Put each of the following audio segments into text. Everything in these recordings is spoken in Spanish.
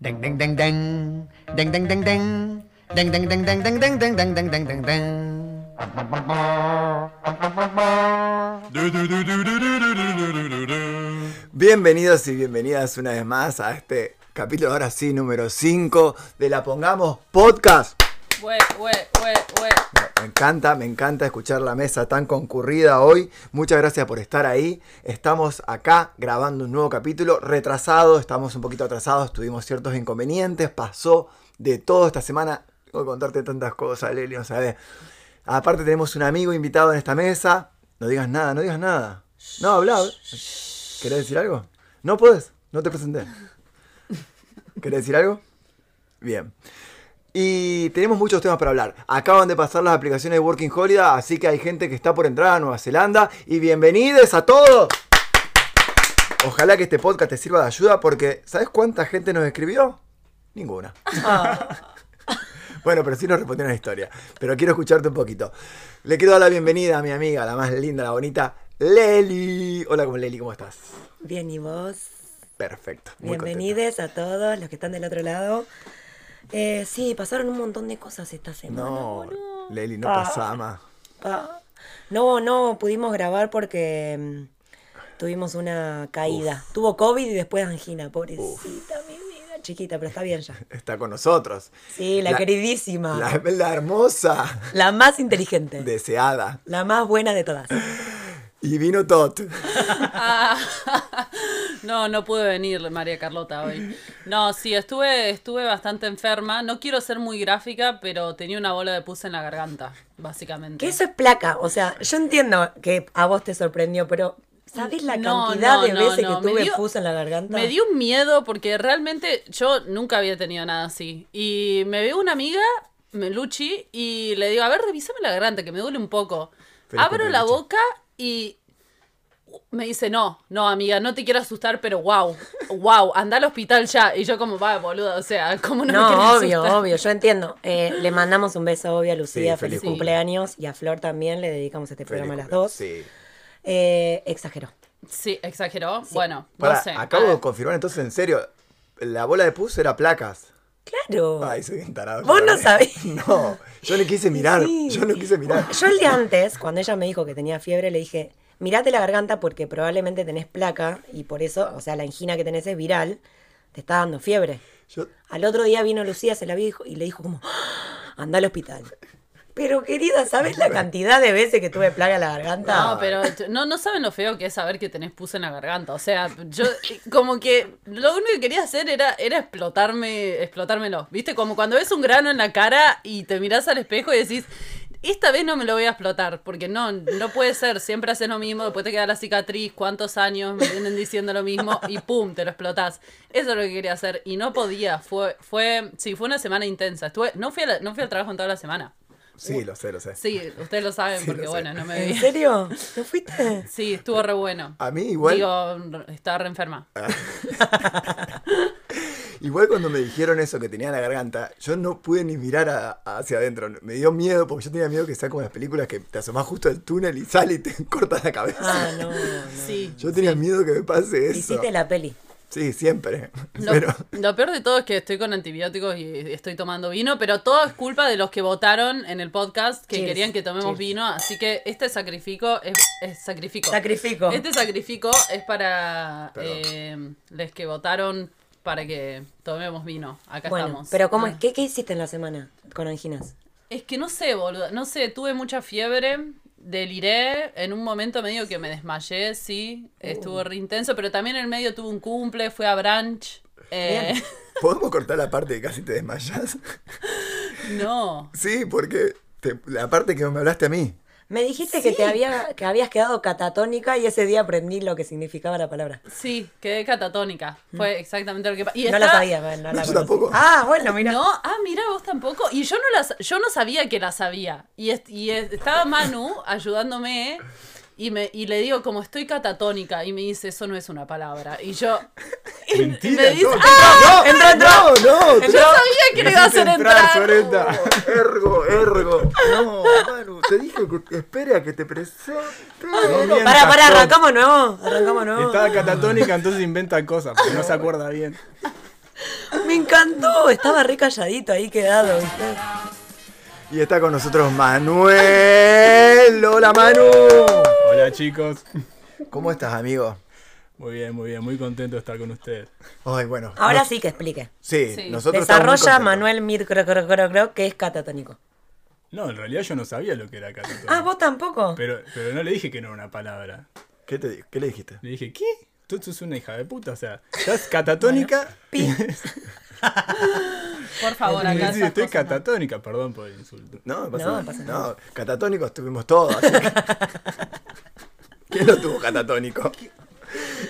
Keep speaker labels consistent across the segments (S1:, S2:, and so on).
S1: Ding ding ding ding. Ding ding ding ding. Ding ding ding ding ding ding ding ding ding ding ding ding.
S2: Bienvenidos y bienvenidas una vez más a este capítulo, ahora sí, número 5 de la Pongamos Podcast.
S3: Güey, güey, güey, güey.
S2: Me encanta, me encanta escuchar la mesa tan concurrida hoy. Muchas gracias por estar ahí. Estamos acá grabando un nuevo capítulo, retrasado, estamos un poquito atrasados, tuvimos ciertos inconvenientes, pasó de todo esta semana. Tengo que contarte tantas cosas, Leli, no sabes. Aparte tenemos un amigo invitado en esta mesa. No digas nada, no digas nada. No, habla. habla. ¿Querés decir algo? No puedes, no te presenté. ¿Querés decir algo? Bien. Y tenemos muchos temas para hablar. Acaban de pasar las aplicaciones de Working Holiday, así que hay gente que está por entrar a Nueva Zelanda. Y bienvenidos a todos. Ojalá que este podcast te sirva de ayuda porque ¿sabes cuánta gente nos escribió? Ninguna. Bueno, pero sí nos respondieron la historia. Pero quiero escucharte un poquito. Le quiero dar la bienvenida a mi amiga, la más linda, la bonita, Leli. Hola, ¿cómo Leli? ¿Cómo estás?
S4: Bien, y vos,
S2: Perfecto. muy contento.
S4: bienvenidos a todos los que están del otro lado. Eh, sí, pasaron un montón de cosas esta semana.
S2: No, Leli, no
S4: Ah.
S2: pasa más.
S4: Pa- No, no pudimos grabar porque mm, tuvimos una caída. Tuvo COVID y después angina, pobrecita, mi vida, chiquita, pero está bien ya.
S2: Está con nosotros.
S4: Sí, la, queridísima, la,
S2: La, la hermosa,
S4: más inteligente,
S2: deseada.
S4: la más buena de todas.
S2: Y vino Tot.
S3: Ah, no, no pude venir, María Carlota, hoy. No, sí, estuve, estuve bastante enferma. No quiero ser muy gráfica, pero tenía una bola de pus en la garganta, básicamente.
S4: Que eso es placa, o sea, yo entiendo que a vos te sorprendió, pero ¿sabés la
S3: No,
S4: cantidad
S3: no,
S4: de
S3: no,
S4: veces
S3: no,
S4: que
S3: me
S4: tuve
S3: dio-
S4: pus en la garganta?
S3: Me dio un miedo porque realmente yo nunca había tenido nada así. Y me veo una amiga, Meluchi, y le digo, a ver, revisame la garganta, que me duele un poco.
S2: Feliz
S3: Abro la
S2: cumpleaños.
S3: boca y me dice, no, no, amiga, no te quiero asustar, pero wow, wow, anda al hospital ya. Y yo como, va, boluda, o sea, como no, me
S4: No,
S3: querés
S4: obvio,
S3: asustar?".
S4: obvio, yo entiendo. Eh, le mandamos un beso, obvio, a Lucía,
S2: Sí, feliz
S4: feliz
S2: Sí.
S4: cumpleaños. Y a Flor también, le dedicamos este programa a las dos.
S2: Sí.
S4: Eh, exageró.
S3: Sí, exageró. Bueno,
S2: Pará,
S3: no sé.
S2: acabo
S3: Ah,
S2: de confirmar entonces, en serio, la bola de pus era placas.
S4: Claro.
S2: Ay, soy bien tarado.
S4: Vos no
S2: perdón.
S4: sabés.
S2: No, yo le quise mirar.
S4: Sí.
S2: Yo no quise mirar.
S4: Yo el día antes, cuando ella me dijo que tenía fiebre, le dije, mirate la garganta porque probablemente tenés placa y por eso, o sea, la angina que tenés es viral, te está dando fiebre.
S2: Yo-
S4: Al otro día vino Lucía, se la vio y dijo- y le dijo como, "Ah, anda al hospital. Pero querida, ¿sabes la cantidad de veces que tuve plaga en la garganta?
S3: No, pero t- no, no saben lo feo que es saber que tenés pus en la garganta. O sea, yo eh, como que lo único que quería hacer era, era explotarme, explotármelo. ¿Viste? Como cuando ves un grano en la cara y te mirás al espejo y decís, esta vez no me lo voy a explotar, porque no, no puede ser, siempre haces lo mismo, después te queda la cicatriz, cuántos años me vienen diciendo lo mismo y pum, te lo explotás. Eso es lo que quería hacer y no podía, fue, fue, sí, fue una semana intensa. Estuve, no fui, a la- no fui al trabajo en toda la semana.
S2: Sí, lo sé, lo sé.
S3: Sí, ustedes lo saben
S2: Sí, lo
S3: porque
S2: sé.
S3: bueno, no me vi.
S4: ¿En serio? ¿No fuiste?
S3: Sí, estuvo re bueno.
S2: A mí igual.
S3: Digo, estaba re enferma.
S2: Igual cuando me dijeron eso que tenía en la garganta, yo no pude ni mirar a- hacia adentro. Me dio miedo porque yo tenía miedo que sea como las películas que te asomás justo del túnel y sale y te cortas la cabeza.
S4: Ah, no, no.
S3: Sí.
S2: Yo tenía miedo que me pase eso.
S4: Hiciste la peli.
S2: Sí, siempre.
S3: Lo,
S2: Pero
S3: lo peor de todo es que estoy con antibióticos y estoy tomando vino, pero todo es culpa de los que votaron en el podcast que
S4: Cheers,
S3: querían que tomemos
S4: cheers.
S3: vino, así que este sacrifico es, es sacrifico.
S4: Sacrifico.
S3: Este sacrifico es para
S2: Perdón.
S3: eh, los que votaron para que tomemos vino. Acá
S4: bueno,
S3: estamos. Ah.
S4: pero ¿cómo es? ¿Qué, qué hiciste en la semana con anginas?
S3: Es que no sé, boludo. No sé, tuve mucha fiebre, deliré. En un momento medio que me desmayé, sí. Estuvo re intenso, pero también en el medio tuve un cumple, fui a brunch. Eh,
S2: ¿podemos cortar la parte que casi te desmayas?
S3: no.
S2: Sí, porque te- la parte que me hablaste a mí.
S4: Me dijiste que te había, que habías quedado catatónica y ese día aprendí lo que significaba la palabra.
S3: Sí, quedé catatónica. Fue exactamente lo que pasó.
S4: Mm. no la sabía, no la
S2: No, yo
S4: conocí.
S2: tampoco.
S4: Ah, bueno, mira.
S3: No, ah, mira, vos tampoco. Y yo no, la sa- yo no sabía que la sabía. Y, est- y est- estaba Manu ayudándome y, me, y le digo, como estoy catatónica. Y me dice, eso no es una palabra. Y yo. y- y
S2: Mentira,
S3: me dice,
S2: no,
S3: "Ah,
S2: no, no, no,
S3: Yo sabía que le iba a hacer entrar. Oh.
S2: Sorenta. Ergo, ergo. No, Manu, te dije que espera a que te presente.
S5: No
S4: Pará,
S5: mientas,
S4: pará,
S5: Tom.
S4: arrancamos nuevo. Arrancamos nuevo.
S5: Estaba catatónica, entonces inventa cosas, porque no se acuerda bien.
S4: encantó. Estaba re calladito ahí quedado, ¿viste?
S2: Y está con nosotros Manuel. Hola Manu.
S5: Hola chicos.
S2: ¿Cómo estás, amigo?
S5: Muy bien, muy bien, muy contento de estar con ustedes.
S2: Ay, bueno.
S4: Ahora
S2: nos-
S4: sí que explique.
S2: Ah. Sí,
S3: Sí.
S2: nosotros estamos muy
S4: Desarrolla
S2: contentos.
S4: Manuel Mir cro, cro, cro, cro, que es catatónico.
S5: No, en realidad yo no sabía lo que era catatónico.
S4: Ah, vos tampoco.
S5: Pero, pero no le dije que no era una palabra.
S2: ¿Qué, te, di- qué le dijiste?
S5: Le dije, ¿qué? Tú sos una hija de puta, o sea, estás catatónica.
S4: Pi.
S3: Por favor,
S5: Y
S3: acá.
S5: sí,
S3: esas
S5: estoy
S3: cosas no.
S5: catatónica, perdón por el insulto.
S2: No, no pasa
S4: No,
S2: nada.
S4: pasa
S2: No, catatónicos tuvimos todos. así que- ¿Quién no tuvo catatónico?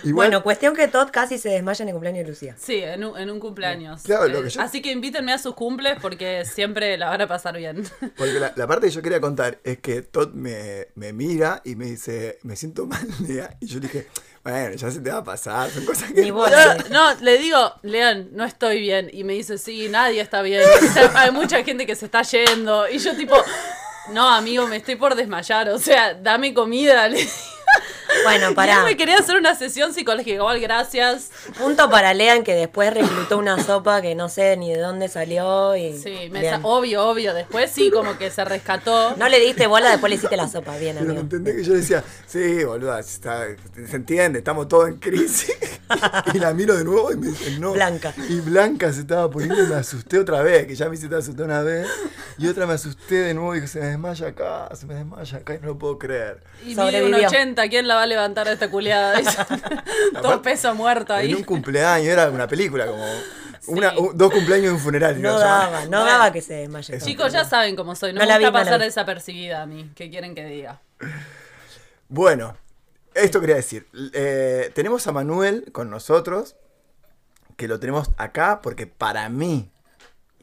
S2: Igual-
S4: Bueno, cuestión que Todd casi se desmaya en el cumpleaños de Lucía.
S3: Sí, en un, en un cumpleaños.
S2: Claro, lo
S3: Eh,
S2: que yo-
S3: Así que invítenme a sus cumples porque siempre la van a pasar bien.
S2: Porque la, la parte que yo quería contar es que Todd me, me mira y me dice, me siento mal, Lea. Y yo le dije, bueno, ya se te va a pasar, son cosas que...
S4: Ni vos.
S3: Yo- no, le digo, León, no estoy bien. Y me dice, sí, nadie está bien. O sea, hay mucha gente que se está yendo. Y yo tipo, no, amigo, me estoy por desmayar. O sea, dame comida. Le digo.
S4: Bueno,
S3: Y
S4: pará.
S3: él me quería hacer una sesión psicológica. Igual, gracias.
S4: Punto para Lean que después reclutó una sopa que no sé ni de dónde salió y.
S3: Sí, me
S4: Bien.
S3: sa- obvio, obvio. Después sí, como que se rescató.
S4: No le diste bola, después le hiciste la sopa. Bien,
S2: Pero
S4: amigo.
S2: entendés que yo le decía, sí, boluda, si está- se entiende, estamos todos en crisis. y la miro de nuevo y me dice, no.
S4: Blanca.
S2: Y Blanca se estaba poniendo y me asusté otra vez, que ya me hice te asusté una vez. Y otra me asusté de nuevo y dije, se me desmaya acá, se me desmaya acá y no lo puedo creer.
S3: Y mide un
S4: Sobrevivió.
S3: 80, ¿quién la va a levantar a esta culiada? Dice, Todo peso muerto ahí.
S2: En un cumpleaños, era una película, como una, u- dos cumpleaños y un funeral.
S4: No
S2: digamos, llamaba.
S4: daba, no daba que se desmaye.
S2: Eso.
S3: Chicos, ya saben cómo soy. No, me
S4: No la
S3: gusta
S4: vi, no la
S3: pasar
S4: vi.
S3: desapercibida a mí. ¿Qué quieren que diga?
S2: Bueno, esto quería decir. eh, tenemos a Manuel con nosotros, que lo tenemos acá porque para mí,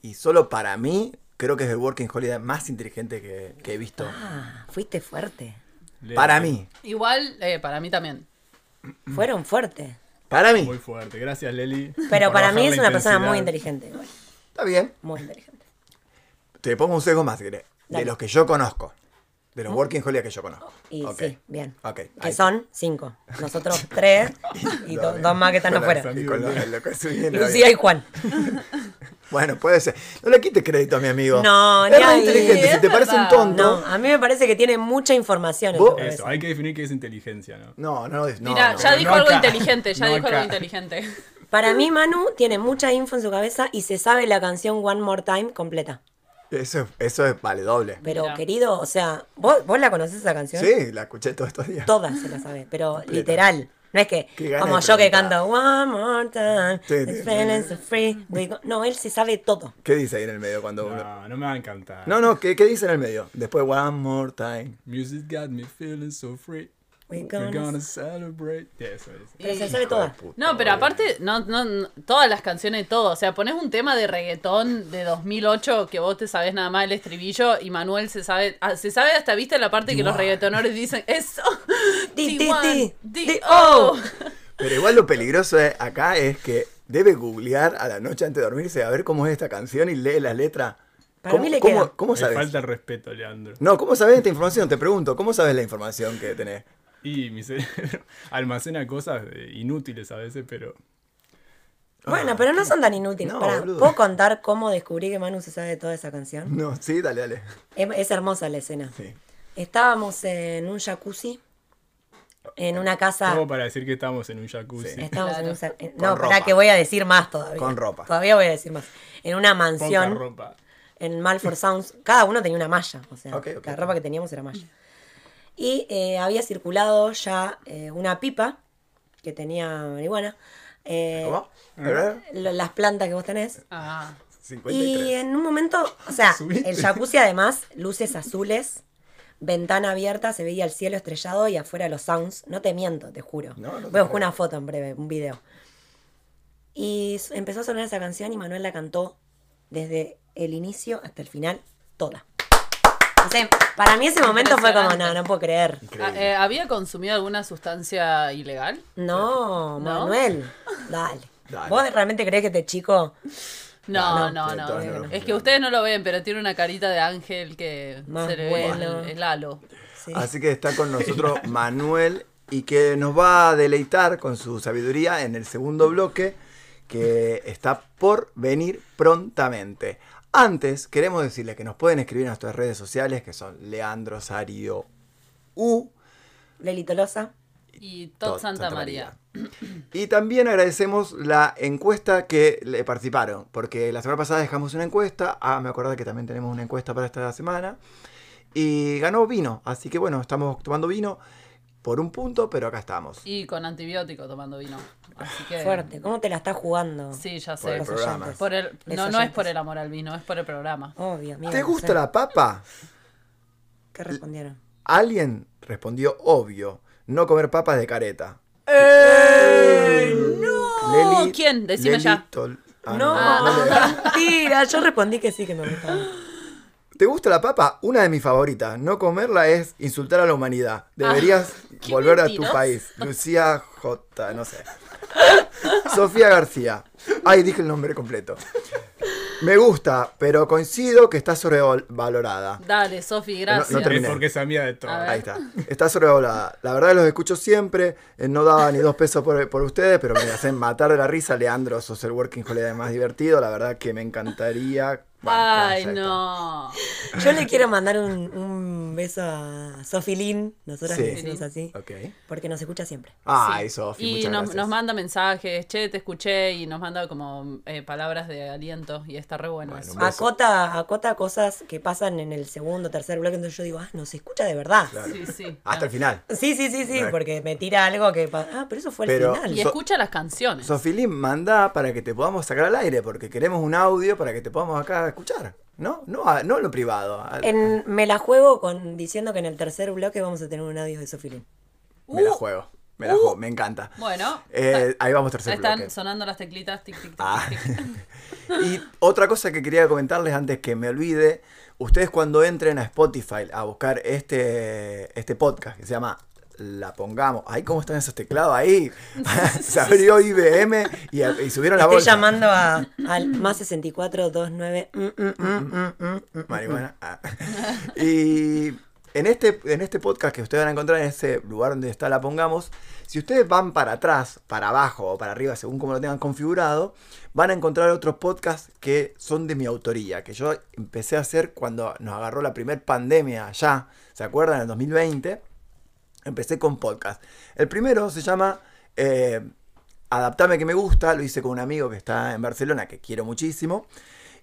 S2: y solo para mí, creo que es el Working Holiday más inteligente que, que he visto.
S4: Ah, fuiste fuerte.
S5: Le-
S2: Para mí,
S3: Igual, eh, para mí también.
S4: Fueron fuertes.
S2: para mí.
S5: Muy fuerte, gracias Leli. por
S4: Pero para
S5: bajar
S4: mí
S5: la
S4: es una persona
S5: intensidad.
S4: muy inteligente. igual.
S2: Está bien.
S4: Muy inteligente.
S2: Te pongo un sesgo más, si querés, De
S4: Dale.
S2: los que yo conozco. De los Working Holiday que yo conozco.
S4: Y
S2: Ok.
S4: sí, bien.
S2: Ok,
S4: Que
S2: ahí.
S4: son cinco. Nosotros tres y do- dos más que están
S2: Con la-
S4: afuera.
S2: y con la- lo que se viene,
S4: Lucía y
S2: bien.
S4: Juan.
S2: Bueno, puede ser. No le quites crédito a mi amigo.
S4: No,
S2: es
S4: ni
S2: re
S4: ahí.
S2: inteligente. Si
S3: Es
S2: te parece un
S3: verdad.
S2: tonto.
S4: No, a mí me parece que tiene mucha información en
S2: Vos-
S4: su cabeza.
S5: Eso, hay que definir qué es inteligencia, ¿no?
S2: No, no, no.
S3: Mira,
S2: no.
S3: ya dijo
S5: no
S3: algo
S5: acá.
S3: inteligente, ya
S5: No
S3: dijo
S5: acá.
S3: algo inteligente.
S4: Para mí, Manu tiene mucha info en su cabeza y se sabe la canción One More Time completa.
S2: Eso, es- eso es, vale doble.
S4: Pero,
S3: Mira.
S4: querido, o sea, ¿vos, vos la conocés esa canción?
S2: Sí, la escuché todos estos días.
S4: Todas se la sabe, pero literal. No es que
S2: Qué ganas
S4: como
S2: de
S4: yo que
S2: preguntar.
S4: canto One More Time,
S2: Sí,
S4: the
S2: sí.
S4: feelings are free. we go-". No, él se sabe todo.
S2: ¿Qué dice ahí en el medio cuando uno.?
S5: No, no me va a encantar.
S2: No, no, ¿qué, qué dice en el medio? Después, one more time.
S5: Music got me feeling so free.
S4: We
S5: We're
S4: gonna-
S5: gonna celebrate. Yeah, eso es.
S4: Pero se sabe todas.
S3: No, pero aparte, no, no, no, todas las canciones, todo. O sea, pones un tema de reggaetón de 2008 que vos te sabés nada más el estribillo y Manuel se sabe, ah, se sabe hasta, viste, la parte que los reggaetonores dicen, eso,
S4: Di,
S3: T1,
S4: di, di,
S3: di,
S4: di,
S3: oh.
S4: oh.
S2: Pero igual lo peligroso es- acá es que debe googlear a la noche antes de dormirse a ver cómo es esta canción y lee la letra.
S4: Para
S2: ¿Cómo,
S4: mí le
S2: cómo,
S4: queda.
S2: cómo
S5: Me
S2: sabes?
S5: falta el respeto, Leandro.
S2: No, ¿cómo sabes esta información? Te pregunto, ¿cómo sabes la información que tenés?
S5: Y mi cerebro almacena cosas eh, inútiles a veces, pero
S4: Bueno, pero no son tan inútiles.
S2: Ah, No,
S4: Pará,
S2: boludo.
S4: ¿Puedo contar cómo descubrí que Manu se sabe toda esa canción?
S2: No, sí, dale, dale.
S4: Es, es hermosa la escena.
S2: Sí.
S4: Estábamos en un jacuzzi, en una
S2: Oh,
S4: casa.
S5: Todo para decir que estamos en un jacuzzi.
S4: Estábamos en un sa- en- No,
S2: Con
S4: para
S2: ropa.
S4: que voy a decir más todavía.
S2: Con ropa.
S4: Todavía voy a decir más. En una
S5: Poca
S4: mansión.
S5: ropa.
S4: en Malford Sounds, cada uno tenía una malla, o sea,
S2: Ok, ok.
S4: la ropa que teníamos era malla. Y eh, había circulado ya eh, una pipa que tenía marihuana, eh,
S2: ¿Cómo? ¿Verdad?
S4: lo- las plantas que vos tenés.
S3: Ah,
S4: Y
S2: 53.
S4: en un momento, o sea,
S5: Subiste.
S4: el jacuzzi además, luces azules, ventana abierta, se veía el cielo estrellado y afuera los sounds. No te miento, te juro.
S2: No, no te
S4: Voy a buscar
S2: creo.
S4: una foto en breve, un video. Y s- empezó a sonar esa canción y Manuel la cantó desde el inicio hasta el final, toda. O sea, para mí ese momento fue como, no,
S3: Impresionante.
S4: no puedo creer.
S2: Increíble.
S3: Ah, eh, ¿Había consumido alguna sustancia ilegal?
S4: No, Manuel, dale.
S2: Dale.
S4: ¿Vos realmente crees que este chico,
S3: No, no,
S2: de
S3: no.
S2: todas no.
S3: Es que ustedes no lo ven, pero tiene una carita de ángel que
S4: Más
S3: se le
S4: bueno.
S3: ve el, el halo.
S4: sí,
S2: Así que está con nosotros Manuel y que nos va a deleitar con su sabiduría en el segundo bloque, que está por venir prontamente. Antes, queremos decirles que nos pueden escribir en nuestras redes sociales, que son Leandro Sario U,
S4: Lelito Loza.
S3: Y Todd Santa María.
S2: Y también agradecemos la encuesta que le participaron, porque la semana pasada dejamos una encuesta. Ah, me acordé que también tenemos una encuesta para esta semana. Y ganó vino, así que bueno, estamos tomando vino por un punto, pero acá estamos.
S3: Y con antibiótico tomando vino. Así que.
S4: Fuerte. ¿Cómo te la estás jugando?
S3: Sí, ya
S2: Por
S3: sé.
S2: el
S4: Los
S2: programa.
S4: oyentes.
S3: Por el-
S4: Los
S3: no, no es por
S4: oyentes.
S3: el amor al vino, es por el programa.
S4: Obvio, amigo,
S2: ¿Te
S4: no
S2: gusta
S4: sé.
S2: la papa?
S4: ¿Qué respondieron?
S2: Alguien respondió obvio, no comer papas de careta. Eh,
S3: no. Oh, ¿Quién? Decime ya.
S2: Tol- ah,
S4: no,
S2: no, no le-
S4: mentira. Yo respondí que sí, que me gustaba.
S2: ¿Te gusta la papa? Una de mis favoritas. No comerla es insultar a la humanidad. Deberías
S3: Ah, qué
S2: volver a
S3: mentiroso.
S2: tu país. Lucía J, no sé. Sofía García. Ay, dije el nombre completo. Me gusta, pero coincido que está sobrevalorada.
S3: Dale, Sofi,
S2: no
S3: gracias.
S2: terminé.
S5: Es porque es amiga de todo.
S3: A ver.
S2: Ahí está. Está sobrevalorada. La verdad los escucho siempre. Eh, No daba ni dos pesos por, por ustedes, pero me hacen matar de la risa. Leandro, sos el working holiday más divertido. La verdad que me encantaría. Bueno,
S3: Ay,
S2: ya está.
S3: no.
S4: Yo le quiero mandar un, un beso a Sofi Lynn. Nosotras le
S2: Sí.
S4: decimos así.
S2: Ok.
S4: Porque nos escucha siempre.
S2: Ay,
S3: Sí.
S2: Sofi,
S3: Y
S2: muchas
S3: nos,
S2: gracias.
S3: nos manda mensajes, che, te escuché, y nos manda como eh, palabras de aliento, y está re bueno,
S2: Bueno,
S3: eso.
S2: Un beso.
S4: Acota, acota cosas que pasan en el segundo, tercer bloque. Entonces yo digo, ah, nos escucha de verdad.
S3: Sí, sí.
S2: Hasta el final.
S4: Sí, sí, sí, sí. Porque me tira algo que. pa- Ah, pero eso fue
S2: Pero-
S4: el final.
S3: Y
S2: So-
S3: escucha las canciones.
S2: Sofilín, manda para que te podamos sacar al aire, porque queremos un audio para que te podamos acá escuchar. ¿No? No, a- no lo privado. a-
S4: En- me la juego con diciendo que en el tercer bloque vamos a tener un audio de Sofi Lynn.
S2: me la
S3: Uh,
S2: juego. Me la juego, me encanta.
S3: Bueno,
S2: Eh,
S3: está-
S2: ahí vamos tercer
S3: están
S2: bloque.
S3: sonando las teclitas. Tic, tic, tic,
S2: Ah.
S3: tic.
S2: y otra cosa que quería comentarles antes que me olvide, ustedes cuando entren a Spotify a buscar este, este podcast que se llama La Pongamos, ay, ¿cómo están esos teclados ahí? se abrió IBM y, y subieron la
S4: Estoy
S2: bolsa.
S4: llamando a, al más 64 29. mm, mm, mm, mm, mm, mm.
S2: marihuana. Ah. Y en este, en este podcast que ustedes van a encontrar, en ese lugar donde está la pongamos, si ustedes van para atrás, para abajo o para arriba, según como lo tengan configurado, van a encontrar otros podcasts que son de mi autoría, que yo empecé a hacer cuando nos agarró la primer pandemia allá, ¿se acuerdan? En el 2020 empecé con podcast. El primero se llama eh, Adaptame que me gusta, lo hice con un amigo que está en Barcelona, que quiero muchísimo,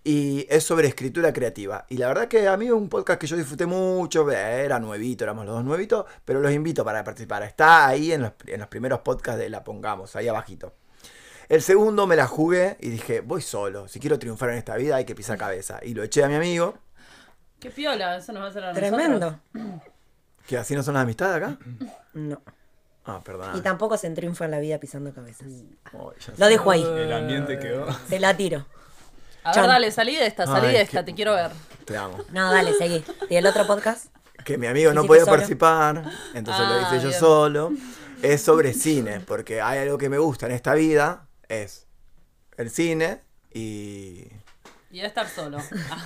S2: y es sobre escritura creativa. Y la verdad que a mí es un podcast que yo disfruté mucho, eh, era nuevito, éramos los dos nuevitos, pero los invito para participar. Está ahí en los, en los primeros podcasts de La Pongamos, ahí abajito. El segundo me la jugué y dije, voy solo, si quiero triunfar en esta vida hay que pisar cabeza. Y lo eché a mi amigo,
S3: Qué piola, eso nos va a hacer a nosotros.
S4: Tremendo.
S2: que así no son las amistades acá.
S4: No.
S2: Ah, perdón.
S4: Y tampoco se triunfa en la vida pisando cabezas.
S2: ya
S4: Lo dejo ahí.
S5: El ambiente quedó.
S4: Se la tiro.
S3: A ver,
S4: Chan.
S3: dale, salí de esta, salí
S2: Ay,
S3: de esta,
S2: qué-
S3: te quiero ver.
S2: Te amo.
S4: No, dale, seguí. ¿Y el otro podcast?
S2: que mi amigo no
S4: Hiciste
S2: podía
S4: solo.
S2: participar, entonces lo
S3: Ah,
S2: hice yo
S3: bien.
S2: solo, es sobre cine, porque hay algo que me gusta en esta vida, es el cine y,
S3: Y estar solo. Ah,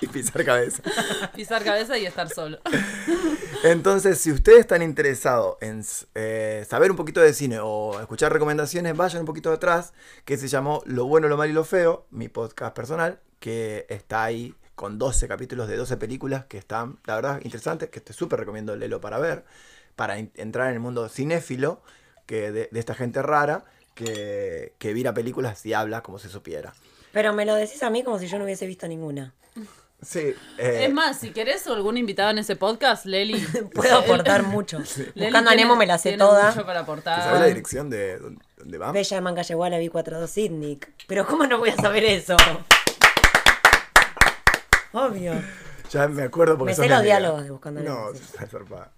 S2: y pisar cabeza.
S3: pisar cabeza y estar solo.
S2: Entonces, si ustedes están interesados en s- eh, saber un poquito de cine o escuchar recomendaciones, vayan un poquito atrás, que se llamó Lo bueno, lo malo y lo feo, mi podcast personal, que está ahí con 12 capítulos de 12 películas que están, la verdad, interesantes, que te súper recomiendo Lelo para ver, para en- entrar en el mundo cinéfilo que de, de esta gente rara que, que mira películas y habla como si supiera.
S4: Pero me lo decís a mí como si yo no hubiese visto ninguna.
S2: Sí, eh,
S3: Es más, si querés algún invitado en ese podcast, Leli.
S4: Puedo aportar mucho.
S3: Leli
S4: Buscando a
S3: tiene-
S4: Nemo me la sé
S3: tiene mucho
S4: toda.
S3: para
S2: ¿te sabes la
S3: aportar.
S2: dirección de dónde- dónde va?
S4: Bella de Mangalleguala, vi 42 Sydney. Pero ¿cómo no voy a saber eso? Obvio.
S2: Ya me acuerdo porque
S4: Me
S2: sos mi
S4: sé los
S2: amiga.
S4: diálogos de Buscando a
S2: No,
S4: Nemo, sí.
S2: está zarpada.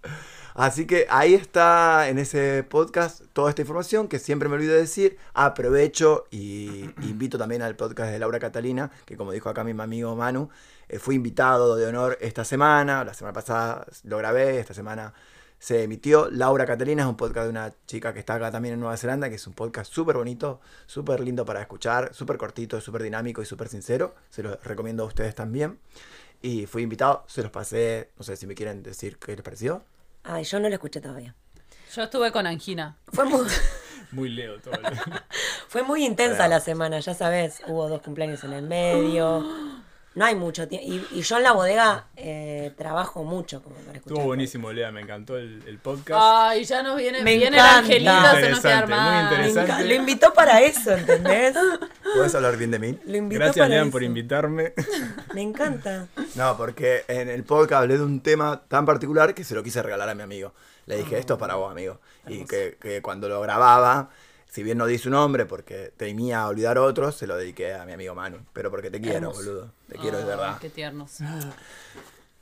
S2: Así que ahí está en ese podcast toda esta información que siempre me olvido de decir. Aprovecho y invito también al podcast de Laura Catalina, que como dijo acá mi amigo Manu, eh, fui invitado de honor esta semana. La semana pasada lo grabé, esta semana se emitió. Laura Catalina es un podcast de una chica que está acá también en Nueva Zelanda, que es un podcast súper bonito, súper lindo para escuchar, súper cortito, súper dinámico y súper sincero. Se los recomiendo a ustedes también. Y fui invitado, se los pasé, no sé si me quieren decir qué les pareció.
S4: Ay, yo no lo escuché todavía.
S3: Yo estuve con Angina.
S4: Fue muy,
S5: Muy leo todo.
S4: Fue muy intensa la semana, ya sabes. Hubo dos cumpleaños en el medio. No hay mucho tiempo. Y, y yo en la bodega eh, trabajo mucho como para escuchar.
S5: Estuvo buenísimo, Lea, me encantó el, el podcast.
S3: Ay, ya nos viene,
S4: Me
S3: viene
S4: encanta.
S3: el angelito, se nos queda
S5: Interesante, muy
S3: armado.
S4: Me
S5: interesante.
S4: enca- Lo invitó para eso, ¿entendés?
S2: ¿Puedes hablar bien de mí?
S4: Lo invitó
S5: Gracias,
S4: para
S5: Lean,
S4: eso.
S5: por invitarme.
S4: Me encanta.
S2: No, porque en el podcast hablé de un tema tan particular que se lo quise regalar a mi amigo. Le dije, esto es para vos, amigo. Y que, que cuando lo grababa, si bien no di su nombre porque temía a olvidar otros, se lo dediqué a mi amigo Manu. Pero porque te quiero, boludo. Te quiero de
S3: Ay,
S2: verdad. Ah,
S3: Qué tiernos.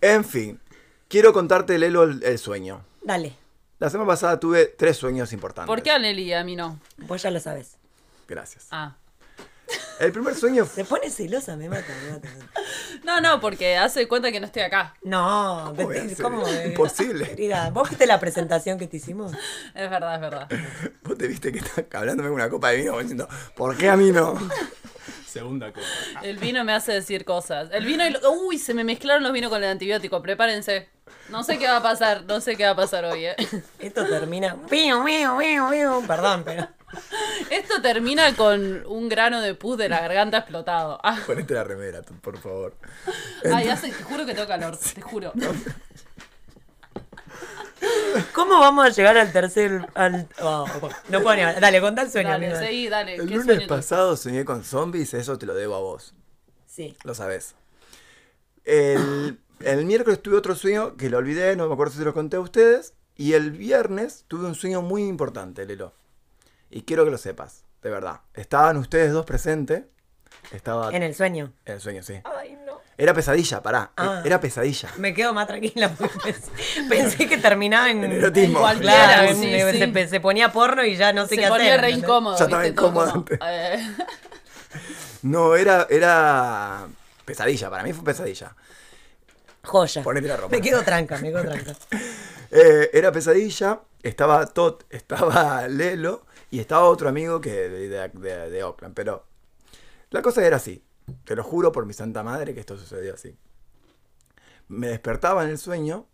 S2: En fin, quiero contarte, Lelo, el, el sueño.
S4: Dale,
S2: La semana pasada tuve tres sueños importantes.
S3: ¿Por qué a Leli y a mí no?
S4: vos ya lo sabes.
S2: Gracias.
S3: Ah.
S2: El primer sueño fue...
S4: Se pone celosa, me mata, me mata.
S3: No, no, porque hace cuenta que no estoy acá.
S4: No,
S2: ¿Cómo voy a
S4: te-
S2: hacer?
S4: ¿cómo? eh?
S2: Imposible.
S4: Querida, ¿vos viste la presentación que te hicimos?
S3: Es verdad, es verdad.
S2: Vos te viste que estás hablándome con una copa de vino diciendo, ¿por qué a mí no?
S5: Segunda cosa.
S3: El vino me hace decir cosas. El vino y lo- Uy, se me mezclaron los vinos con el antibiótico. Prepárense. No sé qué va a pasar, no sé qué va a pasar hoy, eh.
S4: Esto termina. Piu, piu, piu, piu. Perdón, pero.
S3: Esto termina con un grano de pus de la garganta explotado. Ah,
S2: Ponete la remera, tú, por favor.
S3: ay, hace- te juro que tengo calor, te juro.
S4: ¿Cómo vamos a llegar al tercer. Al... oh, no puedo ni hablar. Dale, contá el sueño,
S3: Dale,
S4: amigo.
S3: seguí, dale.
S2: El
S3: ¿qué
S2: lunes
S3: sueño tuviste?
S2: pasado soñé con zombies, eso te lo debo a vos.
S4: Sí.
S2: Lo sabés. El, el miércoles tuve otro sueño que lo olvidé, no me acuerdo si se lo conté a ustedes. Y el viernes tuve un sueño muy importante, Lelo. Y quiero que lo sepas, de verdad. Estaban ustedes dos presentes. Estaba
S4: En el sueño.
S2: en el sueño, sí.
S4: Ay, no.
S2: Era pesadilla, pará. E,
S4: Ah.
S2: Era pesadilla.
S4: Me quedo más tranquila porque pensé, pensé que terminaba en.
S2: erotismo.
S4: en cualquiera,
S3: Claro,
S4: en-
S3: sí,
S4: se,
S3: sí.
S4: se ponía porno y ya no
S3: Se
S4: sé qué hacer.
S3: ponía re
S4: ¿entendés?
S3: incómodo.
S2: Ya estaba
S3: ¿viste? Todo
S2: incómodo
S3: como,
S4: Ah.
S2: antes.
S3: eh,
S2: No, era, era pesadilla, para mí fue pesadilla.
S4: Joya.
S2: Ponete la ropa.
S4: Me quedo tranca, me quedo tranca.
S2: Eh, era pesadilla, estaba Tot, estaba Lelo y estaba otro amigo que de, de, de- de Oakland. Pero la cosa era así. Te lo juro por mi santa madre que esto sucedió así. Me despertaba en el sueño,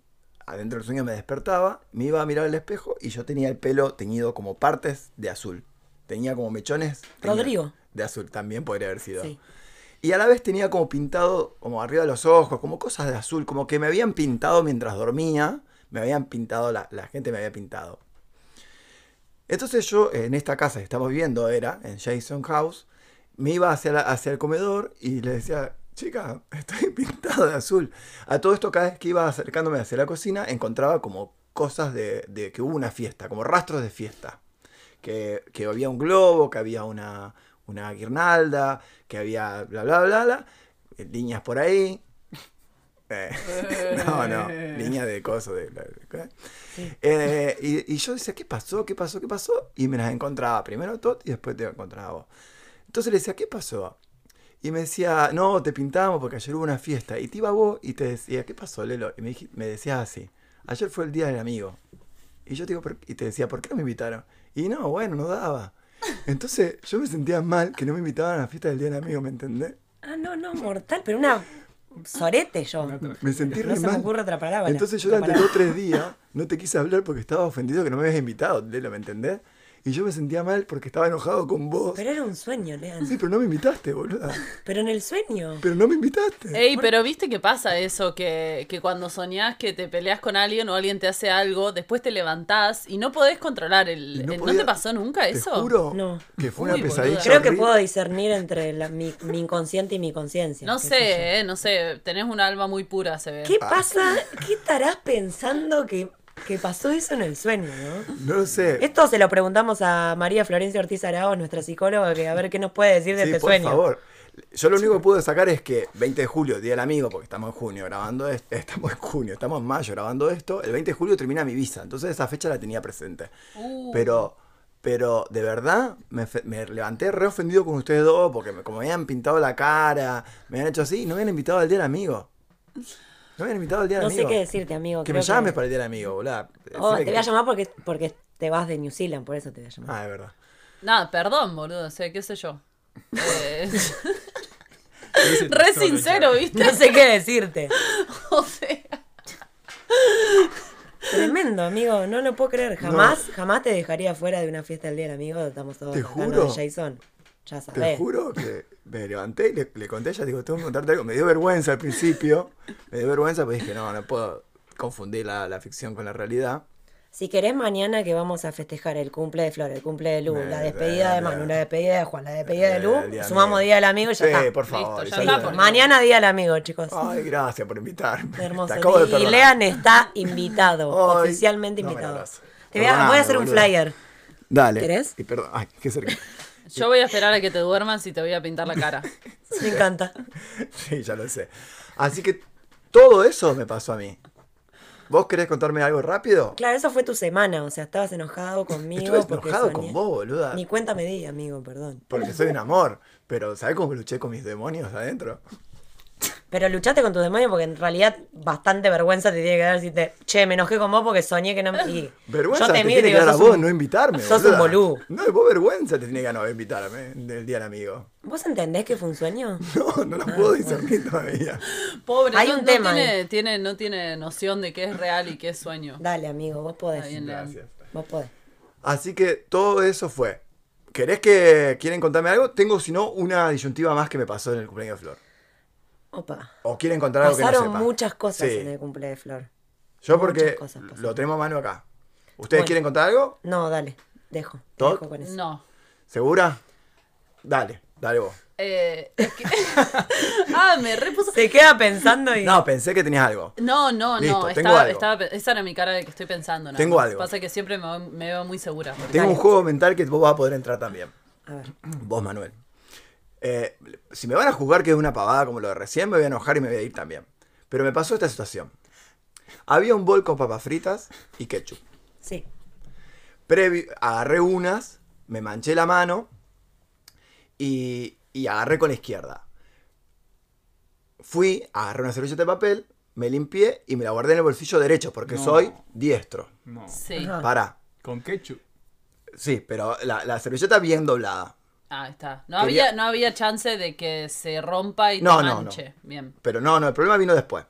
S2: adentro del sueño me despertaba, me iba a mirar al espejo y yo tenía el pelo teñido como partes de azul. Tenía como mechones. teñidos
S4: Rodrigo.
S2: De azul, también podría haber sido.
S4: Sí.
S2: Y a la vez tenía como pintado, como arriba de los ojos, como cosas de azul, como que me habían pintado mientras dormía, me habían pintado, la, la gente me había pintado. Entonces yo, en esta casa que estamos viendo, era en Jason House, me iba hacia, la- hacia el comedor y le decía, chica, estoy pintado de azul. A todo esto, cada vez que iba acercándome hacia la cocina, encontraba como cosas de, de que hubo una fiesta, como rastros de fiesta que, que había un globo, que había una, una guirnalda, que había bla bla bla bla, eh, líneas por ahí. Eh, no, no, líneas de cosas. De, de- de- Eh, y, y yo decía, ¿qué pasó? ¿Qué pasó? ¿Qué pasó? Y me las encontraba primero Tot y después te encontraba vos. Entonces le decía, ¿qué pasó? Y me decía, no, te pintamos porque ayer hubo una fiesta. Y te iba vos y te decía, ¿qué pasó, Lelo? Y me, dij- me decías así, ayer fue el día del amigo. Y yo te digo, "¿Por qué?" y te decía, ¿por qué no me invitaron? Y no, bueno, no daba. Entonces yo me sentía mal que no me invitaban a la fiesta del día del amigo, ¿me entendés?
S4: Ah, no, no, mortal, pero una. Sorete yo.
S2: Me sentí
S4: No
S2: re
S4: se me
S2: mal.
S4: ocurre otra palabra.
S2: Entonces yo
S4: Otra
S2: durante
S4: palabra.
S2: dos tres días no te quise hablar porque estaba ofendido que no me habías invitado, Lelo, ¿me entendés? Y yo me sentía mal porque estaba enojado con vos.
S4: Pero era un sueño, Lean.
S2: Sí, pero no me invitaste, boluda.
S4: Pero en el sueño.
S2: Pero no me invitaste.
S3: Ey, pero viste que pasa eso, que, que cuando soñás que te peleas con alguien o alguien te hace algo, después te levantás y no podés controlar
S2: Y
S3: el... el-
S2: no
S3: No,
S2: podía-
S3: te pasó nunca
S2: Te
S3: eso?
S2: juro
S4: No.
S2: que fue
S3: Uy,
S2: una
S3: boluda.
S2: pesadilla.
S4: Creo que
S2: horrible.
S4: puedo discernir entre la- mi, mi inconsciente y mi conciencia.
S3: No
S4: qué sé yo.
S3: sé, eh, no sé, tenés un alma muy pura, se ve.
S4: ¿Qué
S2: Ah.
S4: pasa? ¿Qué estarás pensando que, que pasó eso en el sueño, no?
S2: No lo sé.
S4: Esto se lo preguntamos a María Florencia Ortiz Arao, nuestra psicóloga, que a ver qué nos puede decir de
S2: Sí,
S4: este
S2: por
S4: sueño.
S2: favor. Yo lo único que puedo sacar es que 20 de julio, Día del Amigo, porque estamos en junio grabando esto, estamos en junio, estamos en mayo grabando esto, el 20 de julio termina mi visa, entonces esa fecha la tenía presente.
S3: Uh.
S2: Pero, pero de verdad me, fe- me levanté re ofendido con ustedes dos, porque me- como me habían pintado la cara, me habían hecho así, no me habían invitado al Día del Amigo. No me habían invitado al Día del
S4: No sé
S2: Amigo.
S4: qué decirte, amigo.
S2: Que
S4: creo
S2: me llames para el Día del Amigo, boludo.
S4: Oh, te voy a llamar porque, porque te vas de New Zealand, por eso te voy a llamar.
S2: Ah, es verdad.
S3: Nada, perdón, boludo, o sea, qué sé yo. Eh,
S5: Ese
S3: re
S5: solo,
S3: sincero,
S5: ya.
S3: ¿viste?
S4: No sé qué decirte.
S3: O sea,
S4: Te Tremendo, amigo. No lo puedo creer. Jamás, jamás te dejaría fuera de una fiesta del día del amigo. Estamos todos
S2: Te
S4: tocando
S2: juro.
S4: de Jason. Ya
S2: Te
S4: sabés.
S2: juro que me levanté y le, le conté a ella, digo, tengo que contarte algo. Me dio vergüenza al principio. Me dio vergüenza porque dije, no, no puedo confundir la, la ficción con la realidad.
S4: Si querés, mañana que vamos a festejar el cumple de Flor, el cumple de Lu,
S2: Me-
S4: la despedida de
S2: me-
S4: Manu, la despedida de Juan, la despedida de
S2: Eh,
S4: Lu,
S2: el día
S4: sumamos
S2: amigo.
S4: día del amigo y ya
S2: sí,
S4: está.
S2: por
S3: Listo,
S2: favor. y
S3: ya
S2: saluda.
S3: está, por-
S4: Mañana día del amigo, chicos.
S2: Ay, gracias por invitarme.
S4: Qué hermoso.
S2: Te acabo de
S4: y
S2: perdonar.
S4: Lean está invitado,
S2: Ay,
S4: oficialmente
S2: no me
S4: invitado.
S2: abrazo.
S4: Te voy a,
S2: Perdóname,
S4: voy a hacer un
S2: boludo.
S4: flyer.
S2: Dale.
S4: ¿Querés?
S2: Y perdón, ay, qué cerca.
S3: Yo voy a esperar a que te duermas y te voy a pintar la cara.
S4: Me encanta.
S2: Sí, ya lo sé. Así que todo eso me pasó a mí. ¿Vos querés contarme algo rápido?
S4: Claro, eso fue tu semana, o sea, estabas enojado conmigo.
S2: Estuve
S4: porque
S2: enojado
S4: soñé.
S2: con vos, boluda.
S4: Ni cuenta me di, amigo, perdón.
S2: Porque soy un amor. Pero ¿sabés cómo luché con mis demonios adentro?
S4: Pero luchaste con tu demonio porque en realidad bastante vergüenza te tiene que dar decirte, che, me enojé con vos porque soñé que no me. y
S2: Vergüenza
S4: yo te
S2: te
S4: miro y
S2: tiene que
S4: digo,
S2: dar a
S4: "Sos
S2: vos
S4: un-
S2: no invitarme.
S4: Sos
S2: boluda.
S4: un bolú.
S2: No, y vos vergüenza te tiene que no invitarme eh, del día del amigo.
S4: ¿Vos entendés que fue un sueño?
S2: No, no lo puedo discernir todavía.
S3: Pobre,
S4: Hay
S3: no,
S4: un
S3: no
S4: tema
S3: tiene, tiene- no tiene noción de qué es real y qué es sueño.
S4: Dale, amigo, vos podés.
S3: Está bien, Lean.
S2: Gracias.
S4: Vos podés.
S2: Así que todo eso fue. ¿Querés que quieren contarme algo? Tengo, si no, una disyuntiva más que me pasó en el cumpleaños de Flor.
S4: Opa.
S2: ¿O quieren contar algo que no
S4: Pasaron
S2: sepa?
S4: muchas cosas
S2: Sí.
S4: en el cumple de Flor.
S2: Yo porque
S4: muchas cosas pasaron.
S2: lo tenemos a mano acá. ¿Ustedes
S4: Bueno.
S2: quieren contar algo?
S4: No, dale, dejo. te
S2: ¿Toc?
S4: dejo con eso.
S3: No.
S2: ¿Segura? Dale, dale vos.
S3: Eh, es que- ah, me repuso.
S4: Se queda pensando y.
S2: No, pensé que tenías algo.
S3: No, no,
S2: Listo,
S3: no.
S2: tengo
S3: Estaba,
S2: algo.
S3: estaba pe- esa era mi cara de que estoy pensando. nada
S2: Tengo
S3: más.
S2: algo.
S3: Pasa que siempre me, voy- me veo muy segura.
S2: Tengo
S4: Dale.
S2: un juego mental que vos vas a poder entrar también.
S4: A ver.
S2: Vos, Manuel. Eh, si me van a juzgar que es una pavada como lo de recién, me voy a enojar y me voy a ir también. Pero me pasó esta situación. Había un bol con papas fritas y ketchup.
S4: Sí.
S2: Previ- agarré unas, me manché la mano y, y agarré con la izquierda. Fui, agarré una servilleta de papel, me limpié y me la guardé en el bolsillo derecho porque
S5: No.
S2: soy diestro.
S5: No.
S3: Sí.
S4: Ajá.
S2: Pará.
S5: Con ketchup.
S2: Sí, pero la, la servilleta bien doblada.
S3: Ah, está. No
S2: Quería-
S3: había, no había chance de que se rompa y
S2: No,
S3: te
S2: no, no.
S3: manche. Bien.
S2: Pero no, no, el problema vino después.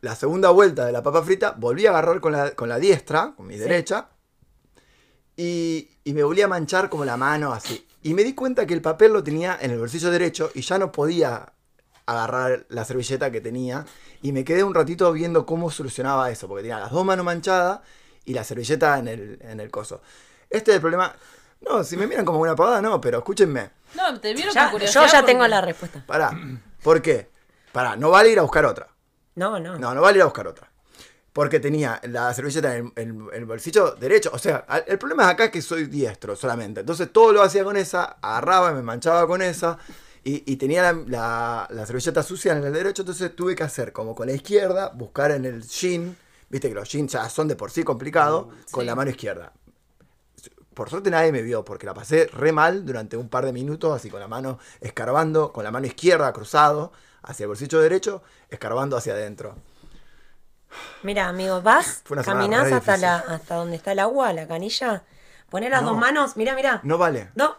S2: La segunda vuelta de la papa frita, volví a agarrar con la, con la diestra, con mi derecha, y, y me volví a manchar como la mano así. Y me di cuenta que el papel lo tenía en el bolsillo derecho y ya no podía agarrar la servilleta que tenía. Y me quedé un ratito viendo cómo solucionaba eso, porque tenía las dos manos manchadas y la servilleta en el, en el coso. Este es el problema. No, si me miran como una pavada, no, pero escúchenme.
S3: No, te vieron
S4: Ya-
S3: con curiosidad.
S4: yo ya
S3: porque-
S4: tengo la respuesta.
S2: Pará. ¿Por qué? Pará, no vale ir a buscar otra.
S4: No, no.
S2: No, no vale ir a buscar otra. Porque tenía la servilleta en el, en el bolsillo derecho. O sea, al- el problema es acá que soy diestro solamente. Entonces todo lo hacía con esa, agarraba, me manchaba con esa. Y, y tenía la, la- la servilleta sucia en el derecho. Entonces tuve que hacer como con la izquierda, buscar en el jean. Viste que los jeans ya son de por sí complicados. Con
S4: Mm,
S3: Sí.
S2: la mano izquierda. Por suerte nadie me vio porque la pasé re mal durante un par de minutos, así con la mano escarbando, con la mano izquierda cruzado hacia el bolsillo derecho, escarbando hacia adentro.
S4: Mira, amigo, vas,
S2: Fue una semana
S4: caminás
S2: re
S4: hasta,
S2: difícil.
S4: la, hasta donde está el agua, la canilla. Poné las
S2: No.
S4: dos manos, mira, mira.
S2: No vale,
S4: No,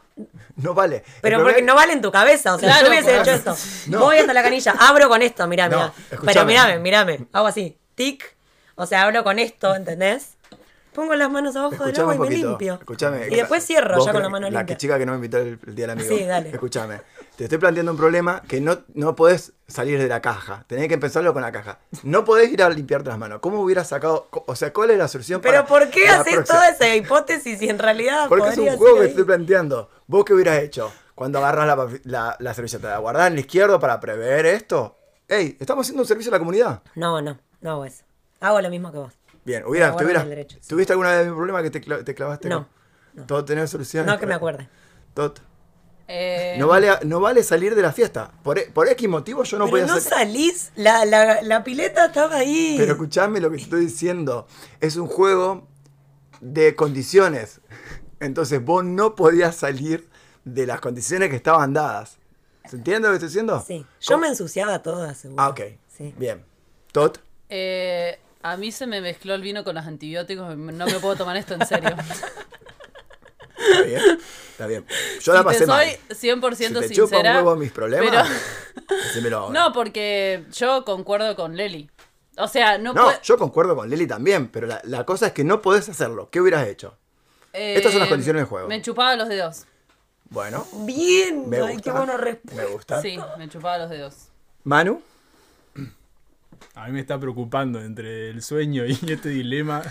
S2: no vale. El
S4: pero
S2: problema-
S4: porque no vale en tu cabeza. O sea,
S3: Claro,
S4: yo hubiese
S3: claro.
S4: hecho esto.
S2: No.
S4: Voy hasta la canilla, abro con esto, mirá,
S2: No,
S4: mirá. pero
S2: escuchame.
S4: mirame, mirame. Hago así, tic. O sea, abro con esto, ¿entendés? Pongo las manos abajo del
S2: Escuchame
S4: agua
S2: un
S4: y me
S2: poquito.
S4: limpio.
S2: Escuchame.
S4: Y después cierro
S2: Vos
S4: ya con
S2: que-
S4: la mano
S2: La
S4: limpia.
S2: que chica que no me invitó el, el día del amigo.
S4: Sí, dale.
S2: Escuchame. Te estoy planteando un problema que no, no podés salir de la caja. Tenés que empezarlo con la caja. No podés ir a limpiarte las manos. ¿Cómo hubieras sacado? co- O sea, ¿cuál es la solución
S4: Pero
S2: para-
S4: ¿por qué
S2: para la
S4: haces
S2: próxima?
S4: toda esa hipótesis si en realidad
S2: Porque es
S4: podría
S2: un juego
S4: ser
S2: que
S4: ahí?
S2: estoy planteando. ¿Vos qué hubieras hecho cuando agarras la, pa- la, la servilleta? ¿La guardás en la izquierda para prever esto? Ey, estamos haciendo un servicio a la comunidad.
S4: No, no, no hago eso. Hago lo mismo que vos.
S2: Bien, hubiera,
S4: La
S2: te
S4: guardo en
S2: hubieras-
S4: el derecho, sí.
S2: ¿tuviste alguna vez un problema que te, cla- te clavaste?
S4: No,
S2: con- Todo tenía solución.
S4: No que me acuerde.
S2: Todo-
S3: Eh,
S2: No vale, no vale salir de la fiesta. Por, e- por X motivo yo no
S4: Pero
S2: podía
S4: no
S2: hacer-
S4: salís, la, la, la pileta estaba ahí.
S2: Pero escuchame lo que te estoy diciendo. Es un juego de condiciones. Entonces vos no podías salir de las condiciones que estaban dadas. ¿Se entiende lo que estoy diciendo?
S4: Sí, yo me ensuciaba toda, seguro.
S2: Ah, ok.
S4: Sí.
S2: Bien. Tot.
S3: eh, a mí se me mezcló el vino con los antibióticos. No me puedo tomar esto en serio.
S2: Está bien. Está bien. Yo la
S3: Si te
S2: pasé mal.
S3: soy 100%
S2: si te chupa un
S3: sincera.
S2: huevo mis problemas,
S3: pero-
S2: decímelo ahora.
S3: No, porque yo concuerdo con Leli. O sea, no,
S2: No,
S3: puede-
S2: yo concuerdo con Lili también, pero la, la cosa es que no podés hacerlo. ¿Qué hubieras hecho? estas son las
S3: eh,
S2: condiciones del juego.
S3: Me chupaba los dedos.
S2: Bueno,
S4: Bien.
S2: me
S4: Ay, qué
S2: gusta.
S4: bueno respuesta.
S2: me gusta.
S3: Sí, me chupaba los dedos.
S2: Manu,
S5: A mí me está preocupando entre el sueño y este dilema.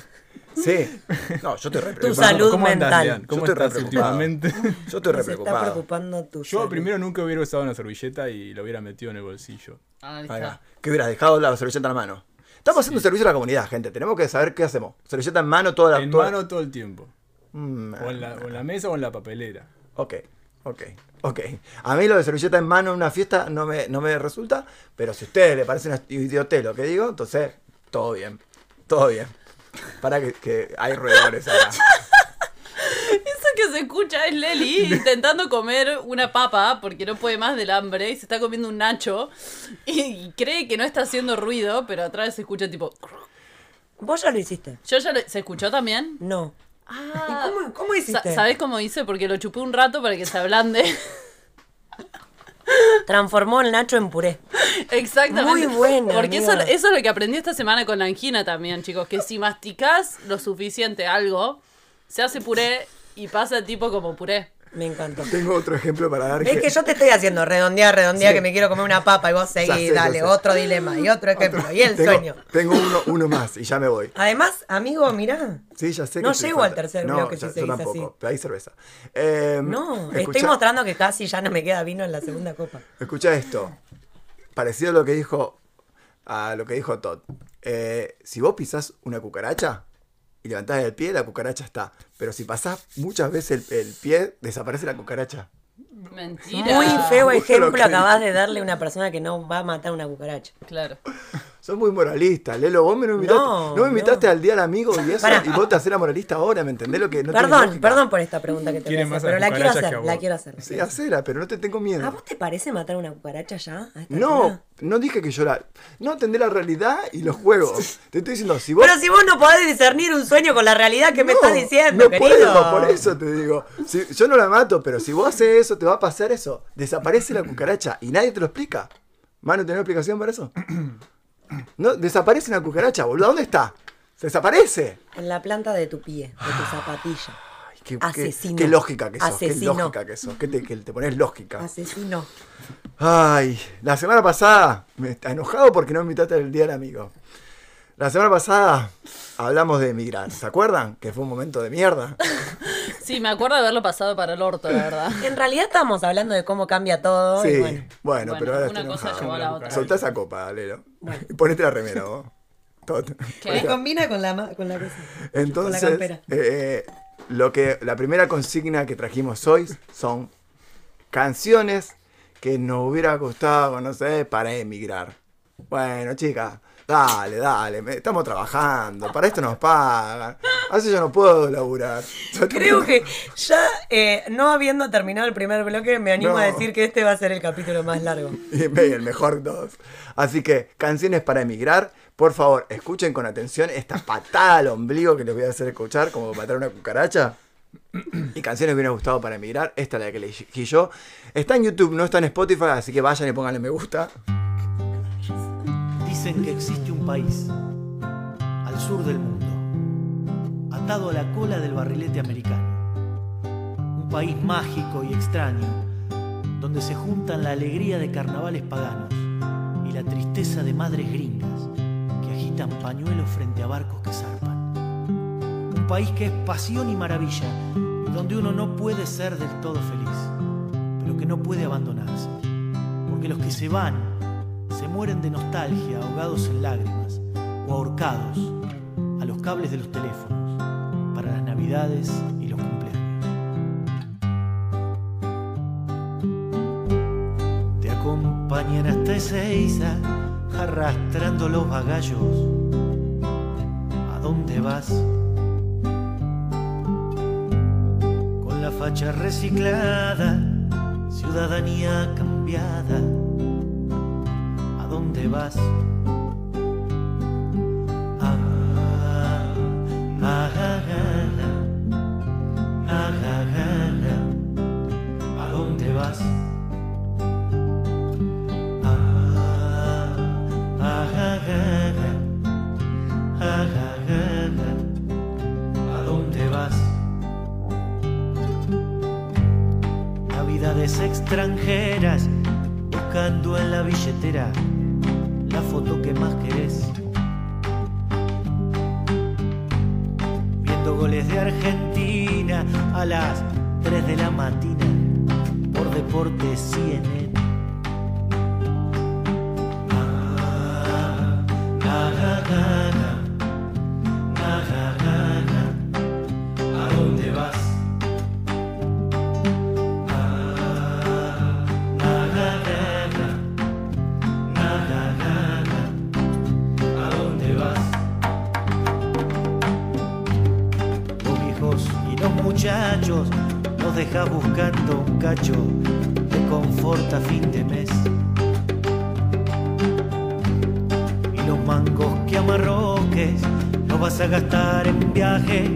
S2: sí. No, yo estoy re
S4: Tu
S2: preocupado.
S4: salud
S5: ¿Cómo andas,
S4: mental.
S5: Lean? ¿Cómo
S2: Yo estoy re
S5: estás
S2: preocupado.
S5: últimamente?
S2: Yo estoy re
S4: Se está
S2: preocupado.
S4: preocupando tu
S5: Yo
S4: salud.
S5: primero nunca hubiera usado una servilleta y lo hubiera metido en el bolsillo.
S3: Ah, listo.
S2: Ahí va. Que hubieras dejado la servilleta en la mano. Estamos haciendo un servicio a la comunidad, gente. Tenemos que saber qué hacemos. Servilleta en mano toda la
S5: En
S2: toda-
S5: mano todo el tiempo.
S2: Mm,
S5: O en, la, o en la mesa o en la papelera.
S2: Ok, ok, ok. A mí lo de servilleta en mano en una fiesta no me, no me resulta, pero si a ustedes les parece una idiotez lo que digo, entonces todo bien, todo bien. Para que, que hay roedores acá.
S3: Eso que se escucha es Leli intentando comer una papa porque no puede más del hambre y se está comiendo un nacho y cree que no está haciendo ruido, pero atrás se escucha tipo...
S4: Vos ya lo hiciste.
S3: Yo ya lo- ¿Se escuchó también?
S4: No.
S3: Ah,
S4: ¿Y cómo, cómo hiciste?
S3: ¿Sabes cómo hice? Porque lo chupé un rato para que se ablande.
S4: Transformó el nacho en puré.
S3: Exactamente.
S4: Muy bueno,
S3: Porque eso,
S4: amiga.
S3: eso es lo que aprendí esta semana con la angina también, chicos. Que si masticás lo suficiente algo, se hace puré y pasa tipo como puré.
S4: Me encantó.
S2: Tengo otro ejemplo para dar.
S4: Ves que yo te estoy haciendo redondear, redondear, que me quiero comer una papa y vos seguís,
S2: Ya sé, ya
S4: dale,
S2: sé.
S4: otro dilema y otro ejemplo y el
S2: tengo,
S4: sueño.
S2: Tengo uno, uno más y ya me voy.
S4: Además, amigo, mirá.
S2: Sí, ya sé
S4: No
S2: que estoy
S4: llego al
S2: falta-
S4: tercer
S2: no,
S4: bloque si
S2: ya- yo
S4: seguís así.
S2: tampoco, pero hay cerveza. Eh,
S4: No, estoy
S2: escucha-
S4: mostrando que casi ya no me queda vino en la segunda copa.
S2: Escucha esto. Parecido a lo que dijo a lo que dijo Todd. Eh, si vos pisás una cucaracha y levantás el pie, la cucaracha está. Pero si pasás muchas veces el, el pie, desaparece la cucaracha.
S3: Mentira.
S4: Muy feo
S2: Justo lo que
S4: ejemplo acabas
S2: dije.
S4: de darle a una persona que no va a matar una cucaracha.
S3: Claro.
S2: Sos muy moralista, Lelo. Vos me no invitaste,
S4: No,
S2: no, me invitaste
S4: no.
S2: al día al amigo y eso.
S4: Pará.
S2: Y vos te hacés la moralista ahora, ¿me entendés lo que no tiene
S4: perdón,
S2: lógica?
S4: perdón por esta pregunta que te voy a
S5: Quiere
S4: hacer,
S5: más a
S4: pero
S5: las
S4: la quiero
S5: cucarachas que
S4: hacer,
S5: a
S4: la
S5: vos.
S4: quiero Ah, hacer.
S2: Sí, hacela, pero no te tengo miedo.
S4: ¿A vos te parece matar una cucaracha ya? a esta
S2: No,
S4: altura?
S2: no dije que llorar. No entendés la realidad y los juegos. Te estoy diciendo, si vos.
S4: Pero si vos no podés discernir un sueño con la realidad que me
S2: No,
S4: estás diciendo,
S2: no
S4: querido.
S2: puedo, por eso te digo. Si- yo no la mato, pero si vos haces eso, te va a pasar eso. Desaparece la cucaracha y nadie te lo explica. Mano, ¿tenés una explicación para eso? No, desaparece una cucaracha, boludo. ¿Dónde está? Se desaparece.
S4: En la planta de tu pie, de
S2: Ah.
S4: tu zapatilla.
S2: Ay, qué, qué-
S4: Asesino.
S2: qué lógica que sos.
S4: Asesino.
S2: Qué lógica que sos. Que te, que te pones lógica.
S4: Asesino.
S2: Ay, la semana pasada, me está enojado porque no me invitaste al Día del Amigo. La semana pasada hablamos de emigrar, ¿se acuerdan? Que fue un momento de mierda.
S3: Sí, me acuerdo de haberlo pasado para el orto, la verdad.
S4: En realidad estamos hablando de cómo cambia todo.
S2: Sí,
S4: Y
S2: bueno,
S4: bueno,
S2: pero ahora estoy
S3: una cosa
S2: enojado.
S3: llevó a la otra.
S2: Soltá esa copa, Lelo. Y Ponete la remera vos. Tot.
S3: ¿Qué?
S4: combina con la, ma- con la cosa.
S2: Entonces,
S4: Con la campera.
S2: eh, lo que, la primera consigna que trajimos hoy son canciones que nos hubiera gustado conocer para emigrar. Bueno, chicas, dale, dale, me- estamos trabajando, para esto nos pagan. Así yo no puedo laburar. Yo
S4: Creo
S2: tampoco-
S4: que ya eh, no habiendo terminado el primer bloque, me animo
S2: No.
S4: a decir que este va a ser el capítulo más largo.
S2: Y ve el mejor dos. Así que, canciones para emigrar. Por favor, escuchen con atención esta patada al ombligo que les voy a hacer escuchar, como matar una cucaracha. Y canciones que hubieran gustado para emigrar. Esta es la que elegí yo. Está en YouTube, no está en Spotify, así que vayan y pónganle me gusta.
S6: Dicen que existe un país al sur del mundo, atado a la cola del barrilete americano. Un país mágico y extraño, donde se juntan la alegría de carnavales paganos y la tristeza de madres gringas que agitan pañuelos frente a barcos que zarpan. Un país que es pasión y maravilla, y donde uno no puede ser del todo feliz, pero que no puede abandonarse porque los que se van se mueren de nostalgia ahogados en lágrimas o ahorcados a los cables de los teléfonos para las navidades y los cumpleaños. Te acompañan hasta Ezeiza arrastrando los bagallos. ¿A dónde vas? Con la facha reciclada ciudadanía cambiada, ¿a dónde vas? Ah, ah, ah, ah, ah, ah, ah, ¿a dónde vas? Ah, ah, ah, ah, buscando en la billetera la foto que más querés. Viendo goles de Argentina a las 3 de la mañana por Deporte CNN. Ah, na, na, na, na. Na, na, na, na. ah, ¿A dónde vas? ¿A dónde vas? Los viejos y los muchachos los dejas buscando un cacho de confort a fin de mes. Y los mangos que amarroques los vas a gastar en viaje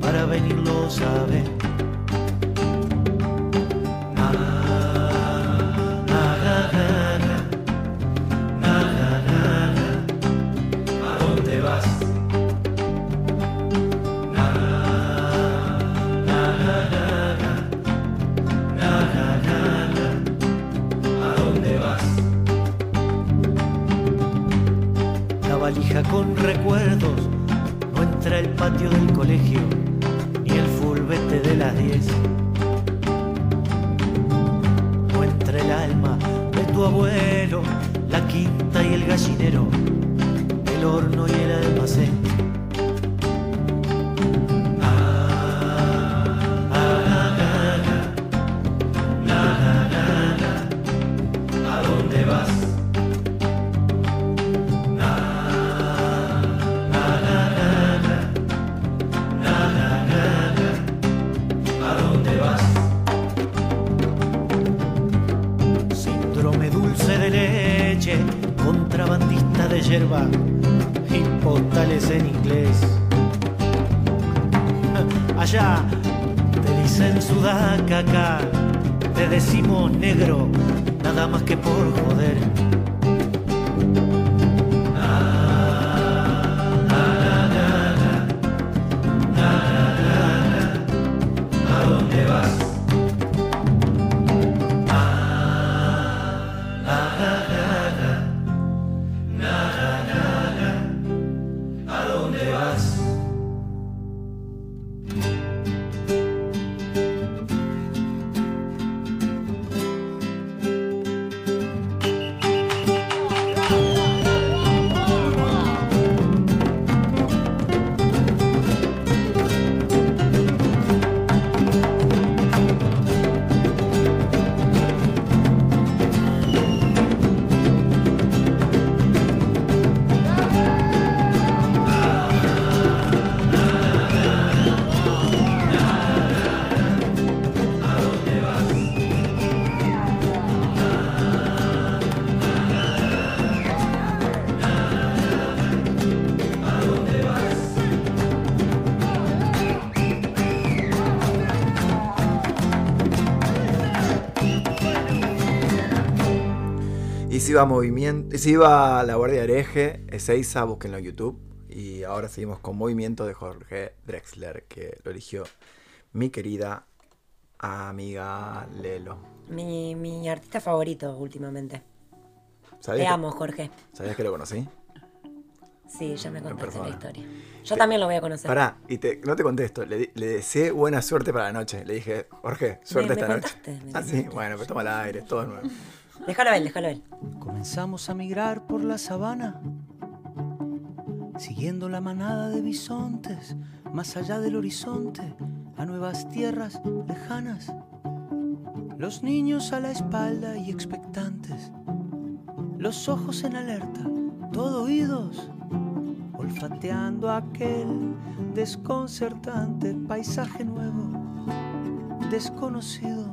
S6: para venirlos a ver. Na, na, na, na, na. Na, na, na, na. ¿A dónde vas? Na, na, na, na, na. Na, na, na, na. ¿A dónde vas? La valija con recuerdos no entra el patio del colegio ni el fulbete de las 10 o entre el alma de tu abuelo, la quinta y el gallinero, el horno y el almacén. Ah, ah, na, na, na. Na, na, na, na. ¿A dónde vas? Na, na, na, na, na. Na, na, na, na. ¿A dónde vas? Síndrome dulce de leche, contrabandista de yerba y postales en inglés. Allá te dicen sudaca, acá te decimos negro, nada más que por joder. ¿A dónde vas? ¿A dónde vas?
S2: Y si iba Movimiento, y si iba La Guardia Hereje, Ezeiza, búsquenlo en YouTube. Y ahora seguimos con Movimiento de Jorge Drexler, que lo eligió mi querida amiga Lelo.
S4: Mi, mi artista favorito últimamente.
S2: ¿Sabías
S4: Te
S2: que-
S4: amo, Jorge.
S2: ¿Sabías que lo conocí?
S4: Sí, ya me contaste
S2: persona.
S4: la historia. Yo también lo voy a conocer.
S2: Mm, Pará, y te, no te contesto, le, di- le deseé buena suerte para la noche. Le dije, Jorge, suerte
S4: me
S2: esta
S4: contaste,
S2: noche.
S4: me
S2: ah, sí,
S4: contaste.
S2: bueno, pues toma el aire, todo nuevo.
S4: Déjalo ver, déjalo ver.
S6: Comenzamos a migrar por la sabana, siguiendo la manada de bisontes, más allá del horizonte, a nuevas tierras lejanas. Los niños a la espalda y expectantes, los ojos en alerta, todo oídos, olfateando aquel desconcertante paisaje nuevo, desconocido.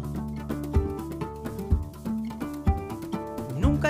S6: Nunca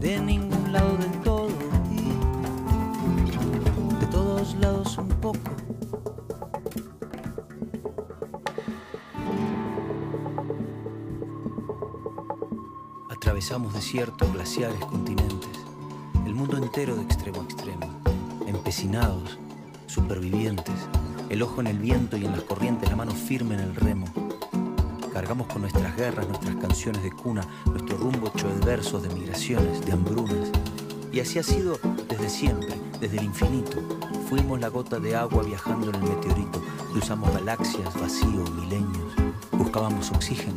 S7: De ningún lado del todo y de todos lados un poco. Atravesamos desiertos, glaciares, continentes, el mundo entero de extremo a extremo, empecinados, supervivientes, el ojo en el viento y en las corrientes, la mano firme en el remo. Cargamos con nuestras guerras, nuestras canciones de cuna, nuestro rumbo hecho de versos, de migraciones, de hambrunas. Y así ha sido desde siempre, desde el infinito. Fuimos la gota de agua viajando en el meteorito, cruzamos galaxias, vacío, milenios, buscábamos oxígeno,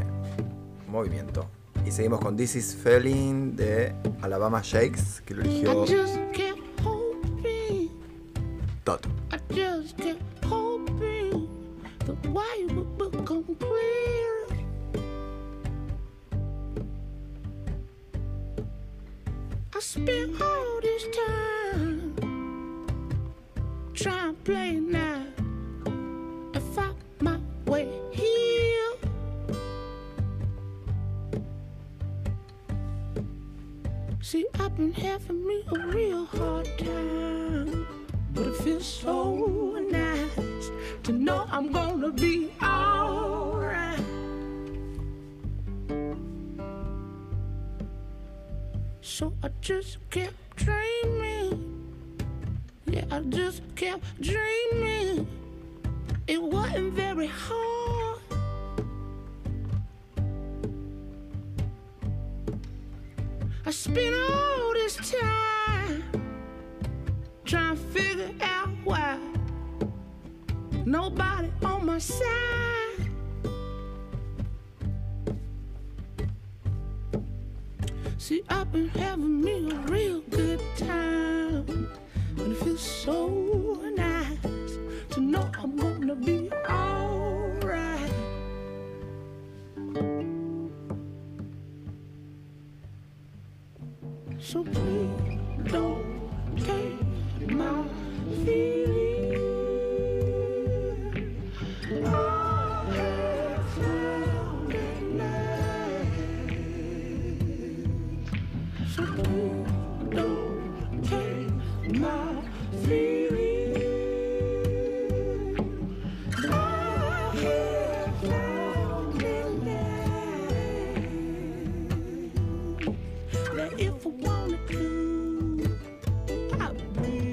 S2: movimiento. Y seguimos con This is Felling de Alabama Shakes, que lo eligió
S8: I just can't hold me.
S2: Toto.
S8: I just can't hold me. The way will become clear. I spent all this time trying to play now. I found my way here. See, I've been having me a real hard time. But it feels so nice to know I'm gonna be alright. So I just kept dreaming. Yeah, I just kept dreaming. It wasn't very hard. I spent all this time trying to figure out why nobody on my side. See, I've been having me a real good time, and it feels so nice to know I'm gonna be alright. So please don't take my feelings. I have found a name. So please don't take my feelings. I have found a name. Now if I wanted to, I'd be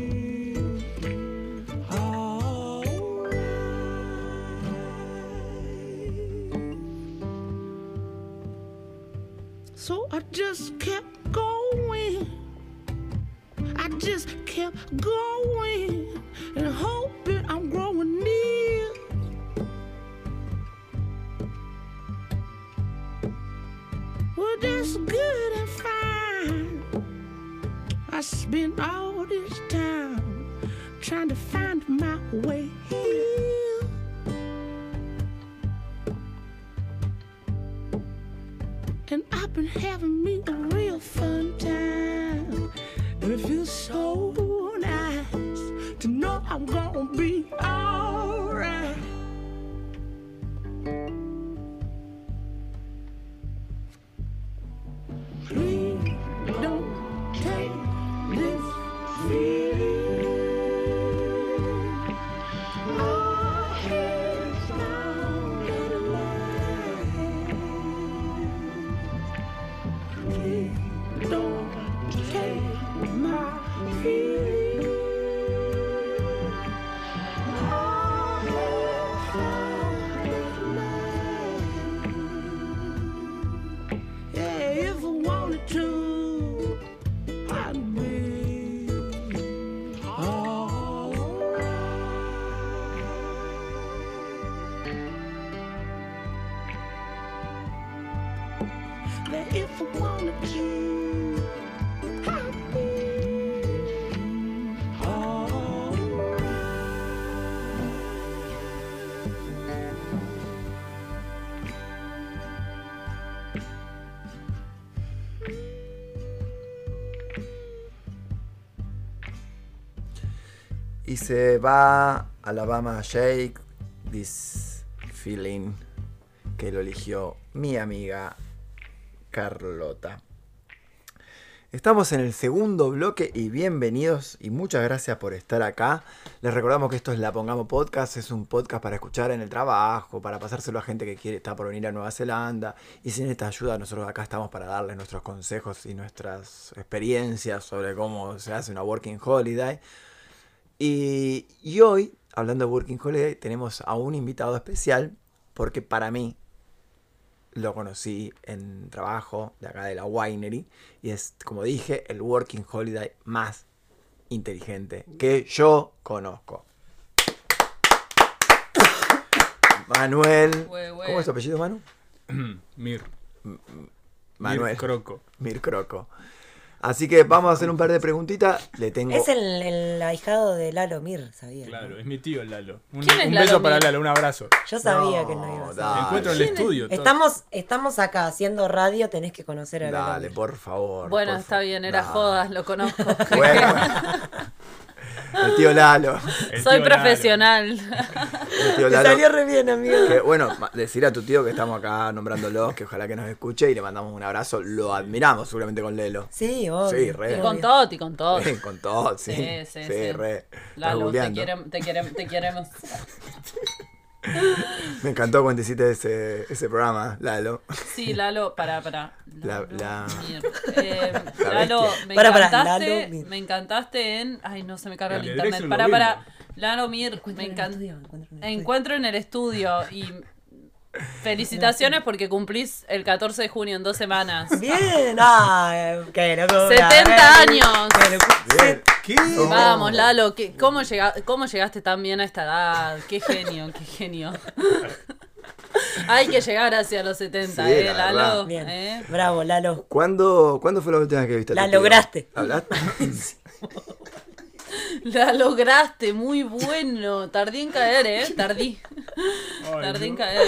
S8: alright. So I just kept going. I just kept going and hoping I'm growing near. that's good and fine. I spent all this time trying to find my way here. And I've been having me a real fun time. And it feels so nice to know I'm gonna be alright. Please don't take this feeling. Our heads down and alive. Please don't take my feeling. Our heads down and alive. Yeah, if I wanted to, I'd be alright. That if I wanted to, I'd be alright.
S2: Y se va Alabama Shake This Feeling que lo eligió mi amiga Carlota. Estamos en el segundo bloque y bienvenidos y muchas gracias por estar acá. Les recordamos que esto es La Pongamos Podcast, es un podcast para escuchar en el trabajo, para pasárselo a gente que quiere, está por venir a Nueva Zelanda y sin esta ayuda nosotros acá estamos para darles nuestros consejos y nuestras experiencias sobre cómo se hace una working holiday. Y, y hoy, hablando de Working Holiday, tenemos a un invitado especial, porque para mí lo conocí en trabajo de acá de la Winery, y es, como dije, el Working Holiday más inteligente que yo conozco. Manuel.
S3: Hue, hue.
S2: ¿Cómo es tu apellido, Manu?
S5: Mir.
S2: Manuel.
S5: Mir Croco.
S2: Mir Croco. Así que vamos a hacer un par de preguntitas. Le tengo.
S4: Es el, el ahijado de Lalo Mir, sabía. ¿no?
S5: Claro, es mi tío Lalo. Un,
S3: ¿Quién es
S5: un
S3: Lalo
S5: beso para
S3: Mir?
S5: Lalo, un abrazo.
S4: Yo sabía que no iba a ser.
S5: Te
S2: Dale.
S5: encuentro en el estudio. todo.
S4: Estamos, estamos acá haciendo radio, tenés que conocer a Lalo
S2: Dale,
S4: Mir.
S2: por favor.
S3: Bueno,
S2: por
S3: está
S2: fa-
S3: bien, era
S2: Dale.
S3: jodas, lo conozco.
S2: Bueno, bueno. El tío Lalo.
S5: El
S3: Soy
S5: tío Lalo.
S3: profesional.
S2: El tío
S4: Te
S2: Lalo.
S4: salió re bien, amigo.
S2: que, bueno, ma- decir a tu tío que estamos acá nombrándolo, que ojalá que nos escuche y le mandamos un abrazo. Lo admiramos seguramente con Lelo.
S4: Sí, obvio.
S2: Sí, re.
S4: obvio.
S3: con Toti, con Toti.
S2: Sí, con todo, sí.
S3: Sí, sí,
S2: Sí,
S3: sí.
S2: re. Estás
S3: Lalo, te,
S2: googleando.
S3: querem- te, querem- te queremos.
S2: Me encantó cuando hiciste ese, ese programa, Lalo.
S3: Sí, Lalo, pará, pará.
S2: La-
S3: Lalo,
S2: la-
S3: Mir. Eh, Lalo, me
S4: Pará, pará,
S3: encantaste.
S4: Lalo, Mir.
S3: me encantaste en. Ay, no se me carga el
S5: El de
S3: internet.
S5: Drexel
S3: Pará,
S5: lo
S3: pará.
S5: mismo.
S3: Lalo Mir, me
S4: Encuentro en el
S3: encanta.
S4: estudio, encuentro en el estudio.
S3: Encuentro en el estudio y. Felicitaciones porque cumplís el 14 de junio en dos semanas.
S4: Bien, ah, qué locura.
S3: 70
S4: eh.
S3: años. Oh.
S4: Qué locura.
S2: Bien.
S5: ¿Qué?
S3: Vamos, Lalo, ¿qué- cómo, llega- ¿cómo llegaste tan bien a esta edad? Qué genio, qué genio. Hay que llegar hacia los 70,
S2: Sí,
S3: ¿eh,
S2: la
S3: Lalo?
S2: verdad.
S4: Bien.
S3: ¿Eh?
S4: Bravo, Lalo.
S2: ¿Cuándo, ¿Cuándo fue la última vez que viste a tu
S4: La
S2: tío?
S4: lograste.
S2: ¿Hablaste?
S3: La lograste, muy bueno. Tardí en caer, ¿eh? Tardí. Tardí en caer.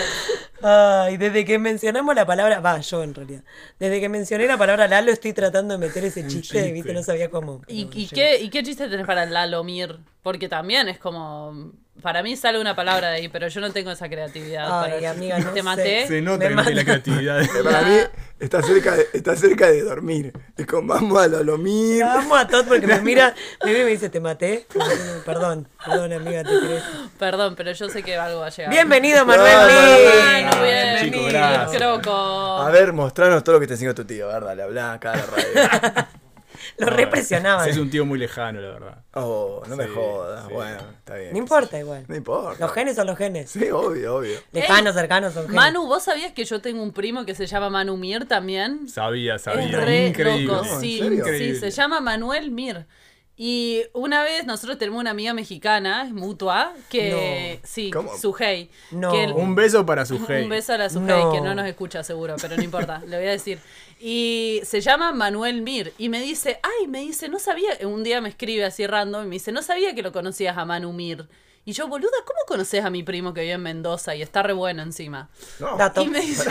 S4: Ay, desde que mencionamos la palabra, va, yo en realidad. Desde que mencioné la palabra Lalo estoy tratando de meter ese chiste,
S5: chiste.
S4: viste, no sabía cómo. pero
S3: ¿Y,
S4: bueno,
S3: y
S4: llegué.
S3: qué, ¿Y qué chiste tenés para el Lalo Mir? Porque también es como. Para mí sale una palabra de ahí, pero yo no tengo esa creatividad.
S4: Ay,
S3: para-
S4: amiga, no
S3: Te
S4: sé.
S3: maté.
S5: Se
S4: Me
S5: nota que no tiene
S4: mata.
S5: la creatividad.
S2: Para mí está cerca, de, está cerca de dormir. Y con vamos a Lolomir.
S4: Vamos a Todd porque me mira, me mira y me dice, te maté. Perdón, perdón amiga, te crees.
S3: Perdón, pero yo sé que algo va a llegar.
S4: Bienvenido Manuel
S2: Ay,
S4: Mir.
S3: Bueno, bien,
S5: Chico,
S3: Mir,
S5: gracias.
S3: Croco.
S2: A ver, mostranos todo lo que te enseñó tu tío, ¿verdad? Le hablá acá a la radio.
S4: Lo represionaban.
S5: Es un tío muy lejano, la verdad.
S2: Oh, no me
S5: Sí,
S2: jodas.
S5: sí.
S2: Bueno, está bien.
S4: No importa igual.
S2: Eh, No importa.
S4: Los genes son los genes.
S2: Sí, obvio, obvio.
S4: Lejanos, cercanos son genes.
S3: Manu, ¿vos sabías que yo tengo un primo que se llama Manu Mir también?
S5: Sabía, sabía.
S3: Es re
S5: Increíble.
S3: loco, sí,
S2: ¿En serio?
S3: sí,
S5: Increíble.
S3: se llama Manuel Mir. Y una vez nosotros tenemos una amiga mexicana, es mutua, que sí,
S2: ¿Cómo?
S3: Sujei.
S4: No.
S3: que-
S5: Un beso para su
S3: un beso a la Sujei,
S4: No.
S3: que no nos escucha seguro, pero no importa, le voy a decir. Y se llama Manuel Mir. Y me dice, ay, me dice, no sabía. Un día me escribe así random y me dice, no sabía que lo conocías a Manu Mir. Y yo, boluda, ¿cómo conoces a mi primo que vive en Mendoza y está re bueno encima?
S2: No,
S4: Dato,
S3: Y me dice,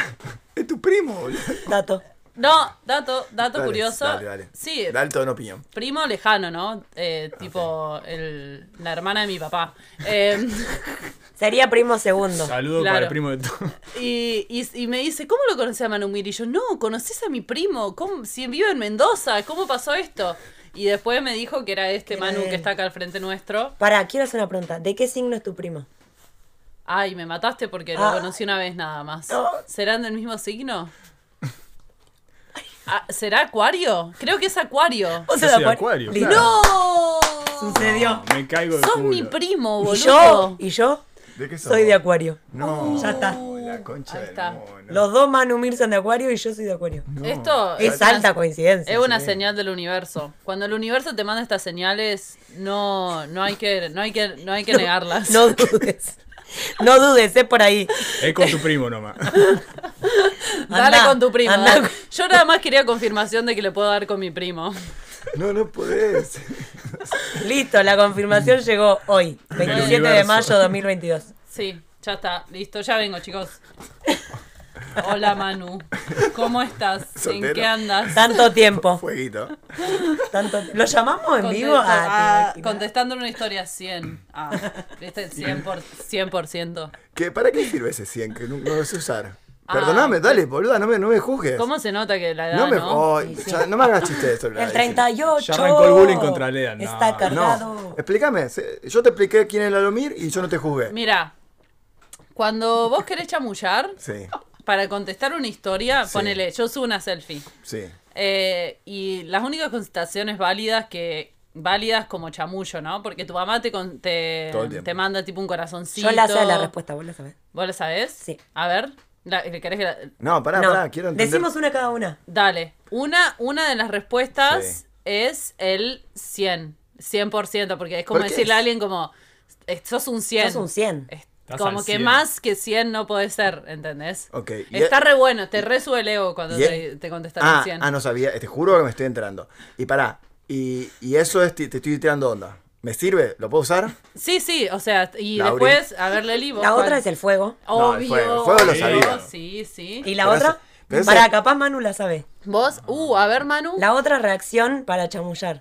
S2: es tu primo, boludo.
S4: dato.
S3: no, dato, dato
S2: Dale,
S3: curioso.
S2: Dale, dale.
S3: Sí,
S2: Dale toda una opinión.
S3: primo lejano, ¿no? Eh, tipo el- la hermana de mi papá. Eh,
S4: Sería primo segundo.
S5: Saludo
S3: Claro.
S5: para el primo de todo.
S3: y, y- y me dice, ¿cómo lo conoces a Manumir? Y yo, no, conoces a mi primo, ¿Cómo, si vive en Mendoza, ¿cómo pasó esto? Y después me dijo que era este
S4: Era
S3: Manu
S4: él.
S3: que está acá al frente nuestro.
S4: Pará, quiero hacer una pregunta. ¿De qué signo es tu primo?
S3: Ay, me mataste porque
S4: Ah.
S3: lo conocí una vez nada más.
S4: No.
S3: ¿Serán del mismo signo? Ah, ¿Será Acuario? Creo que es Acuario.
S4: ¿Vos
S5: Yo
S4: sos
S5: soy
S4: acuar-
S5: acuario,
S4: Listo.
S5: claro.
S3: ¡No!
S4: Sucedió.
S5: Ah, Me caigo de
S3: Sos
S5: culo.
S3: mi primo,
S4: Y
S3: boludo.
S4: yo, y yo
S2: ¿De qué sos
S4: soy de
S2: vos?
S4: acuario.
S2: No.
S4: Oh, Ya está.
S2: La concha
S3: Ahí
S2: del
S3: está.
S2: mono.
S4: Los dos Manu Mir son de acuario y yo soy de acuario.
S3: Esto
S4: Es
S3: una-
S4: alta coincidencia.
S3: Es una señal del universo. Cuando el universo te manda estas señales, no, no hay que, no hay que, no hay que negarlas.
S4: No dudes. No dudes, es por ahí.
S5: Es con tu primo nomás.
S3: Dale
S4: Andá,
S3: con tu primo.
S4: andá.
S3: dale. Yo nada más quería confirmación de que le puedo dar con mi primo.
S2: No, no podés.
S4: Listo, la confirmación llegó hoy, 27 de
S5: universo.
S4: mayo de 2022.
S3: Sí, ya está, listo, ya vengo, chicos. Hola Manu, ¿cómo estás? ¿En
S2: Soltero.
S3: qué andas?
S4: Tanto tiempo.
S2: Fueguito.
S4: Tanto... ¿Lo llamamos en vivo?
S3: Contesta- ah,
S4: Ah, te imaginas.
S3: contestando una historia 100. Ah, ¿viste? 100%. Por, 100%.
S2: ¿Qué, ¿Para qué sirve ese 100 que no, no lo sé usar?
S3: Ah.
S2: Perdóname, dale, boluda, no me, no me juzgues.
S3: ¿Cómo se nota que la edad,
S2: No me,
S3: no?
S2: oh, ya, no me hagas chistes de eso.
S4: El 38.
S5: Ya arrancó el bullying contra Lea, no.
S4: Está cargado.
S2: No, explícame. se- Yo te expliqué quién es Lalomir y yo no te juzgué.
S3: Mira, cuando vos querés chamullar,
S2: Sí,
S3: para contestar una historia,
S2: Sí.
S3: ponele, yo subo una selfie.
S2: sí.
S3: Eh, y las únicas contestaciones válidas que. Válidas como chamullo, ¿no? Porque tu mamá te, con- te,
S2: Todo el tiempo.
S3: te manda tipo un corazoncito.
S4: Yo la sé la respuesta, vos la sabés.
S3: ¿Vos la sabés?
S4: Sí.
S3: A ver, la- ¿querés que la-
S2: No, pará,
S4: No,
S2: pará, quiero entender.
S4: Decimos una cada una.
S3: Dale. Una, una de las respuestas
S2: Sí.
S3: es el 100. 100%, porque es como
S2: ¿Por qué
S3: decirle a
S2: es?
S3: alguien como, "Eh, sos un 100.
S4: Sos un 100.
S3: Es
S5: Estás
S3: como
S5: al
S3: que
S5: 100.
S3: más que 100 no puede ser, ¿entendés?
S2: Ok, y-
S3: Está re bueno, te re sube el ego cuando
S2: y-
S3: te, te contestan
S2: ah,
S3: el 100.
S2: ah, no sabía, te juro que me estoy enterando. Y pará, y, y eso es, ti- te estoy tirando onda. ¿Me sirve? ¿Lo puedo usar?
S3: Sí, sí, o sea, y
S2: Lauri.
S3: después, a ver, Leli, vos
S4: La
S3: cuál-
S4: otra es el fuego.
S2: No, el
S3: Obvio.
S2: fuego, el fuego lo
S3: obvio,
S2: sabía.
S3: Sí, sí.
S4: ¿Y la
S2: Pero
S4: otra?
S2: ese- pero ese-
S4: Para, capaz Manu la sabe.
S3: Vos, uh, a ver, Manu.
S4: La otra reacción para chamullar.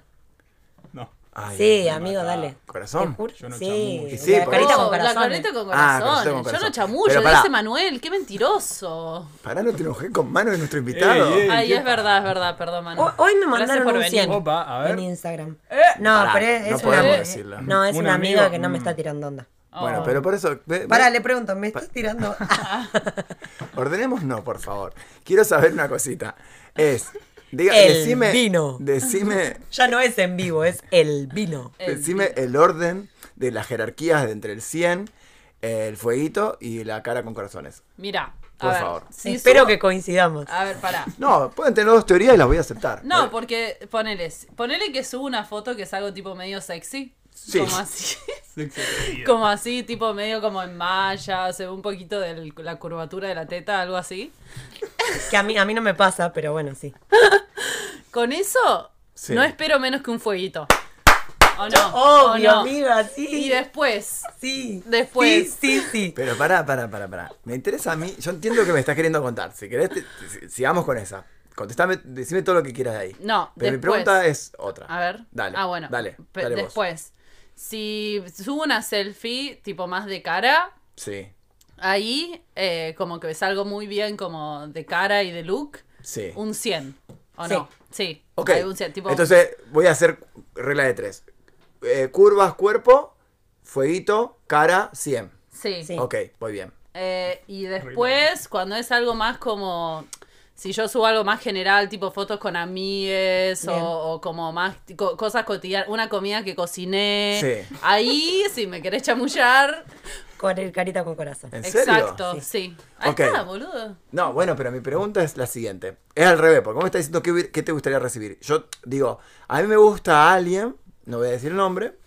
S5: No.
S2: Ay,
S4: sí, amigo, dale.
S2: Corazón.
S4: Te juro-
S5: Yo no
S4: sí,
S5: chamullo.
S2: Y sí,
S4: la
S2: por
S4: carita
S2: eso.
S4: con
S3: Oh, la
S4: corazón.
S3: carita con
S2: Ah,
S3: corazón.
S2: corazón con
S3: Yo no
S2: corazón.
S3: chamullo,
S2: Pero
S3: lo
S2: pará.
S3: dice Manuel, qué mentiroso.
S2: Pará, no te enojé con mano de nuestro invitado.
S5: Ey, ey.
S3: Ay,
S5: ¿qué
S3: es verdad, es verdad, perdón, Manu.
S4: Ho- Hoy me
S3: Gracias Eh,
S4: mandaron
S3: por
S4: un
S3: venir.
S4: 100
S5: Opa, a ver.
S4: en Instagram.
S2: Eh,
S4: no,
S2: Pará,
S4: pero es,
S2: no
S4: es
S2: podemos
S4: una,
S2: decirlo.
S4: no, es
S5: Un
S4: una amiga
S5: amigo,
S4: que no me
S5: mm.
S4: está tirando onda.
S3: Oh.
S2: Bueno, pero por eso. ve-
S4: Pará,
S2: ve-
S4: le pregunto, ¿me estás tirando?
S2: Ordenemos no, por favor. Quiero saber una cosita. Es. Diga,
S4: El
S2: decime.
S4: vino.
S2: Decime.
S4: ya no es en vivo, es el vino.
S3: El
S2: decime el orden de las jerarquías de entre el 100, el fueguito y la cara con corazones.
S3: Mira, a
S2: Por
S3: ver,
S2: favor.
S3: si
S4: Espero
S3: subo-
S4: que coincidamos.
S3: A ver, pará.
S2: No, pueden tener dos teorías y las voy a aceptar.
S3: No, porque ponele, ponele que subo una foto que es algo tipo medio sexy.
S2: Sí.
S3: Como así. como así, tipo medio como en malla, se ve un poquito de la curvatura de la teta, algo así.
S4: Que a mí, a mí no me pasa, pero bueno, sí.
S3: Con eso,
S2: Sí.
S3: no espero menos que un fueguito. ¿O no? ¿O
S4: Obvio,
S3: no?
S4: amiga, sí.
S3: Y después,
S4: Sí.
S3: Después.
S4: Pues, Sí, sí, sí.
S2: Pero pará, pará, pará, pará. Me interesa a mí. Yo entiendo que me estás queriendo contar. Si querés, te- si- sigamos con esa. Contestame, decime todo lo que quieras de ahí.
S3: No,
S2: Pero mi
S3: después.
S2: pregunta es otra.
S3: a ver.
S2: Dale.
S3: Ah, bueno.
S2: Dale.
S3: Pe-
S2: dale vos.
S3: después, si subo una selfie, tipo más de cara,
S2: Sí,
S3: ahí eh, como que salgo muy bien como de cara y de look,
S2: sí.
S3: un 100. ¿O
S4: Sí.
S3: no? Sí.
S2: Ok.
S3: Hay un 100, tipo,
S2: Entonces voy a hacer regla de tres. Eh, curvas, cuerpo, fueguito, cara, 100.
S3: sí.
S4: Sí.
S2: Ok, muy bien.
S3: Eh, y después, cuando es algo más como. Si yo subo algo más general, tipo fotos con amigues
S4: Bien.
S3: o, o como más co- cosas cotidianas, una comida que cociné.
S2: Sí.
S3: Ahí, si me querés chamullar.
S4: Con el carita con corazón.
S2: ¿En serio?
S3: Exacto, sí. Ahí
S2: Ok.
S3: está, boludo.
S2: No, bueno, pero mi pregunta es la siguiente. Es al revés, porque vos me estás diciendo qué, hubi- qué te gustaría recibir. Yo digo, a mí me gusta alguien, no voy a decir el nombre,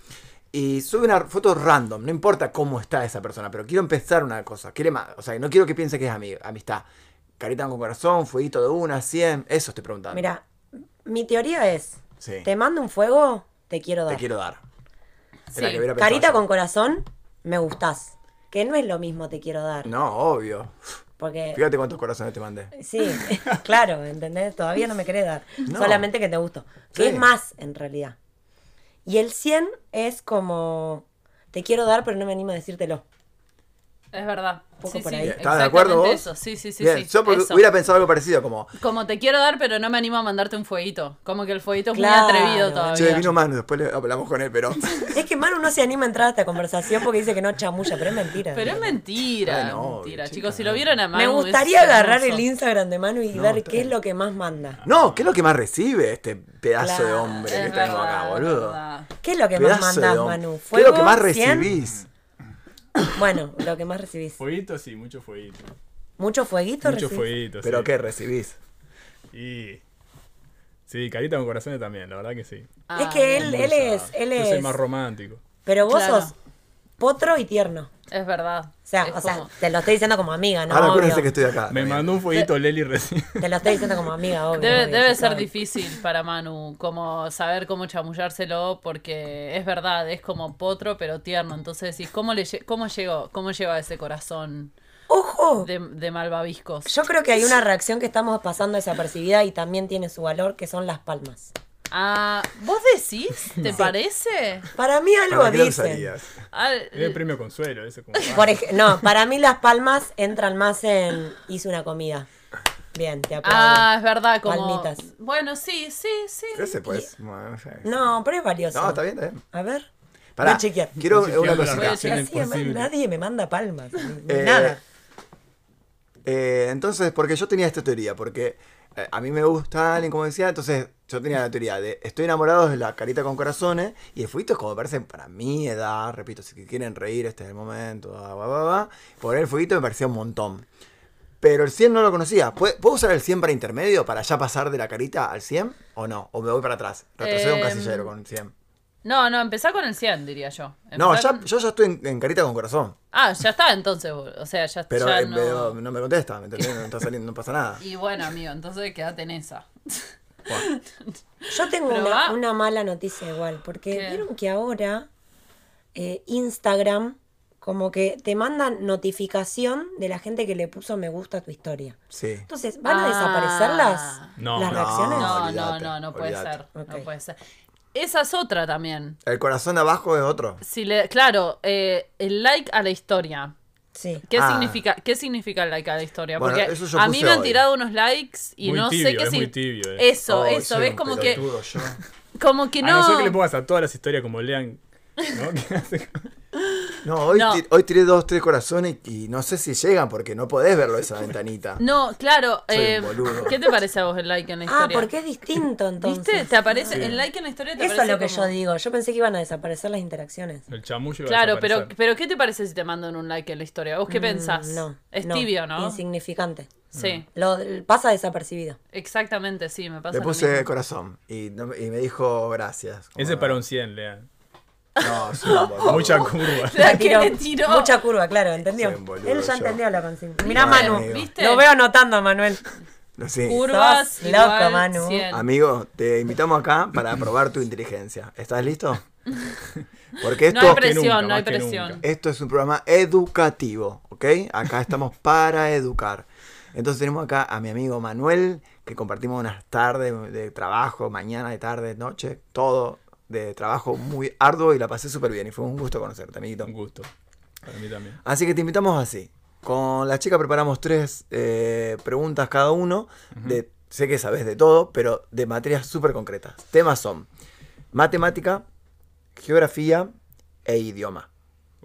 S2: y sube una foto random, no importa cómo está esa persona, pero quiero empezar una cosa, quiere más, o sea, no quiero que piense que es ami- amistad. Carita con corazón, fueguito de una, 100, eso estoy preguntando.
S4: Mira, mi teoría es,
S2: Sí.
S4: te mando un fuego, te quiero dar.
S2: te quiero dar. Era
S3: Sí,
S2: que hubiera pensado
S4: Carita
S2: yo.
S4: con corazón, me gustás. Que no es lo mismo te quiero dar.
S2: No, obvio.
S4: Porque,
S2: Fíjate cuántos corazones te mandé.
S4: Eh, sí, claro, ¿entendés? Todavía no me querés dar.
S2: No.
S4: Solamente que te gusto. Que
S2: Sí.
S4: es más, en realidad. Y el 100 es como, te quiero dar, pero no me animo a decírtelo.
S3: Es verdad.
S4: poco
S3: Sí,
S4: por
S3: sí,
S4: ahí.
S2: ¿Estás de acuerdo vos?
S3: exactamente Eso. Sí, sí, sí.
S2: Bien,
S3: sí,
S2: yo porque
S3: eso.
S2: hubiera pensado algo parecido, como,
S3: Como te quiero dar, pero no me animo a mandarte un fueguito. Como que el fueguito es
S4: Claro.
S3: muy atrevido
S2: "Eh, che,
S3: todavía.
S2: vino Manu, después le hablamos con él, pero...
S4: Es que Manu no se anima a entrar a esta conversación porque dice que no chamulla, pero es mentira.
S3: Pero es mentira.
S2: Ay, no,
S3: mentira,
S2: chica,
S3: chicos. Si lo vieron a
S4: Me
S3: Manu, es
S4: gustaría agarrar el
S3: hermoso.
S4: Instagram de Manu y
S2: No,
S4: ver
S2: está
S4: qué es
S2: bien.
S4: lo que más manda.
S2: No, ¿qué es lo que más recibe este pedazo de
S4: Claro,
S2: hombre
S3: Es
S2: que tengo acá,
S3: verdad, es
S2: boludo?
S3: verdad.
S4: ¿Qué es lo que más
S2: Pedazo de
S4: mandás,
S2: hombre.
S4: Manu?
S2: ¿Qué es lo que más
S4: 100?
S2: recibís?
S4: Bueno, lo que más recibís.
S5: Fueguito, sí, mucho fueguito.
S4: ¿Mucho fueguito
S5: Mucho
S4: recibís?
S5: fueguito,
S2: ¿Pero
S5: sí.
S2: qué recibís?
S5: Y... Sí, carita con corazones también, la verdad que sí.
S3: Ah,
S4: Es que él,
S5: Muy
S4: él
S5: usada.
S4: es, él
S5: Yo
S4: es.
S5: soy más romántico.
S4: Pero vos
S3: Claro.
S4: sos potro y tierno.
S3: Es verdad.
S4: O sea,
S3: Es
S4: o sea,
S3: como-
S4: te lo estoy diciendo como amiga, ¿no?
S2: Ahora
S4: Obvio.
S2: acuérdense que estoy acá.
S5: Me
S2: también.
S5: mandó un fueguito Leli recién.
S4: Te lo estoy diciendo como amiga, obvio.
S3: Debe,
S4: obvio,
S3: debe
S4: sí,
S3: ser
S4: obvio.
S3: difícil para Manu, como saber cómo chamullárselo, porque es verdad, es como potro pero tierno. Entonces decís, ¿cómo, le, lle- cómo llegó? ¿Cómo llegó a ese corazón
S4: ¡Ojo!
S3: de, de malvaviscos?
S4: Yo creo que hay una reacción que estamos pasando desapercibida y también tiene su valor, que son las palmas.
S3: Ah, ¿Vos decís? ¿Te parece?
S4: Para mí algo
S2: ¿Para qué lo
S4: dicen.
S2: usarías?
S3: Ah,
S5: Es el premio consuelo, eso como...
S4: Por ej- no, para mí las palmas entran más en hice una comida. Bien, te aplaudo.
S3: ah, es verdad, como...
S4: Palmitas.
S3: Bueno, sí, sí, sí.
S2: Ese pues. bueno, no, sé.
S4: No, pero es valioso.
S2: No, está bien, está bien.
S4: A ver.
S2: Pará,
S4: Voy a chequear.
S2: quiero
S5: Estoy
S2: una
S5: chequeando
S2: cosa
S5: la
S2: acá.
S5: relación
S4: Gracias, man,
S5: imposible.
S4: nadie me manda palmas. ni- ni
S2: Eh,
S4: Nada.
S2: Eh, entonces, porque yo tenía esta teoría, porque eh, a mí me gusta alguien, como decía, entonces yo tenía la teoría de estoy enamorado de la carita con corazones y el fueguito es como parece para mi edad, repito, si quieren reír, este es el momento, va, va, va, va. Poner el fueguito me parecía un montón. Pero el 100 no lo conocía. ¿Pue- ¿Puedo usar el 100 para intermedio, para ya pasar de la carita al 100 o no? ¿O me voy para atrás? Retrocedo un
S3: Em,
S2: casillero con 100.
S3: No, no, empezá con el 100, diría yo.
S2: No,
S3: Empezá
S2: ya,
S3: con-
S2: yo ya estoy en, en carita con corazón,
S3: Ah, ya está entonces, o sea, ya,
S2: pero
S3: ya
S2: eh,
S3: no...
S2: pero no me contesta, ¿me entendés? No, está saliendo, no pasa nada.
S3: Y bueno, amigo, entonces quédate en esa.
S4: Yo tengo
S3: Pero
S4: una,
S3: va-
S4: una mala noticia igual, porque
S3: ¿Qué?
S4: vieron que ahora eh, Instagram como que te mandan notificación de la gente que le puso me gusta a tu historia.
S2: Sí.
S4: Entonces, ¿van a
S3: Ah.
S4: desaparecer las,
S5: No.
S4: las
S5: No.
S3: No,
S4: reacciones?
S3: no,
S2: olvídate,
S3: no, no puede
S2: olvídate.
S3: ser.
S4: Ok.
S3: No puede ser. Esa es otra también.
S2: El corazón de abajo es otro.
S3: Si le, claro, eh, el like a la historia.
S4: Sí.
S3: ¿Qué,
S2: Ah.
S3: significa, ¿Qué significa el like a la historia?
S2: Bueno,
S3: Porque
S2: eso yo
S3: a mí
S2: puse
S3: me han
S2: hoy.
S3: tirado unos likes y
S5: Muy
S3: no sé
S5: tibio,
S3: qué
S5: es muy
S3: significa.
S5: tibio, eh.
S3: Eso,
S2: Ay,
S3: eso,
S2: soy
S3: ves
S2: un
S3: como que,
S2: pelotudo yo.
S3: como que
S5: A no ser que le
S3: no.
S5: pongas a todas las historias como lean... ¿no? Que hace-
S2: No, hoy,
S3: No.
S2: ti- hoy tiré dos, tres corazones y, y no sé si llegan porque no podés verlo esa ventanita.
S3: No, claro.
S2: Soy un
S3: eh,
S2: boludo.
S3: ¿Qué te parece a vos el like en la
S4: Ah,
S3: historia?
S4: porque es distinto entonces.
S3: ¿Viste? Te aparece, el like en la historia te
S4: Eso es
S3: aparece
S4: lo que
S3: como-
S4: yo digo. Yo pensé que iban a desaparecer las interacciones.
S5: El chamullo va a
S3: Claro, pero,
S5: desaparecer.
S3: pero ¿qué te parece si te mandan un like en la historia? ¿Vos qué pensás?
S4: Mm, No.
S3: Es tibio, ¿no?
S4: Insignificante. Mm.
S3: Sí,
S4: Lo, pasa desapercibido.
S3: exactamente, sí, me pasa
S2: Le
S3: lo
S2: puse
S3: mismo.
S2: corazón y, no- y me dijo gracias. Como,
S5: Ese es para un 100, lean.
S2: No, soy un
S3: Oh.
S2: boludo.
S5: Mucha curva.
S3: La que
S4: Tiró
S3: le tiró.
S4: Mucha curva, claro, ¿entendió?
S2: Soy un boludo
S4: Él ya
S2: yo.
S4: entendió la consigna. Mirá,
S2: Bueno,
S4: Manu.
S2: amigo.
S3: ¿Viste?
S4: Lo veo anotando, Manuel.
S2: No, sí.
S3: Curvas
S4: Sos
S3: igual
S4: loco, Manu.
S3: 100.
S2: Amigo, te invitamos acá para probar tu inteligencia. ¿Estás listo? Porque esto,
S3: no hay
S5: que
S3: presión,
S5: nunca,
S3: no
S5: más
S3: hay
S5: que
S3: presión.
S5: nunca.
S2: Esto es un programa educativo, ¿ok? Acá estamos para educar. Entonces tenemos acá a mi amigo Manuel, que compartimos unas tardes de trabajo, mañana, de tarde, noche, todo de trabajo muy arduo y la pasé súper bien y fue un gusto conocerte, amiguito.
S5: Un gusto. Para mí también.
S2: Así que te invitamos así. Con la chica preparamos tres eh, preguntas cada uno. de, sé que sabes de todo, pero de materias súper concretas. Temas son matemática, geografía e idioma.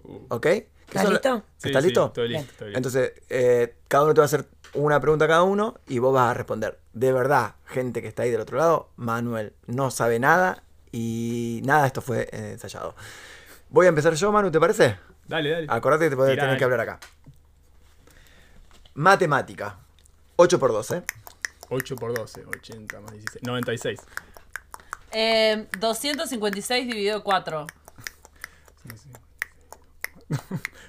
S5: Uh.
S2: ¿Ok? ¿Qué
S4: ¿Estás
S2: son la-
S4: listo?
S5: Sí,
S2: ¿Estás
S5: sí,
S2: listo?
S5: Estoy
S4: Bien.
S5: listo, estoy listo.
S2: Entonces, eh, cada uno te va a hacer una pregunta cada uno y vos vas a responder. De verdad, gente que está ahí del otro lado, Manuel no sabe nada y nada, esto fue eh, ensayado. Voy a empezar yo, Manu, ¿te parece?
S5: Dale, dale.
S2: Acordate que te podés
S5: Tirá,
S2: tener que
S5: dale.
S2: hablar acá. Matemática. 8 por ¿eh? 12.
S5: 8 por 12, 80 más 16. 96.
S3: Eh, 256 dividido 4.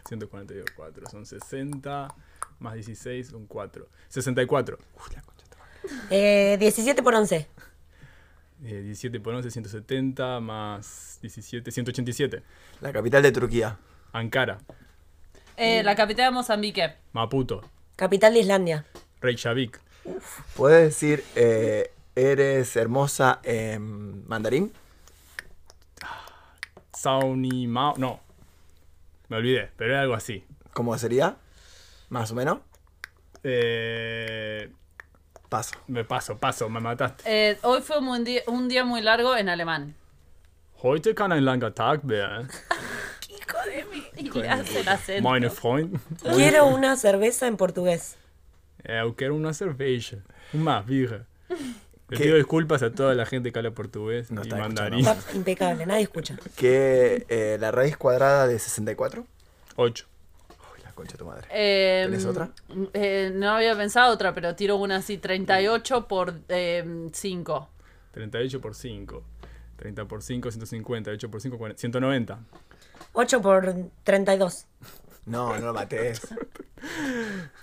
S5: 144, son 60 más 16, son 4. 64. Uf, la concha de tu madre.
S4: Eh, 17 por 11.
S5: Eh, 17 por 11, 170 más 17, 187.
S2: La capital de Turquía.
S5: Ankara,
S3: Eh, la capital de Mozambique.
S5: Maputo,
S4: Capital de Islandia.
S5: Reykjavik,
S2: ¿Puedes decir eh, eres hermosa en mandarín?
S5: Saunimao. No, me olvidé, pero era algo así.
S2: ¿Cómo sería? Más o menos.
S5: Eh,
S2: Paso.
S5: me paso, paso, me mataste.
S3: Eh, hoy fue un buen día, un día muy largo en alemán.
S5: Heute kann ein langer Tag werden.
S3: Hijo de mí. Y le hace el acento.
S5: Meine Freund.
S4: Quiero una cerveza en portugués.
S5: Eh, eu quero uma cerveja. Uma birra. Le
S2: ¿Qué?
S5: pido disculpas a toda la gente que habla portugués
S2: No
S5: y
S2: está
S5: mandarín.
S4: Está impecable, nadie escucha.
S2: ¿Qué eh, la raíz cuadrada de 64?
S5: 8.
S2: Uy, la concha de tu madre.
S3: Eh,
S2: ¿Tenés otra?
S3: eh, no había pensado otra, pero tiro una así: 38 por em, 5.
S5: 38 por 5. 30 por 5, 150. 8 por 5, 40, 190.
S4: 8 por 32.
S2: No, no lo mates.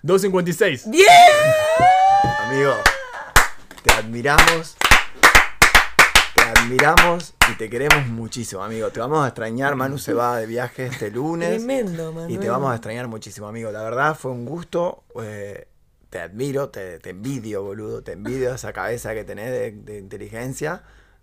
S5: 256.
S4: ¡Bien!
S2: Amigo, te admiramos. Te admiramos y te queremos muchísimo, amigo. Te vamos a extrañar. Manu se va de viaje este lunes.
S4: Tremendo, Manuel.
S2: Y te vamos a extrañar muchísimo, amigo. La verdad fue un gusto. eh, te admiro, te, te envidio, boludo. Te envidio esa cabeza que tenés de, de inteligencia.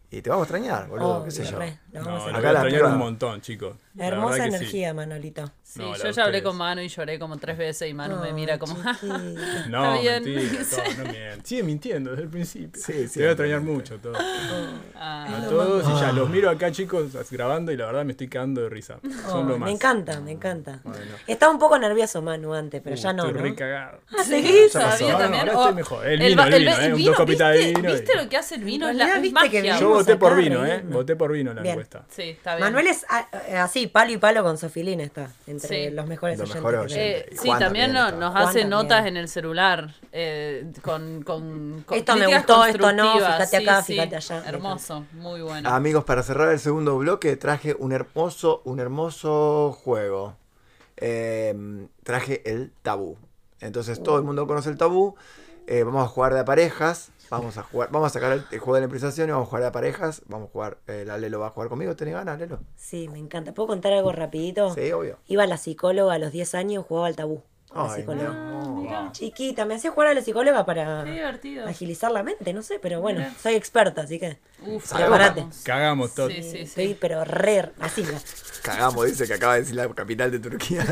S2: Y te vamos a extrañar, boludo.
S4: Obvio,
S2: qué sé yo.
S4: Oh, re, lo
S5: No,
S4: vamos a
S5: lo
S2: Acá
S5: voy
S4: hacer.
S5: a
S2: la
S5: extrañar
S2: prueba.
S5: un montón, chicos. La
S4: Hermosa
S5: verdad que sí.
S4: energía, Manolito.
S3: Sí,
S5: No, la
S3: yo
S5: de
S3: ya hablé
S5: ustedes.
S3: con Manu y lloré como tres veces y Manu me
S4: Ay,
S3: mira como. "Ja, ja,
S4: chiquito.
S5: No,
S3: Está bien.
S5: mentira, todo, no miento. Sigue mintiendo desde el principio.
S2: Sí,
S5: Te
S2: sí,
S5: voy a extrañar
S2: obviamente.
S5: mucho todo.
S3: Oh,
S5: A
S3: ah.
S5: todos y
S4: Ah.
S5: ya los miro acá, chicos, grabando y la verdad me estoy cagando de risa. Son
S4: Ay,
S5: lo más.
S4: Oh, Me encanta, me encanta. Estaba un poco nervioso Manu antes,
S2: Uh,
S4: pero ya no.
S5: Uh, Estoy
S4: ¿no? Ah,
S5: re cagado.
S3: Sí,
S2: ya pasó.
S3: todavía
S5: No,
S3: también. Oh,
S5: no, ahora
S3: O-
S5: estoy mejor. El vino,
S3: ba-
S5: el vino, eh, un dos copitas de
S3: ¿viste,
S5: vino y-
S3: ¿Viste lo que hace el vino? Es
S4: En
S3: la
S4: realidad,
S3: es
S4: viste que
S3: magia.
S5: Yo
S4: Vamos
S5: voté
S4: acá
S5: por vino, ¿eh?
S4: riendo.
S5: Voté por vino en la
S4: Bien.
S5: encuesta.
S3: Sí, está bien.
S4: Manuel es ah, eh, así, palo y palo con Sofilina está, entre
S3: Sí.
S4: los mejores
S2: Los
S4: oyentes.
S2: mejores
S4: que
S2: oyentes.
S4: tenemos.
S3: Eh,
S2: ¿Y
S3: sí,
S2: cuándo
S3: también
S2: viene
S3: no-
S2: esto?
S3: nos hace
S4: ¿Cuándo
S3: notas
S4: viene?
S3: en el celular eh, con, con, con
S4: Esto me
S3: críticas
S4: gustó, esto no,
S3: constructivas.
S4: fíjate acá,
S3: Sí, sí.
S4: fíjate allá. este. Me
S3: Hermoso, muy bueno.
S2: Amigos, para cerrar el segundo bloque traje un hermoso, un hermoso juego. Eh, traje el tabú. Entonces todo el mundo conoce el tabú. Eh, vamos a jugar de a parejas. Vamos a jugar, vamos a sacar el, el juego de la improvisación y vamos a jugar de a parejas. Vamos a jugar, eh, la Lelo va a jugar conmigo. ¿Tenés ganas, Lelo?
S4: Sí, me encanta. ¿Puedo contar algo rapidito?
S2: Sí, obvio.
S4: Iba a la psicóloga a los 10 años y jugaba al tabú. con la
S2: Ay,
S4: psicóloga.
S2: no. Ah.
S4: Chiquita, me hacía jugar a la psicóloga para
S3: Qué divertido.
S4: agilizar la mente, no sé, pero bueno, soy experta, así que
S3: Uf,
S4: Preparate.
S3: vamos.
S5: Cagamos todo.
S3: Sí, sí,
S4: estoy
S3: sí.
S4: pero re así. ¿no?
S2: Cagamos, dice que acaba de decir la capital de Turquía.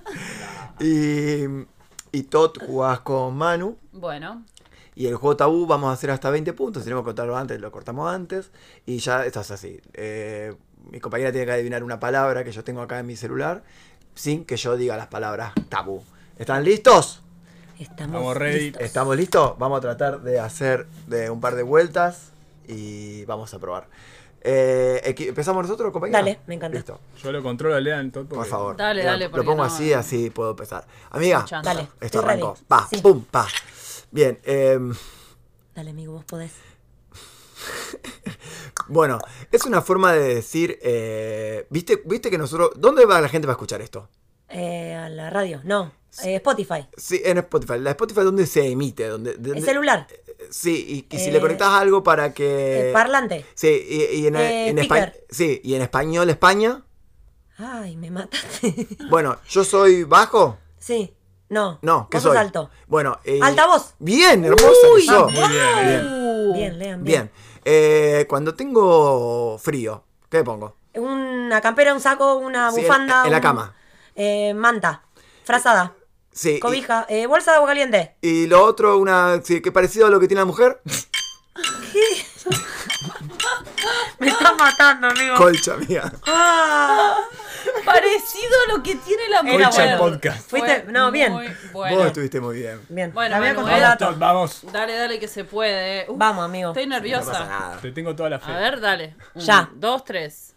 S2: Sí. y, y Todd jugás con Manu.
S3: Bueno,
S2: Y el juego tabú vamos a hacer hasta 20 puntos. Si tenemos que cortarlo antes, lo cortamos antes. Y ya esto es así. Eh, mi compañera tiene que adivinar una palabra que yo tengo acá en mi celular sin que yo diga las palabras tabú. ¿Están listos?
S4: Estamos
S5: Vamos ready.
S4: listos.
S2: ¿Estamos listos? Vamos a tratar de hacer de un par de vueltas y vamos a probar. Eh, equi- ¿Empezamos nosotros, compañera?
S4: Dale, me encanta.
S2: Listo,
S5: Yo lo controlo, lean todo.
S2: por favor.
S3: Dale,
S2: Mira,
S3: dale,
S2: Lo
S3: porque
S2: pongo
S3: no- eh.
S2: así, así puedo empezar. Amiga,
S3: Escuchando.
S4: Dale,
S2: esto
S4: estoy ready.
S2: arrancó. Pa,
S4: Sí.
S2: pum, pa. Bien, eh,
S4: Dale, amigo, vos podés.
S2: Bueno, es una forma de decir, eh, ¿viste, viste que nosotros, ¿dónde va la gente para escuchar esto?
S4: Eh, a la radio, no, eh, Spotify,
S2: Sí, en Spotify. La Spotify donde se emite, donde,
S4: el
S2: donde-
S4: celular,
S2: Sí, y, y si
S4: Eh,
S2: le conectas algo para
S4: el
S2: que
S4: parlante.
S2: Sí, y, y en,
S4: eh,
S2: en espa-
S4: speaker.
S2: sí, y en español España.
S4: Ay, me mataste.
S2: Bueno, yo soy bajo.
S4: sí, no,
S2: No, ¿qué
S4: vos sos
S2: soy?
S4: alto.
S2: Bueno, eh,
S4: Altavoz.
S2: Bien, hermosa. que sos.
S5: Muy bien, bien.
S4: Bien, lean bien.
S2: Bien. Eh, cuando tengo frío, ¿qué pongo?
S4: Una campera, un saco, una
S2: Sí, en-
S4: bufanda.
S2: en la
S4: un-
S2: cama.
S4: eh, manta, frazada,
S2: Sí. y-
S4: cobija, eh, bolsa de agua caliente.
S2: Y lo otro, una. sí, que parecido a lo que tiene la mujer.
S4: Me estás matando, amigo.
S2: Colcha, mía.
S3: parecido a lo que tiene la mujer.
S4: Era
S5: Colcha
S4: bueno.
S5: podcast.
S4: Fuiste-
S3: Fue
S4: no, bien.
S3: muy
S2: Vos
S3: Bueno.
S2: estuviste muy bien.
S4: Bien.
S3: Bueno,
S4: la voy a
S3: Manu,
S4: controlar
S3: eh.
S4: a
S5: Vamos,
S4: todos.
S5: Todd, vamos.
S3: Dale, dale, que se puede. eh. Uf,
S4: Vamos, amigo.
S3: Estoy
S2: No pasa
S3: nerviosa.
S2: nada.
S5: Te tengo toda la fe.
S3: A ver, dale. Un,
S4: Ya.
S3: Dos, tres.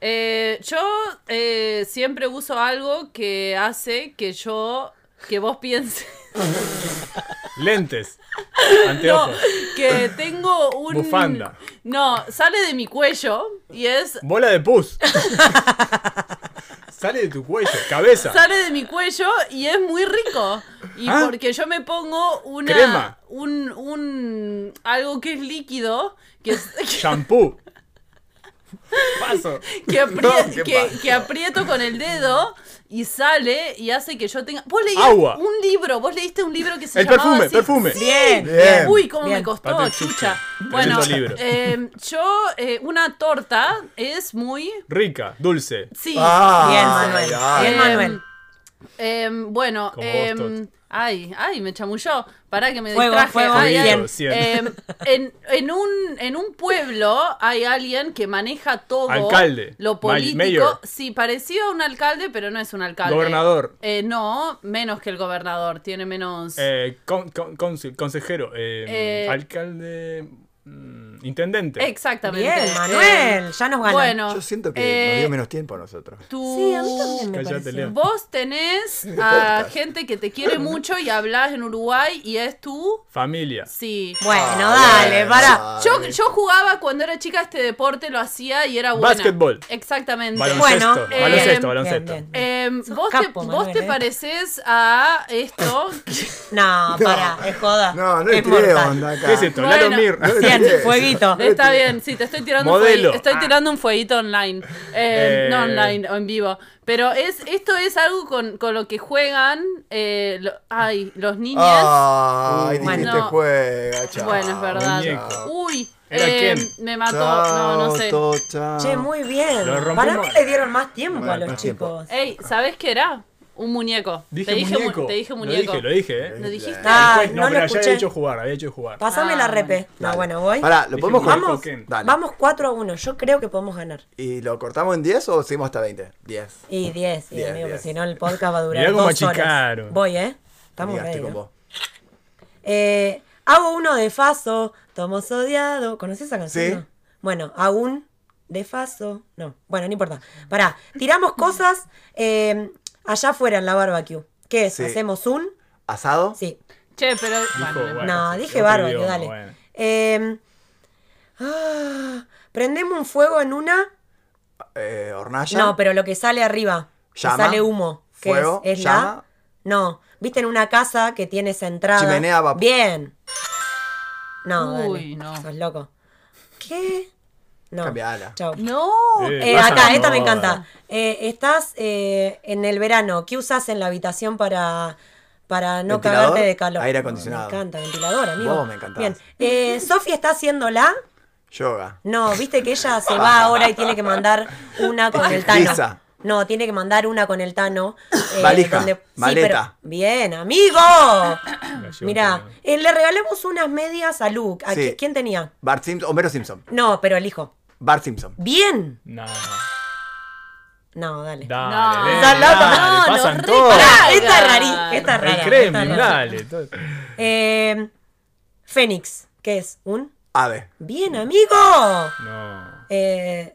S3: Eh, yo eh, siempre uso algo que hace que yo, que vos pienses,
S5: Lentes. Anteojos.
S3: que tengo un.
S5: Bufanda.
S3: No, sale de mi cuello y es.
S5: Bola de pus. Sale de tu cuello, cabeza.
S3: Sale de mi cuello y es muy rico. Y
S5: ¿Ah?
S3: porque yo me pongo una.
S5: Crema.
S3: Un, un. Algo que es líquido. Que, es-
S5: Shampoo. Paso.
S3: que, aprie-
S2: No, ¿qué
S3: que-
S2: pasa?
S3: que aprieto con el dedo y sale y hace que yo tenga. Vos leíste
S5: Agua.
S3: un libro, vos leíste un libro que se
S5: El
S3: llamaba
S5: perfume,
S3: así?
S5: perfume.
S3: Sí.
S4: Bien.
S2: Bien.
S3: Uy, cómo
S4: Bien.
S3: me costó,
S5: Patrick
S3: chucha.
S5: Simpson.
S3: Bueno,
S5: Tremendo libro.
S3: eh, yo, eh, una torta es muy.
S5: Rica, dulce.
S3: Sí.
S4: Bien,
S2: Ah,
S4: Manuel.
S2: ya.
S4: Bien, Manuel.
S3: Em, bueno,
S5: Como
S3: em,
S5: vos, Tot.
S3: ay, ay, me chamulló. Pará que me
S4: Fuego,
S3: distraje.
S4: fuego,
S3: Ay, ay.
S5: bien. Cien.
S3: Em, en, en un, en un pueblo hay alguien que maneja todo.
S5: Alcalde.
S3: Lo
S5: May-
S3: político.
S5: mayor.
S3: Sí, parecido a un alcalde, pero no es un alcalde.
S5: Gobernador.
S3: Eh, no, menos que el gobernador. Tiene menos.
S5: Eh, con- con- conse- consejero. eh,
S3: Eh,
S5: alcalde. mm, intendente.
S3: Exactamente.
S4: Bien,
S3: Eh,
S4: Manuel. Ya nos ganó.
S3: bueno.
S2: Yo siento que
S3: eh,
S2: nos dio menos tiempo a nosotros.
S3: tu-
S4: Sí, a mí también me
S5: Cállate,
S4: pareció.
S5: Leo.
S3: Vos tenés a gente que te quiere mucho y hablas en Uruguay y es tú.
S5: Familia.
S3: Sí.
S4: Bueno,
S2: Ah,
S4: dale,
S2: bueno,
S4: pará.
S3: Yo, yo jugaba cuando era chica este deporte, lo hacía y era buena.
S5: Básquetbol.
S3: Exactamente.
S5: Baloncesto.
S4: Bueno, eh,
S5: baloncesto,
S3: bien,
S5: baloncesto.
S4: bien, bien.
S3: Em,
S4: Sos
S3: vos
S4: capo,
S3: te,
S4: Manuel,
S3: vos te
S4: eh.
S3: pareces a esto.
S4: No, pará, es joda.
S2: No, no
S4: es
S2: es tiré
S4: mortal.
S2: onda acá.
S5: ¿Qué es esto?
S3: Bueno.
S5: Lalo Mir.
S4: Bien,
S2: Sí, sí.
S4: fueguito.
S3: Está bien, sí, te estoy tirando un
S5: Modelo.
S3: fueguito. Estoy
S4: Ah.
S3: tirando un fueguito online. Eh,
S5: Eh.
S3: No online, o en vivo. Pero es, esto es algo con, con lo que juegan eh, lo- ay, los niños.
S2: Ah,
S4: Uh,
S2: Ay, dijiste
S3: Bueno.
S2: juega, chao.
S3: bueno, es verdad.
S5: muñeco.
S3: Uy,
S5: Era
S3: eh,
S5: Ken.
S3: me mató. no,
S2: Chao,
S3: no sé.
S2: to, chao.
S4: Che, muy bien.
S5: Lo rompimos.
S4: Para mí le dieron más tiempo
S2: Bueno,
S4: a los
S2: más tiempo.
S4: chicos.
S3: Ey, ¿sabes qué era? Un muñeco.
S5: Dije
S3: te, dije mu-
S5: muñeco.
S3: te dije muñeco.
S5: Lo dije, lo dije, eh.
S3: ¿Lo dijiste?
S4: Ah,
S5: Pues, no,
S4: no lo
S5: pero ya había
S4: escuché.
S5: hecho jugar, había hecho jugar.
S4: Pasame la
S3: Ah,
S4: repe. No, bueno, voy.
S2: Pará, ¿lo
S5: Dije
S2: podemos
S5: muñeco,
S2: cortar?
S4: Vamos,
S5: Ken.
S2: Dale.
S4: vamos 4 a 1. Yo creo que podemos ganar.
S2: ¿Y lo cortamos en 10 o seguimos hasta 20? 10.
S4: Y 10, y
S2: Diez,
S4: amigo,
S2: diez.
S4: que si no el podcast va a durar
S5: Mirá cómo
S4: dos horas.
S5: achicaron.
S4: Voy, ¿eh? Estamos
S2: Ligaste
S4: ready,
S2: con
S4: ¿no?
S2: vos.
S4: Eh, hago uno de Faso, tomo sodiado. ¿Conoces esa canción?
S2: Sí.
S4: no? Bueno, hago un de Faso. No, bueno, no importa. Pará, tiramos cosas eh, allá afuera en la barbecue. ¿Qué es?
S2: Sí.
S4: ¿Hacemos un?
S2: ¿Asado?
S4: Sí.
S3: Che, eh, pero. bueno,
S5: bueno.
S4: no,
S5: sí,
S4: dije
S5: otro
S4: barbecue,
S5: idioma,
S4: dale.
S5: bueno.
S4: Eh, ah, prendemos un fuego en una.
S2: Eh, ¿Hornalla?
S4: No, pero lo que sale arriba. que
S2: Llama,
S4: sale humo. que
S2: fuego,
S4: es, es
S2: llama.
S4: la. No. ¿Viste en una casa que tiene esa entrada?
S2: Chimenea, vapor.
S4: Bien. No, dale.
S3: Uy, no.
S4: Sos loco. ¿Qué? No.
S2: Cambiala.
S4: Chau.
S3: No.
S5: Eh,
S4: Eh,
S5: pasa
S4: acá,
S5: la
S4: esta me
S5: moda.
S4: encanta. Eh, estás eh, en el verano. ¿Qué usas en la habitación para, para no
S2: ¿Ventilador?
S4: cagarte de calor?
S2: Aire
S4: No,
S2: acondicionado.
S4: me encanta, ventilador, amigo.
S2: Vos me encantás.
S4: Bien. Eh, Sofi está haciendo la.
S2: Yoga.
S4: No, viste que ella se va ahora y tiene que mandar una con el Tano.
S2: Pizza.
S4: No, tiene que mandar una con el Tano. eh,
S2: Valija,
S4: donde- sí,
S2: maleta.
S4: pero- Bien, amigo.
S5: La llevo
S4: Mirá,
S5: también.
S4: eh, le regalamos unas medias a Luke. ¿A
S2: Sí.
S4: qui- quién tenía?
S2: Bart Simpson. Homero Simpson.
S4: No, pero elijo.
S2: Bart Simpson.
S4: Bien.
S5: No.
S4: No, dale.
S5: Dale,
S3: No.
S5: dale,
S4: Esa loca.
S5: dale,
S3: No,
S5: pasan
S3: no,
S5: todo.
S4: Pará,
S3: Ay,
S4: esta es
S3: dale.
S4: rarí, esta es rara.
S5: El Kremlin,
S4: esta es rara.
S5: dale. todo.
S4: Eh, Fénix, ¿qué es? ¿Un?
S2: Ave.
S4: Bien, amigo.
S5: No.
S4: Eh,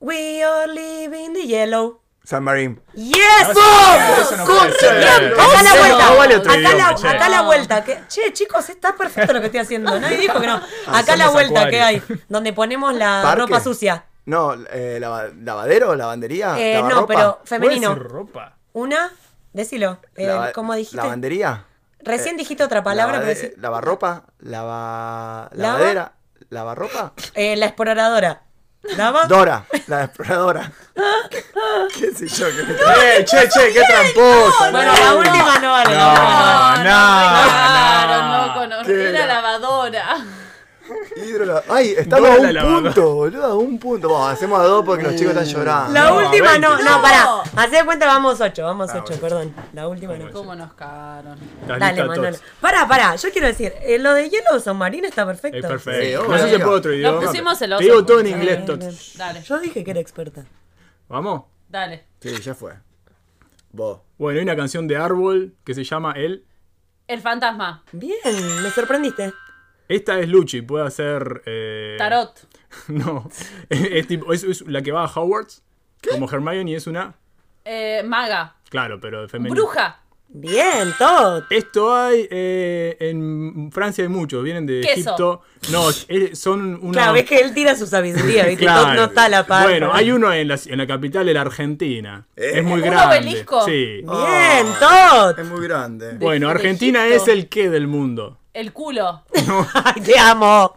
S4: we are living the yellow.
S2: San Marín.
S4: ¡Yes!
S5: Ah, Eso no puede ser.
S4: Acá la
S5: Eso
S4: vuelta.
S5: no vale otro
S4: acá,
S5: idioma,
S4: la,
S5: che.
S4: acá la vuelta. que- che, chicos, está perfecto lo que estoy haciendo. Nadie dijo que no. Acá
S5: Ah, somos
S4: la vuelta
S5: acuarios.
S4: que hay, donde ponemos la
S2: Parque.
S4: ropa sucia.
S2: No, eh, lava- lavadero,
S5: Ah,
S2: lavandería.
S4: Eh, no,
S2: lavarropa.
S4: pero
S5: ¿Puedo decir
S4: femenino.
S5: ropa?
S4: Una, decilo. Eh,
S2: Lava-
S4: ¿Cómo dijiste?
S2: Lavandería.
S5: eh,
S4: Recién dijiste otra palabra,
S2: Lavade-
S4: pero decí-
S2: Lavarropa. Lava.
S4: Lava-
S2: Lavadera. Lavarropa.
S4: eh, la exploradora. ¿Daba?
S2: Dora. La exploradora. ¿Qué sé yo? ¿Qué me
S5: Eh, che, che, qué tramposa.
S4: Bueno, la última no vale. la última no vale.
S5: No, no,
S3: Claro, no, con-
S2: ¿Qué
S3: era
S2: era?
S3: lavadora.
S2: Hidro- Ay, estamos
S5: Dora
S2: a
S5: la
S2: un
S5: lavadora.
S2: punto, boludo, a un punto. Vamos, hacemos a dos porque los chicos están llorando.
S4: La
S5: No, Ah,
S4: última no,
S5: 20.
S4: no,
S3: No.
S4: pará. Hacé de cuenta, vamos ocho, vamos ocho,
S2: bueno.
S4: perdón. La última no.
S3: ¿Cómo nos cagaron?
S5: Estás
S4: Dale,
S5: lista,
S4: Manolo.
S5: Tots.
S4: Pará, pará, yo quiero decir, eh, lo de hielo submarino está perfecto.
S5: Es
S2: Sí,
S5: perfecto.
S2: obvio,
S5: No sé si
S2: amigo.
S5: puedo otro idioma.
S3: pusimos el
S5: Te
S3: oso.
S5: digo todo en inglés, Tots.
S3: Dale,
S4: Yo dije que era experta.
S5: Vamos.
S3: dale.
S2: Sí, ya fue. Vos.
S5: Bueno, hay una canción de Árbol que se llama El.
S3: El fantasma.
S4: Bien, me sorprendiste.
S5: Esta es Luchi, puede hacer. eh,
S3: Tarot.
S5: No. Es, es tipo- es- es la que va a Hogwarts. Como Hermione y es una.
S3: Eh, maga.
S5: Claro, pero femenina.
S3: Bruja.
S4: Bien, todo.
S5: Esto hay eh, en Francia hay muchos, vienen de
S3: Queso.
S5: Egipto. No, es- son una
S4: Claro, ves que él tira su sabiduría, ¿viste?
S5: Claro.
S4: No, no está a la par. Eh,
S5: Bueno, hay uno en la, en la capital de la Argentina. Es muy
S3: ¿Un
S5: grande.
S3: obelisco?
S5: Sí.
S4: Oh, Bien,
S2: Ah,
S4: Tot.
S2: Es muy grande.
S5: Bueno,
S3: de
S5: Argentina
S3: Egipto.
S5: es el qué del mundo.
S3: El culo.
S4: Ay, te amo.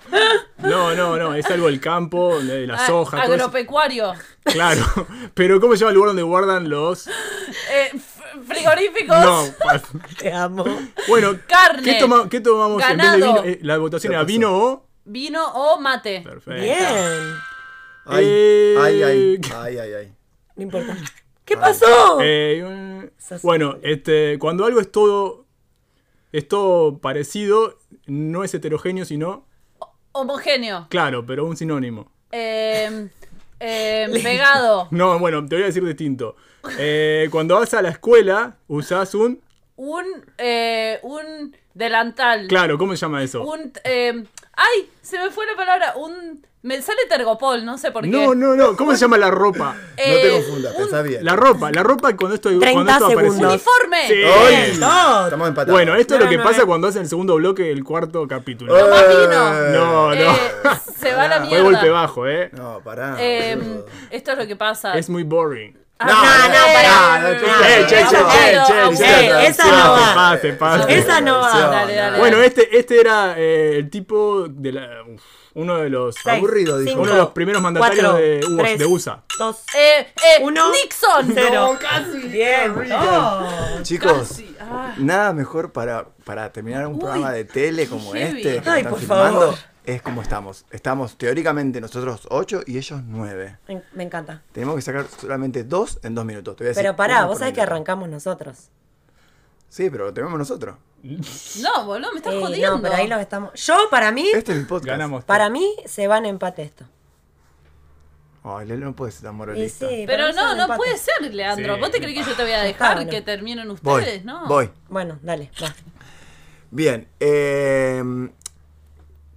S5: No, no, no, es algo el campo, la, la
S3: Ah,
S5: soja, todo eso.
S3: agropecuario.
S5: Claro. Pero ¿cómo se llama el lugar donde guardan los
S3: Eh, f- frigoríficos.
S5: No.
S4: Te amo.
S5: Bueno,
S3: Carne.
S5: ¿qué, toma- qué tomamos en vez de
S3: Ganado.
S5: vino? Eh, la votación
S2: Ya
S5: era
S2: pasó.
S5: vino o
S3: Vino o mate.
S5: Perfecto.
S4: Bien.
S2: Ay,
S5: Eh,
S2: ay, ay, ay, ay, ay.
S4: No importa. ¿Qué pasó?
S5: Eh, un-
S4: Sos-
S5: bueno, este, cuando algo es todo es todo parecido, no es heterogéneo, sino
S3: Homogéneo.
S5: claro, pero un sinónimo.
S3: Eh, eh, pegado.
S5: No, bueno, te voy a decir distinto. Eh, cuando vas a la escuela, usás un.
S3: Un, eh, un delantal.
S5: Claro, ¿cómo se llama eso?
S3: Un. eh, ¡Ay! Se me fue la palabra. Un. Me sale Tergopol, no sé por qué.
S5: No, no, no. ¿Cómo se llama la ropa?
S2: No te
S3: Eh,
S2: confundas,
S3: un
S2: pensá bien.
S5: La ropa, la ropa cuando esto, cuando
S4: 30
S5: esto aparece.
S4: segundos.
S3: Uniforme.
S5: Sí.
S2: Ay,
S5: Bien,
S4: Tot.
S2: Estamos empatados.
S5: Bueno, esto es
S4: No,
S5: lo que
S4: no,
S5: pasa
S4: no.
S5: cuando hacen el segundo bloque del cuarto capítulo.
S2: Eh,
S3: Tomás vino.
S5: No,
S3: Eh,
S5: no.
S3: se va a la
S5: Fue
S3: mierda.
S5: golpe bajo, eh.
S2: No, pará.
S3: Eh,
S2: boludo.
S3: esto es lo que pasa.
S5: Es muy boring.
S3: Ah,
S2: No, no,
S4: no,
S2: pará.
S3: eh,
S2: no, che,
S5: Eh, che, che, che, che,
S3: aburrido,
S5: che.
S3: aburrido.
S4: Eh, esa no va.
S5: Pase, pase.
S4: Esa no va.
S3: Dale, dale.
S5: Bueno, este, este era eh, el tipo de la, uf, uno de los
S4: Seis,
S2: aburrido, dijo.
S4: cinco,
S5: uno de los primeros mandatarios
S4: cuatro,
S5: de, US
S4: tres,
S5: de USA.
S4: Dos.
S3: Eh, eh,
S4: Uno.
S3: Nixon.
S4: Cero.
S3: No, casi.
S4: Bien. Tot.
S2: Chicos,
S3: Sí, ah.
S2: nada mejor para, para terminar un programa de tele como
S3: qué heavy.
S2: este que
S4: Ay,
S2: están
S4: por
S2: filmando.
S4: favor.
S2: Es como estamos. Estamos teóricamente nosotros ocho y ellos nueve.
S4: Me- Me encanta.
S2: Tenemos que sacar solamente dos en dos minutos. Te voy a decir
S4: Pero pará,
S2: uno
S4: vos
S2: por
S4: sabés que
S2: minuto.
S4: arrancamos nosotros.
S2: Sí, pero lo tenemos nosotros.
S3: No, boludo, me estás
S4: Eh,
S3: jodiendo.
S4: no, pero ahí los estamos. Yo, para mí,
S2: Este es mi podcast.
S5: Ganamos.
S4: para mí se van a empate esto.
S2: Ay, Lelo no puede ser tan
S4: Y
S2: moralista.
S4: sí, para
S3: Pero
S4: mí se van
S3: no,
S4: a
S3: no
S4: empate.
S3: puede ser, Leandro.
S5: Sí.
S3: ¿Vos te crees que yo te voy a
S4: está,
S3: dejar
S4: bueno.
S3: que terminen
S2: Voy,
S3: ustedes? no.
S2: voy.
S4: Bueno, dale, va.
S2: Bien, eh,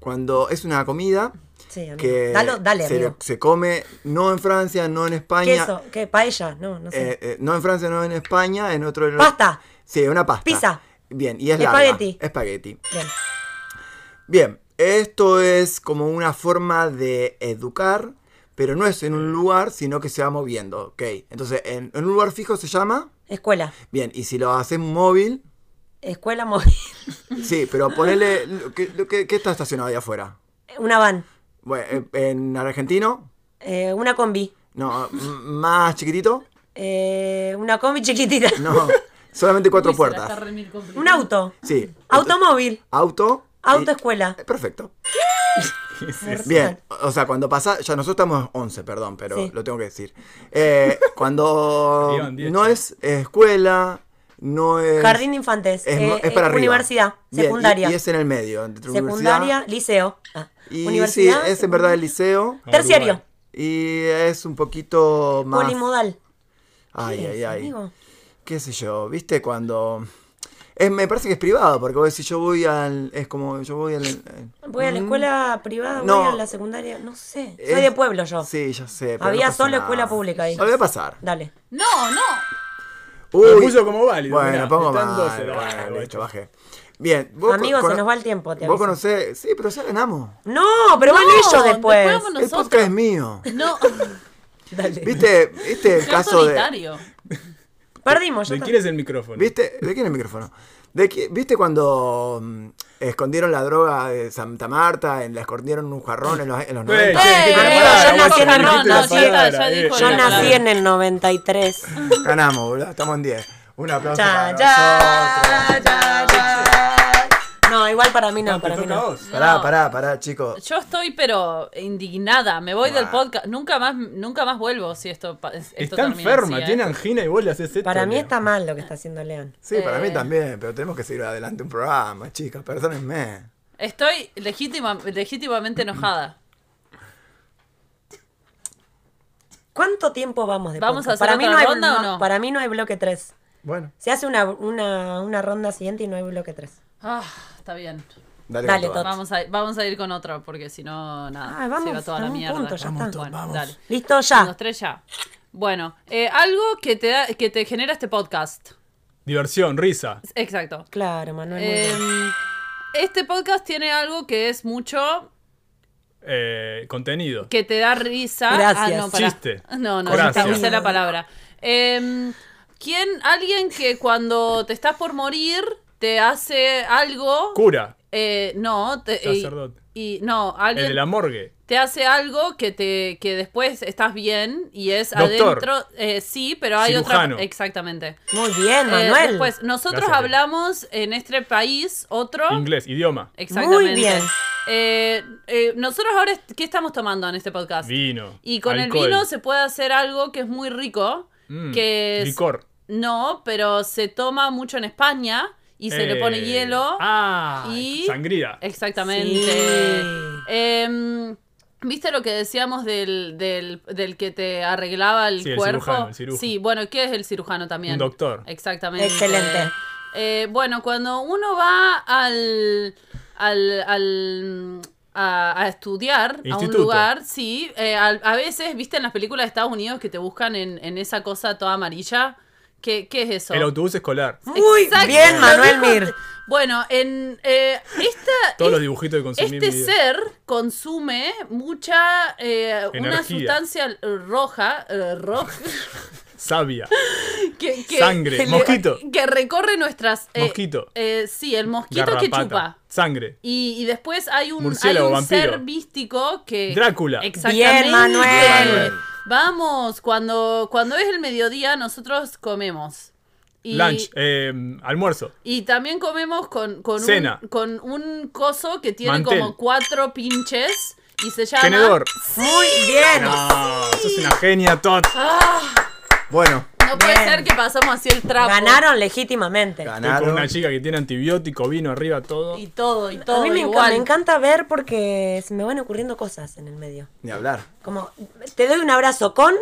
S2: cuando es una comida
S4: Sí, amigo.
S2: que
S4: Dalo- dale,
S2: se,
S4: amigo.
S2: se come no en Francia, no en España,
S4: Queso, ¿qué? Paella, no, no sé.
S2: eh, eh, no en Francia, no en España, en otro
S4: Pasta.
S2: Sí, una pasta.
S4: Pizza.
S2: Bien, y es
S4: Espagueti.
S2: larga. Espagueti.
S4: Bien.
S2: Bien, esto es como una forma de educar, pero no es en un lugar, sino que se va moviendo. Ok, entonces en, en un lugar fijo se llama.
S4: Escuela.
S2: Bien, y si lo haces móvil,
S4: Escuela móvil.
S2: sí, pero ponele. lo que- lo que- ¿Qué está estacionado ahí afuera?
S4: Una van.
S2: Bueno, eh, en argentino,
S4: Eh, una combi.
S2: no, m- más chiquitito,
S4: Eh, una combi chiquitita.
S2: no, solamente cuatro
S3: Uy, se la está
S2: puertas.
S3: re mil complicando.
S4: Un auto.
S2: Sí.
S4: Automóvil.
S2: Auto. y-
S4: Autoescuela.
S2: eh, Perfecto.
S4: Mortal.
S2: Bien, o o sea, cuando pasa, ya nosotros estamos 11, perdón, pero
S4: Sí.
S2: lo tengo que decir. Eh, cuando
S5: Guión, diez.
S2: no es escuela, no es...
S4: Eh, Jardín de infantes.
S2: es,
S4: Eh,
S2: no- es para
S4: eh,
S2: arriba.
S4: Universidad.
S2: Bien, y-
S4: secundaria.
S2: Y, es en el medio, entre
S4: secundaria,
S2: universidad
S4: liceo. Ah,
S2: y
S4: universidad.
S2: sí, es en verdad el liceo
S4: Terciario.
S2: y es un poquito más...
S4: Polimodal.
S2: Ay, ay,
S4: Es,
S2: ay.
S4: amigo.
S2: qué sé yo, viste, cuando... es- me parece que es privado, porque vos decís, yo voy al... Es como, yo voy al... eh,
S4: Voy a la escuela privada,
S2: Mm. No.
S4: voy a la secundaria, no sé. Soy
S2: Es-
S4: de pueblo yo.
S2: Sí, ya sé. pero
S4: Había
S2: no pasa
S4: solo
S2: nada.
S4: escuela pública ahí.
S2: Lo voy a pasar.
S4: Dale.
S3: No, no.
S5: Lo
S2: Uy.
S5: puso como válido.
S2: Bueno,
S5: mirá,
S2: pongo
S5: están
S2: mal.
S5: 12, lo
S2: bueno,
S5: bajo,
S2: listo,
S5: bajo.
S2: bajé. Bien. vos
S4: Amigos,
S2: cono-
S4: se nos va el tiempo, te
S2: Vos
S4: aviso.
S2: conocés. Sí, pero ya ganamos.
S4: No, pero van
S3: No,
S4: ellos después.
S3: después vamos
S2: El
S3: Nosotros.
S2: podcast es mío.
S3: No.
S4: Dale.
S2: ¿Viste, viste el
S3: Qué
S2: caso de.
S3: autoritario.
S4: Perdimos, ya
S5: ¿De
S4: está.
S5: quién es el micrófono?
S2: ¿Viste? ¿De quién es el micrófono? ¿De qui- ¿Viste cuando mm, escondieron la droga de Santa Marta? En, la escondieron en un jarrón en los, en los
S5: Che,
S2: 90.
S5: che, dijiste la
S4: amigo,
S5: palabra,
S4: yo
S5: vos
S4: nací en
S5: dijiste la
S4: Marrón, no, ya está,
S5: palabra,
S3: ya
S5: eh.
S3: dijo
S4: Yo
S3: la
S4: nací
S3: palabra.
S4: en el 93.
S2: Ganamos, boludo. Estamos en 10. Un aplauso.
S4: Ya,
S2: para
S3: Ah,
S4: ya,
S2: nosotros.
S4: ya, ya. No, igual para mí no,
S5: Te
S4: para mí
S5: toca a
S4: no.
S5: vos.
S2: Pará,
S3: No.
S2: pará, pará, chicos.
S3: Yo estoy pero indignada. Me voy del
S2: Bah.
S3: podcast. Nunca más, nunca más vuelvo si esto, pa- esto
S5: Está
S3: termina
S5: enferma,
S3: así, ¿eh?
S5: tiene angina y vos le haces esto.
S4: Para mí
S5: Leo.
S4: está mal lo que está haciendo León.
S2: Sí, para
S4: Eh.
S2: mí también, pero tenemos que seguir adelante un programa, chicas. Perdónenme.
S3: Estoy legítima, legítimamente enojada.
S4: ¿Cuánto tiempo vamos de
S3: ¿Vamos a
S4: podcast?
S3: hacer
S4: para mí
S3: otra
S4: no hay,
S3: ronda o no?
S4: Para mí no hay bloque 3.
S2: Bueno,
S4: Se hace una, una, una ronda siguiente y no hay bloque 3.
S3: Ah, está bien.
S2: dale,
S4: Dale,
S2: con toda.
S4: Tot.
S3: Vamos a, vamos a ir con otra porque si no, nada.
S4: Ah, vamos,
S3: se va toda
S4: a
S3: la
S4: un
S3: mierda.
S4: punto, ya Vamos, está. Tot,
S3: Bueno,
S2: vamos.
S3: dale.
S4: Listo,
S3: Un,
S4: ya.
S3: dos, tres, ya. Bueno, eh, algo que te, da, que te genera este podcast.
S5: Diversión, risa.
S3: Exacto.
S4: Claro, Manuel. muy
S3: Eh,
S4: bueno.
S3: este podcast tiene algo que es mucho
S5: eh, contenido.
S3: que te da risa.
S4: Gracias.
S3: Ah, no, pará.
S5: Chiste.
S3: No, no,
S5: Gracias.
S3: ya usé la palabra. Eh, ¿Quién, alguien que cuando te estás por morir te hace algo?
S5: Cura.
S3: eh, no, te- y-
S5: Sacerdote.
S3: Y, no,
S5: El de
S3: alguien
S5: la morgue.
S3: te hace algo que te que después estás bien y es
S5: Doctor.
S3: adentro. eh, sí, pero hay
S5: Cirujano.
S3: otra. Exactamente.
S4: Muy bien,
S3: Eh,
S4: Manuel.
S3: después, nosotros
S5: Gracias, Tere.
S3: hablamos en este país otro.
S5: Inglés, idioma.
S3: Exactamente.
S4: Muy bien.
S3: Eh, eh, nosotros ahora, est- ¿qué estamos tomando en este podcast?
S5: Vino.
S3: Y con
S5: alcohol,
S3: el vino se puede hacer algo que es muy rico,
S5: mm,
S3: que es...
S5: Licor.
S3: No, pero se toma mucho en España y se le pone
S5: Eh,
S3: hielo.
S5: Ah,
S3: y-
S5: sangría.
S3: Exactamente.
S4: Sí.
S3: Em, ¿Viste lo que decíamos del, del, del que te arreglaba el
S5: Sí, el
S3: cuerpo?
S5: cirujano, el cirujano.
S3: Sí, bueno, ¿qué es el cirujano también?
S5: Un doctor.
S3: Exactamente.
S4: Excelente.
S3: Eh, bueno, cuando uno va al. al. al- a, a estudiar a un
S5: Instituto.
S3: lugar, sí. eh, al- a, veces, viste en las películas de Estados Unidos que te buscan en, en esa cosa toda amarilla. ¿Qué, qué es eso?
S5: El autobús escolar.
S4: Muy
S3: Exacto,
S4: bien,
S3: lo
S4: Manuel
S3: dijo-
S4: Mir.
S3: Bueno, en eh, esta,
S5: Todos los dibujitos que consumí en
S3: este
S5: mi vida.
S3: ser consume mucha eh, una
S5: Energía.
S3: sustancia eh, roja, eh, roja
S5: Savia.
S3: que, eh, que-
S5: Sangre,
S3: que le-
S5: mosquito.
S3: que recorre nuestras eh,
S5: Mosquito.
S3: eh, sí, el mosquito que
S5: Garrapata.
S3: chupa.
S5: Sangre.
S3: Y, y después hay un, hay
S5: Murciélago,
S3: un
S5: vampiro.
S3: ser místico que
S5: Drácula.
S3: Exactamente.
S4: Bien, Manuel.
S3: Vamos, cuando cuando es el mediodía nosotros comemos. Y,
S5: Lunch. eh, almuerzo.
S3: Y también comemos con, con,
S5: Cena.
S3: Un, con un coso que tiene
S5: Mantel.
S3: como cuatro pinches y se llama.
S5: Tenedor.
S4: Muy bien.
S5: No, sos una genia, Tot.
S2: Bueno,
S3: Ah, No puede
S4: Bien.
S3: ser que pasamos así el trapo.
S4: Ganaron legítimamente.
S5: Estoy con
S2: ganaron.
S5: una chica que tiene antibiótico, vino arriba, todo.
S3: Y todo, y todo.
S4: A mí me, enca-
S3: igual.
S4: me encanta ver porque se me van ocurriendo cosas en el medio.
S2: Ni hablar.
S4: Como, te doy un abrazo con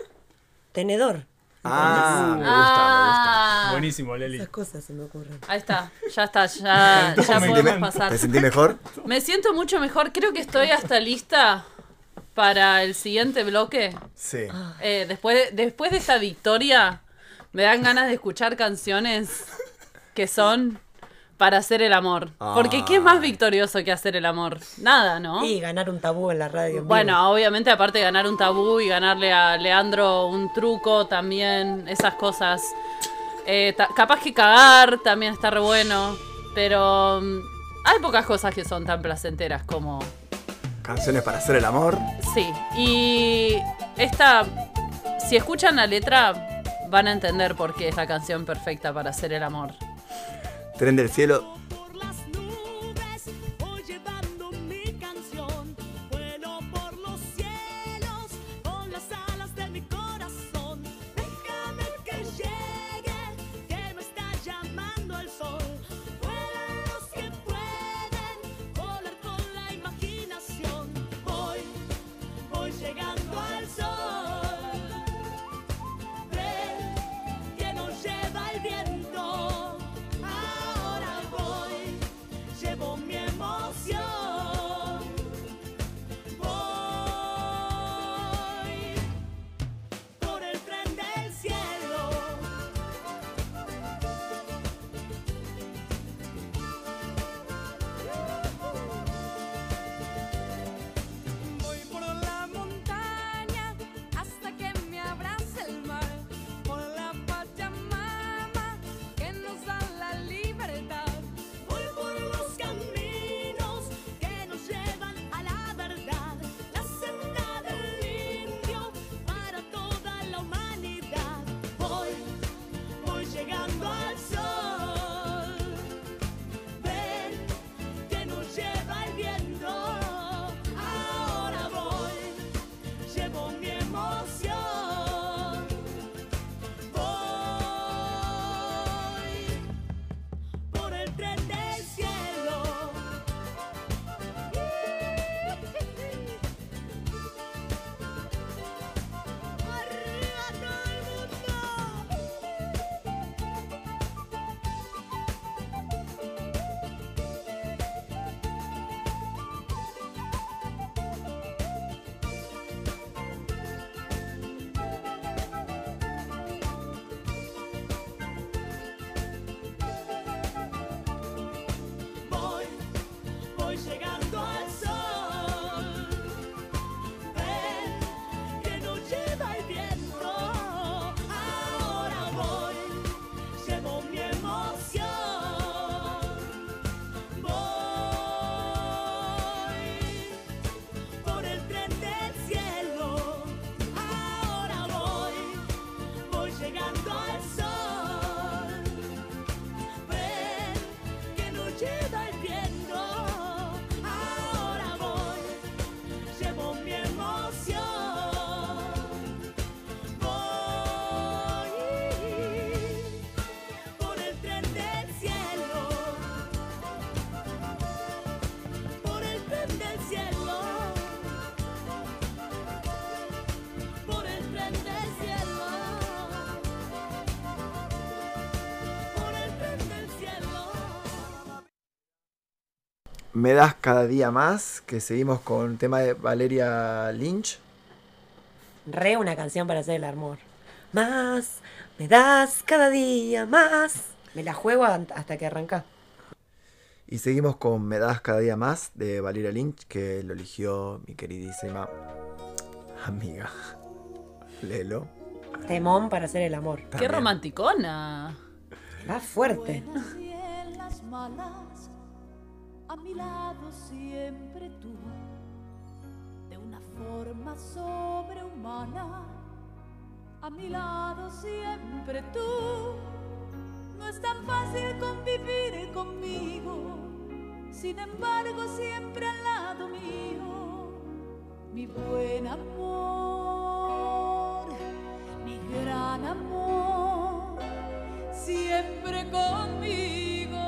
S4: tenedor.
S2: Ah, me gusta,
S3: Ah,
S5: Buenísimo, Leli.
S4: Esas cosas se me ocurren.
S3: ahí está, ya está, ya, ya
S2: me gusta.
S3: podemos pasar.
S2: ¿Te sentí mejor?
S3: Me siento mucho mejor, creo que estoy hasta lista para el siguiente bloque.
S2: Sí.
S4: Ah.
S3: Eh, después, después de esta victoria, me dan ganas de escuchar canciones que son para hacer el amor. Porque ¿qué es más victorioso que hacer el amor? Nada, ¿no?
S4: Y ganar un tabú en la radio. en vivo.
S3: Bueno, obviamente aparte de ganar un tabú y ganarle a Leandro un truco también, esas cosas. Eh, ta- capaz que cagar también está re bueno, pero mm, hay pocas cosas que son tan placenteras como...
S2: Canciones para hacer el amor.
S3: Sí, y esta, si escuchan la letra, van a entender por qué es la canción perfecta para hacer el amor.
S2: Tren del cielo.
S9: por las nubes, voy llevando mi canción. Vuelo por los cielos con las alas de mi corazón. Déjame que llegue, que me está llamando el sol. Vuelan los que pueden volar con la imaginación. Voy, voy llegando al sol. Ven, que nos lleva el viento. Ahora voy,
S2: Me das cada día más, que seguimos con el tema de Valeria Lynch.
S4: Re una canción para hacer el amor. Más, me das cada día más. Me la juego an- hasta que arranca.
S2: Y seguimos con Me das cada día más de Valeria Lynch, que lo eligió mi queridísima amiga. Lelo.
S4: Temón para hacer el amor.
S3: Qué
S2: También.
S3: romanticona.
S4: Va fuerte.
S9: buenas y en las malas, a mi lado siempre tú, de una forma sobrehumana, a mi lado siempre tú. No es tan fácil convivir conmigo, sin embargo siempre al lado mío, mi buen amor, mi gran amor siempre conmigo.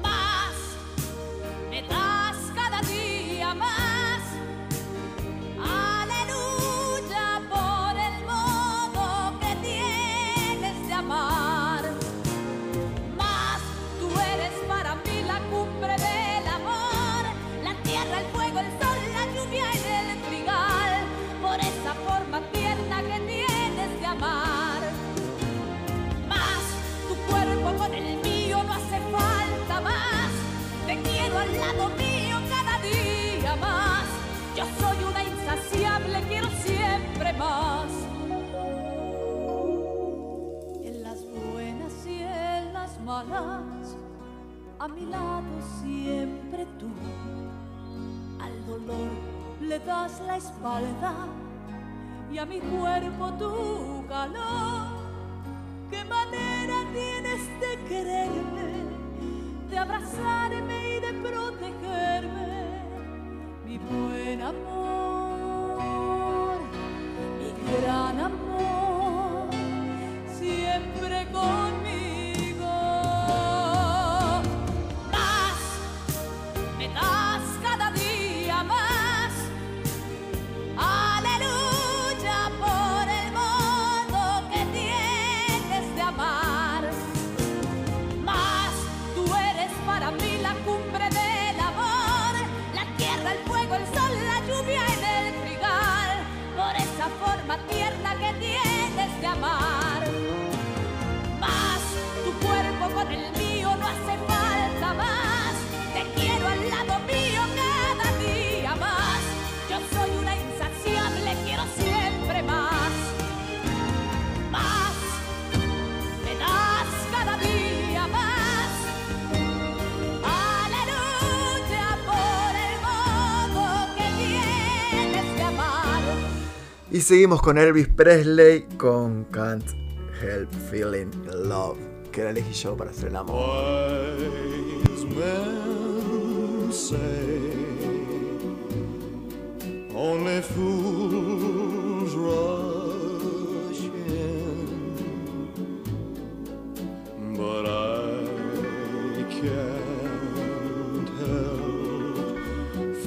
S9: Más me das cada día más. Aleluya por el modo que tienes de amar. Más tú eres para mí la cumbre del amor, la tierra, el fuego, el sol, la lluvia y el trigal. Por esa forma tierna que tienes de amar más. Tu cuerpo con el mío no hace falta más. Te quiero al lado mío cada día más. Yo soy una insaciable, quiero siempre más. En las buenas y en las malas, a mi lado siempre tú. Al dolor le das la espalda y a mi cuerpo tu calor. ¿Qué manera tienes de quererme, de abrazarme y de protegerme? Mi buen amor, mi gran amor, siempre conmigo. Más, me das cada día más. Aleluya por el modo que tienes de amar. Más tú eres para mí la cumbre del amor, la tierra, el fuego, el sol, la lluvia y el trigal. Por esa forma tierna que tienes de amar más. Tu cuerpo con el mío no hace falta más. Te quiero al lado mío cada día más. Yo soy una insaciable, quiero siempre más. Más, me das cada día más. Aleluya por el modo que tienes de amar.
S2: Y seguimos con Elvis Presley con Can't Help Feeling Love, que la elegí yo para hacer el amor.
S10: Wise men say only fools rush in, but I can't help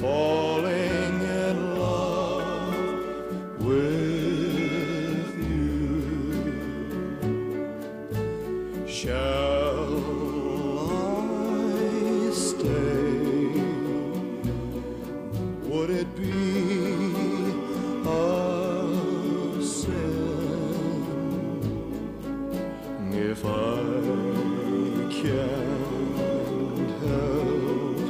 S10: falling in love with you. Shall I stay? Would it be a sin if I can't help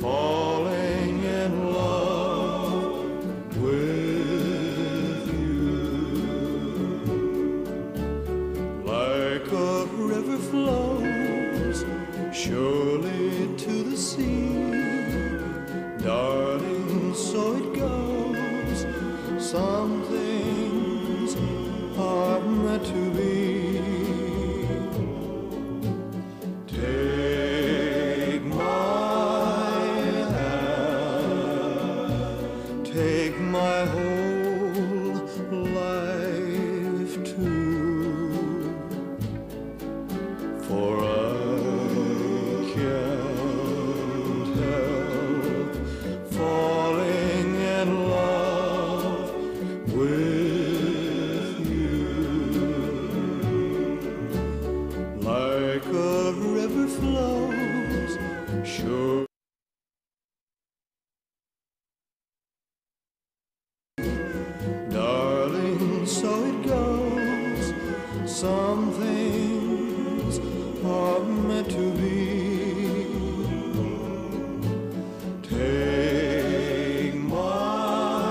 S10: falling in love with you? like a river flows surely to the sea. Darling, so it goes. Some things are meant to be. Take my hand, take my whole life too. For I can't help falling in love with you. Like a river flows, Sure. Darling, so it goes. Some things are meant to be. Take my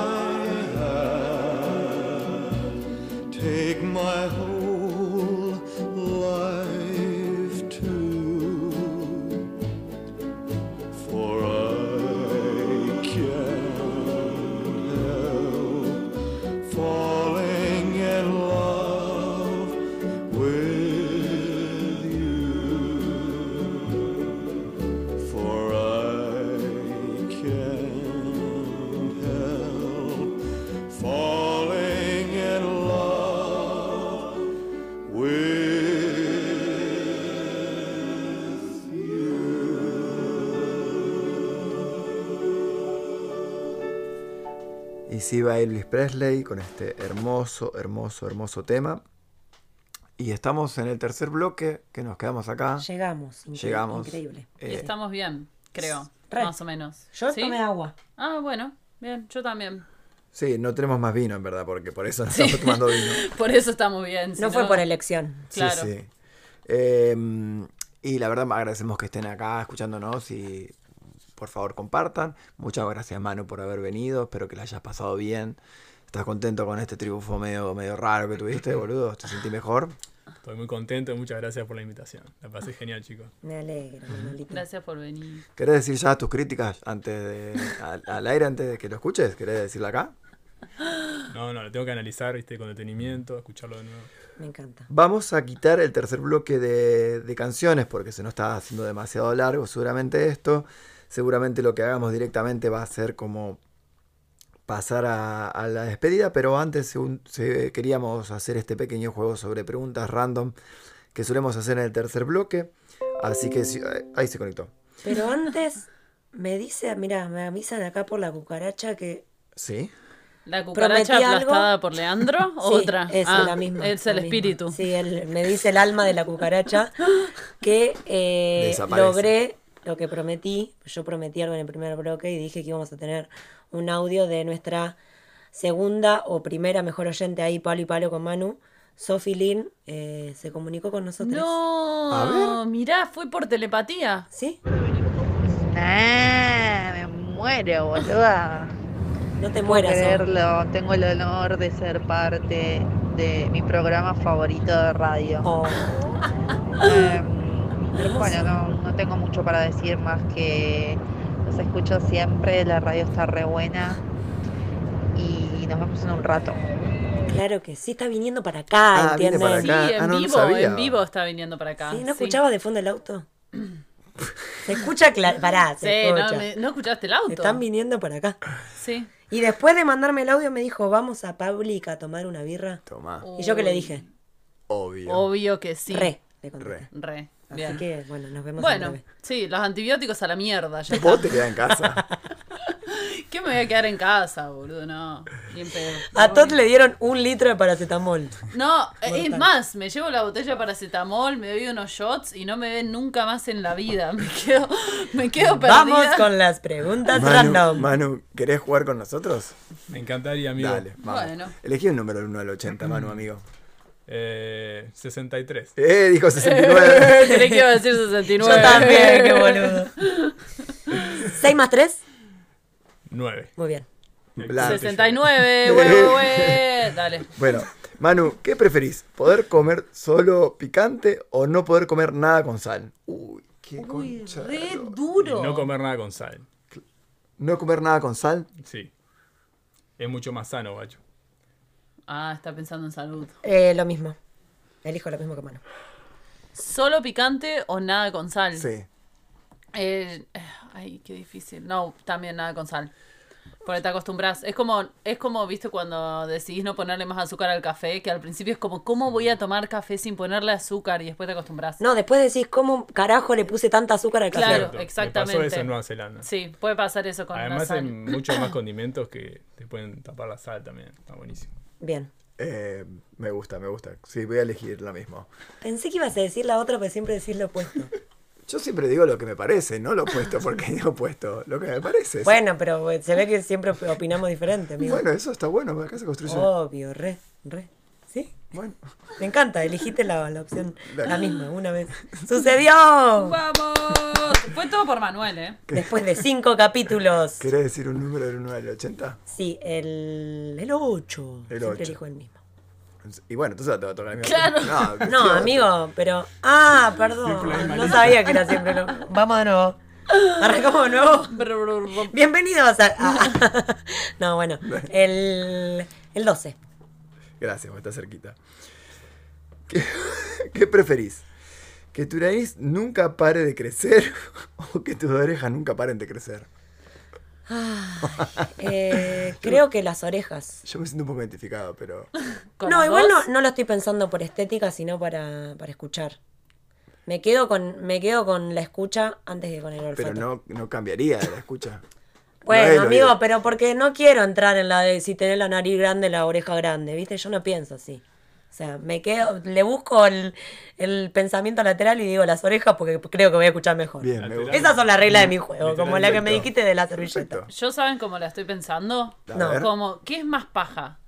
S10: hand, take my whole life too. For I can't help falling in love with you. For I can't help falling in love with
S2: Y sí va Elvis Presley con este hermoso, hermoso, hermoso tema. Y estamos en el tercer bloque, que nos quedamos acá.
S4: Llegamos. incre-
S2: Llegamos.
S4: Increíble.
S3: Y
S2: Eh,
S3: estamos bien, creo.
S4: Re.
S3: Más o menos.
S4: Yo
S3: ¿Sí?
S4: tomé agua.
S3: Ah, bueno. Bien, yo también.
S2: sí, no tenemos más vino, en verdad, porque por eso no estamos tomando vino.
S3: Por eso estamos bien. si
S4: No fue por elección.
S2: Sí,
S3: Claro.
S2: sí. Eh, y la verdad agradecemos que estén acá escuchándonos y por favor compartan. Muchas gracias Manu por haber venido, espero que la hayas pasado bien. ¿Estás contento con este triunfo medio, medio raro que tuviste, boludo? ¿Te sentí mejor?
S5: Estoy muy contento y muchas gracias por la invitación. La pasé genial, chicos.
S4: Me alegro, Manolito.
S3: Gracias por venir.
S2: ¿Querés decir ya tus críticas antes de, al, al aire antes de que lo escuches? ¿Querés decirla acá?
S5: No, no, lo tengo que analizar, viste, con detenimiento, escucharlo de nuevo.
S4: Me encanta.
S2: Vamos a quitar el tercer bloque de, de canciones porque se nos está haciendo demasiado largo seguramente esto. Seguramente lo que hagamos directamente va a ser como pasar a, a la despedida, pero antes según- se- queríamos hacer este pequeño juego sobre preguntas random que solemos hacer en el tercer bloque. Así que si- ay, ahí se conectó.
S4: Pero antes me dice, mira, me avisan acá por la cucaracha que
S2: ¿Sí?
S3: ¿La cucaracha
S4: Prometí algo.
S3: aplastada por Leandro? ¿O
S4: Sí,
S3: otra?
S4: Es
S3: Ah,
S4: la misma.
S3: Es
S4: la
S3: el
S4: misma.
S3: espíritu.
S4: Sí, el- me dice el alma de la cucaracha que eh,
S2: Desaparece.
S4: logré lo que prometí. Yo prometí algo en el primer bloque y dije que íbamos a tener un audio de nuestra segunda o primera mejor oyente ahí, palo y palo con Manu. Sophie Lynn eh, se comunicó con nosotros.
S2: A
S3: No, mirá, fue por telepatía.
S4: ¿Sí?
S11: Ah, me muero, boluda.
S4: No te
S11: No puedo
S4: mueras. Sof.
S11: creerlo. Tengo el honor de ser parte de mi programa favorito de radio.
S4: Oh,
S11: Em, bueno, no, no tengo mucho para decir más que los escucho siempre, la radio está re buena y nos vemos en un rato.
S4: claro que sí, está viniendo para acá,
S2: Ah, viene
S4: ¿entiendes?
S2: para
S3: Sí,
S2: acá.
S3: en
S2: Ah, no, no
S3: vivo,
S2: sabía.
S3: en vivo está viniendo para acá.
S4: Sí, ¿no escuchabas de fondo el auto? Se escucha claro. Pará,
S3: Sí,
S4: se escucha.
S3: no, me- no escuchaste el auto.
S4: Están viniendo para acá.
S3: Sí.
S4: Y después de mandarme el audio me dijo, vamos a Public a tomar una birra.
S2: Toma,
S4: Y yo que le
S3: Uy,
S4: dije,
S2: obvio.
S3: Obvio que sí.
S4: re, le contesté.
S2: Re.
S3: Re.
S4: Así
S3: Bien.
S4: que, bueno, nos vemos en
S3: Bueno,
S4: breve.
S3: sí, los antibióticos a la mierda. Ya está.
S2: Vos te quedás en casa.
S3: ¿Qué me voy a quedar en casa, boludo? No. ni en pedo.
S4: A Todd le dieron un litro de paracetamol.
S3: No, eh, es más, me llevo la botella de paracetamol, me doy unos shots y no me ven nunca más en la vida. Me quedo, me quedo perdida.
S4: Vamos con las preguntas
S2: Manu,
S4: random.
S2: Manu, ¿querés jugar con nosotros?
S5: Me encantaría, amigo. Mm.
S2: Dale, vamos.
S3: Bueno.
S2: Elegí un número del 1 al 80, Manu, amigo.
S5: Eh, 63.
S2: Eh, dijo 69.
S3: Creí que iba a decir 69.
S4: Yo también, qué boludo. ¿Seis más tres?
S5: 9.
S4: Muy bien.
S2: Plan.
S3: 69, huevo, huevo. Dale.
S2: Bueno, Manu, ¿qué preferís? ¿Poder comer solo picante o no poder comer nada con sal? Uy, qué concha.
S3: Re
S5: Y
S3: duro.
S5: no comer nada con sal.
S2: ¿No comer nada con sal?
S5: Sí. Es mucho más sano, guacho.
S3: Ah, está pensando en salud.
S4: Eh, lo mismo. Elijo lo mismo que Manu.
S3: ¿Solo picante o nada con sal?
S2: Sí.
S3: Eh, ay, qué difícil. No, también nada con sal. Porque te acostumbras. Es como, es como, viste, cuando decidís no ponerle más azúcar al café, que al principio es como, ¿cómo voy a tomar café sin ponerle azúcar? Y después te acostumbras.
S4: No, después decís, ¿cómo carajo le puse tanta azúcar al café?
S3: Claro,
S5: Cierto.
S3: exactamente.
S5: Me pasó eso en Nueva Zelanda.
S3: Sí, puede pasar eso con la
S5: Además hay
S3: sal.
S5: muchos más condimentos que te pueden tapar la sal también. Está buenísimo.
S4: Bien.
S2: Eh, me gusta, me gusta. Sí, voy a elegir la misma.
S4: Pensé que ibas a decir la otra, pero siempre decís lo opuesto.
S2: Yo siempre digo lo que me parece, no lo opuesto, porque he opuesto, lo que me parece.
S4: Bueno, pero eh, se ve que siempre opinamos diferente, amigo.
S2: Bueno, eso está bueno, acá se construye.
S4: Obvio, re, re. ¿Sí?
S2: Bueno,
S4: Me encanta, elegiste la, la opción, la misma, una vez. ¡Sucedió!
S3: ¡Vamos! Fue todo por Manuel, ¿eh?
S4: Después de cinco capítulos.
S2: ¿querés decir un número del 1 al 80?
S4: Sí, el, el
S2: El
S4: 8.
S2: ocho.
S4: Siempre elijo el mismo.
S2: Y bueno, entonces te va a tocar el mismo.
S3: Claro.
S2: No,
S4: No,
S2: tío,
S4: amigo, pero. Ah, perdón. No sabía que era siempre lo. Vamos de nuevo. Arrancamos de nuevo. Bienvenidos a. a- No, bueno. El, el 12.
S2: Gracias, vos estás cerquita. ¿Qué, qué preferís? ¿Que tu nariz nunca pare de crecer o que tus orejas nunca paren de crecer?
S4: Eh, creo que las orejas.
S2: Yo me siento un poco identificado, pero
S3: Con
S4: No,
S3: los
S4: igual
S3: dos.
S4: no, no lo estoy pensando por estética, sino para, para escuchar. Me quedo, con, me quedo con la escucha antes que con el olfato.
S2: pero no, no cambiaría la escucha. No es
S4: Bueno,
S2: lo
S4: amigo,
S2: ideal.
S4: pero porque no quiero entrar en la de si tenés la nariz grande, la oreja grande, ¿viste? Yo no pienso así. O sea, me quedo, le busco el, el pensamiento lateral y digo las orejas porque creo que voy a escuchar mejor.
S2: Bien, me gusta.
S4: Esas son las reglas de mi juego, como la que me
S2: Perfecto.
S4: dijiste de la servilleta.
S5: Ah.
S2: Perfecto.
S3: Yo saben cómo la estoy pensando.
S2: A No. ver.
S3: Como, ¿qué es más paja?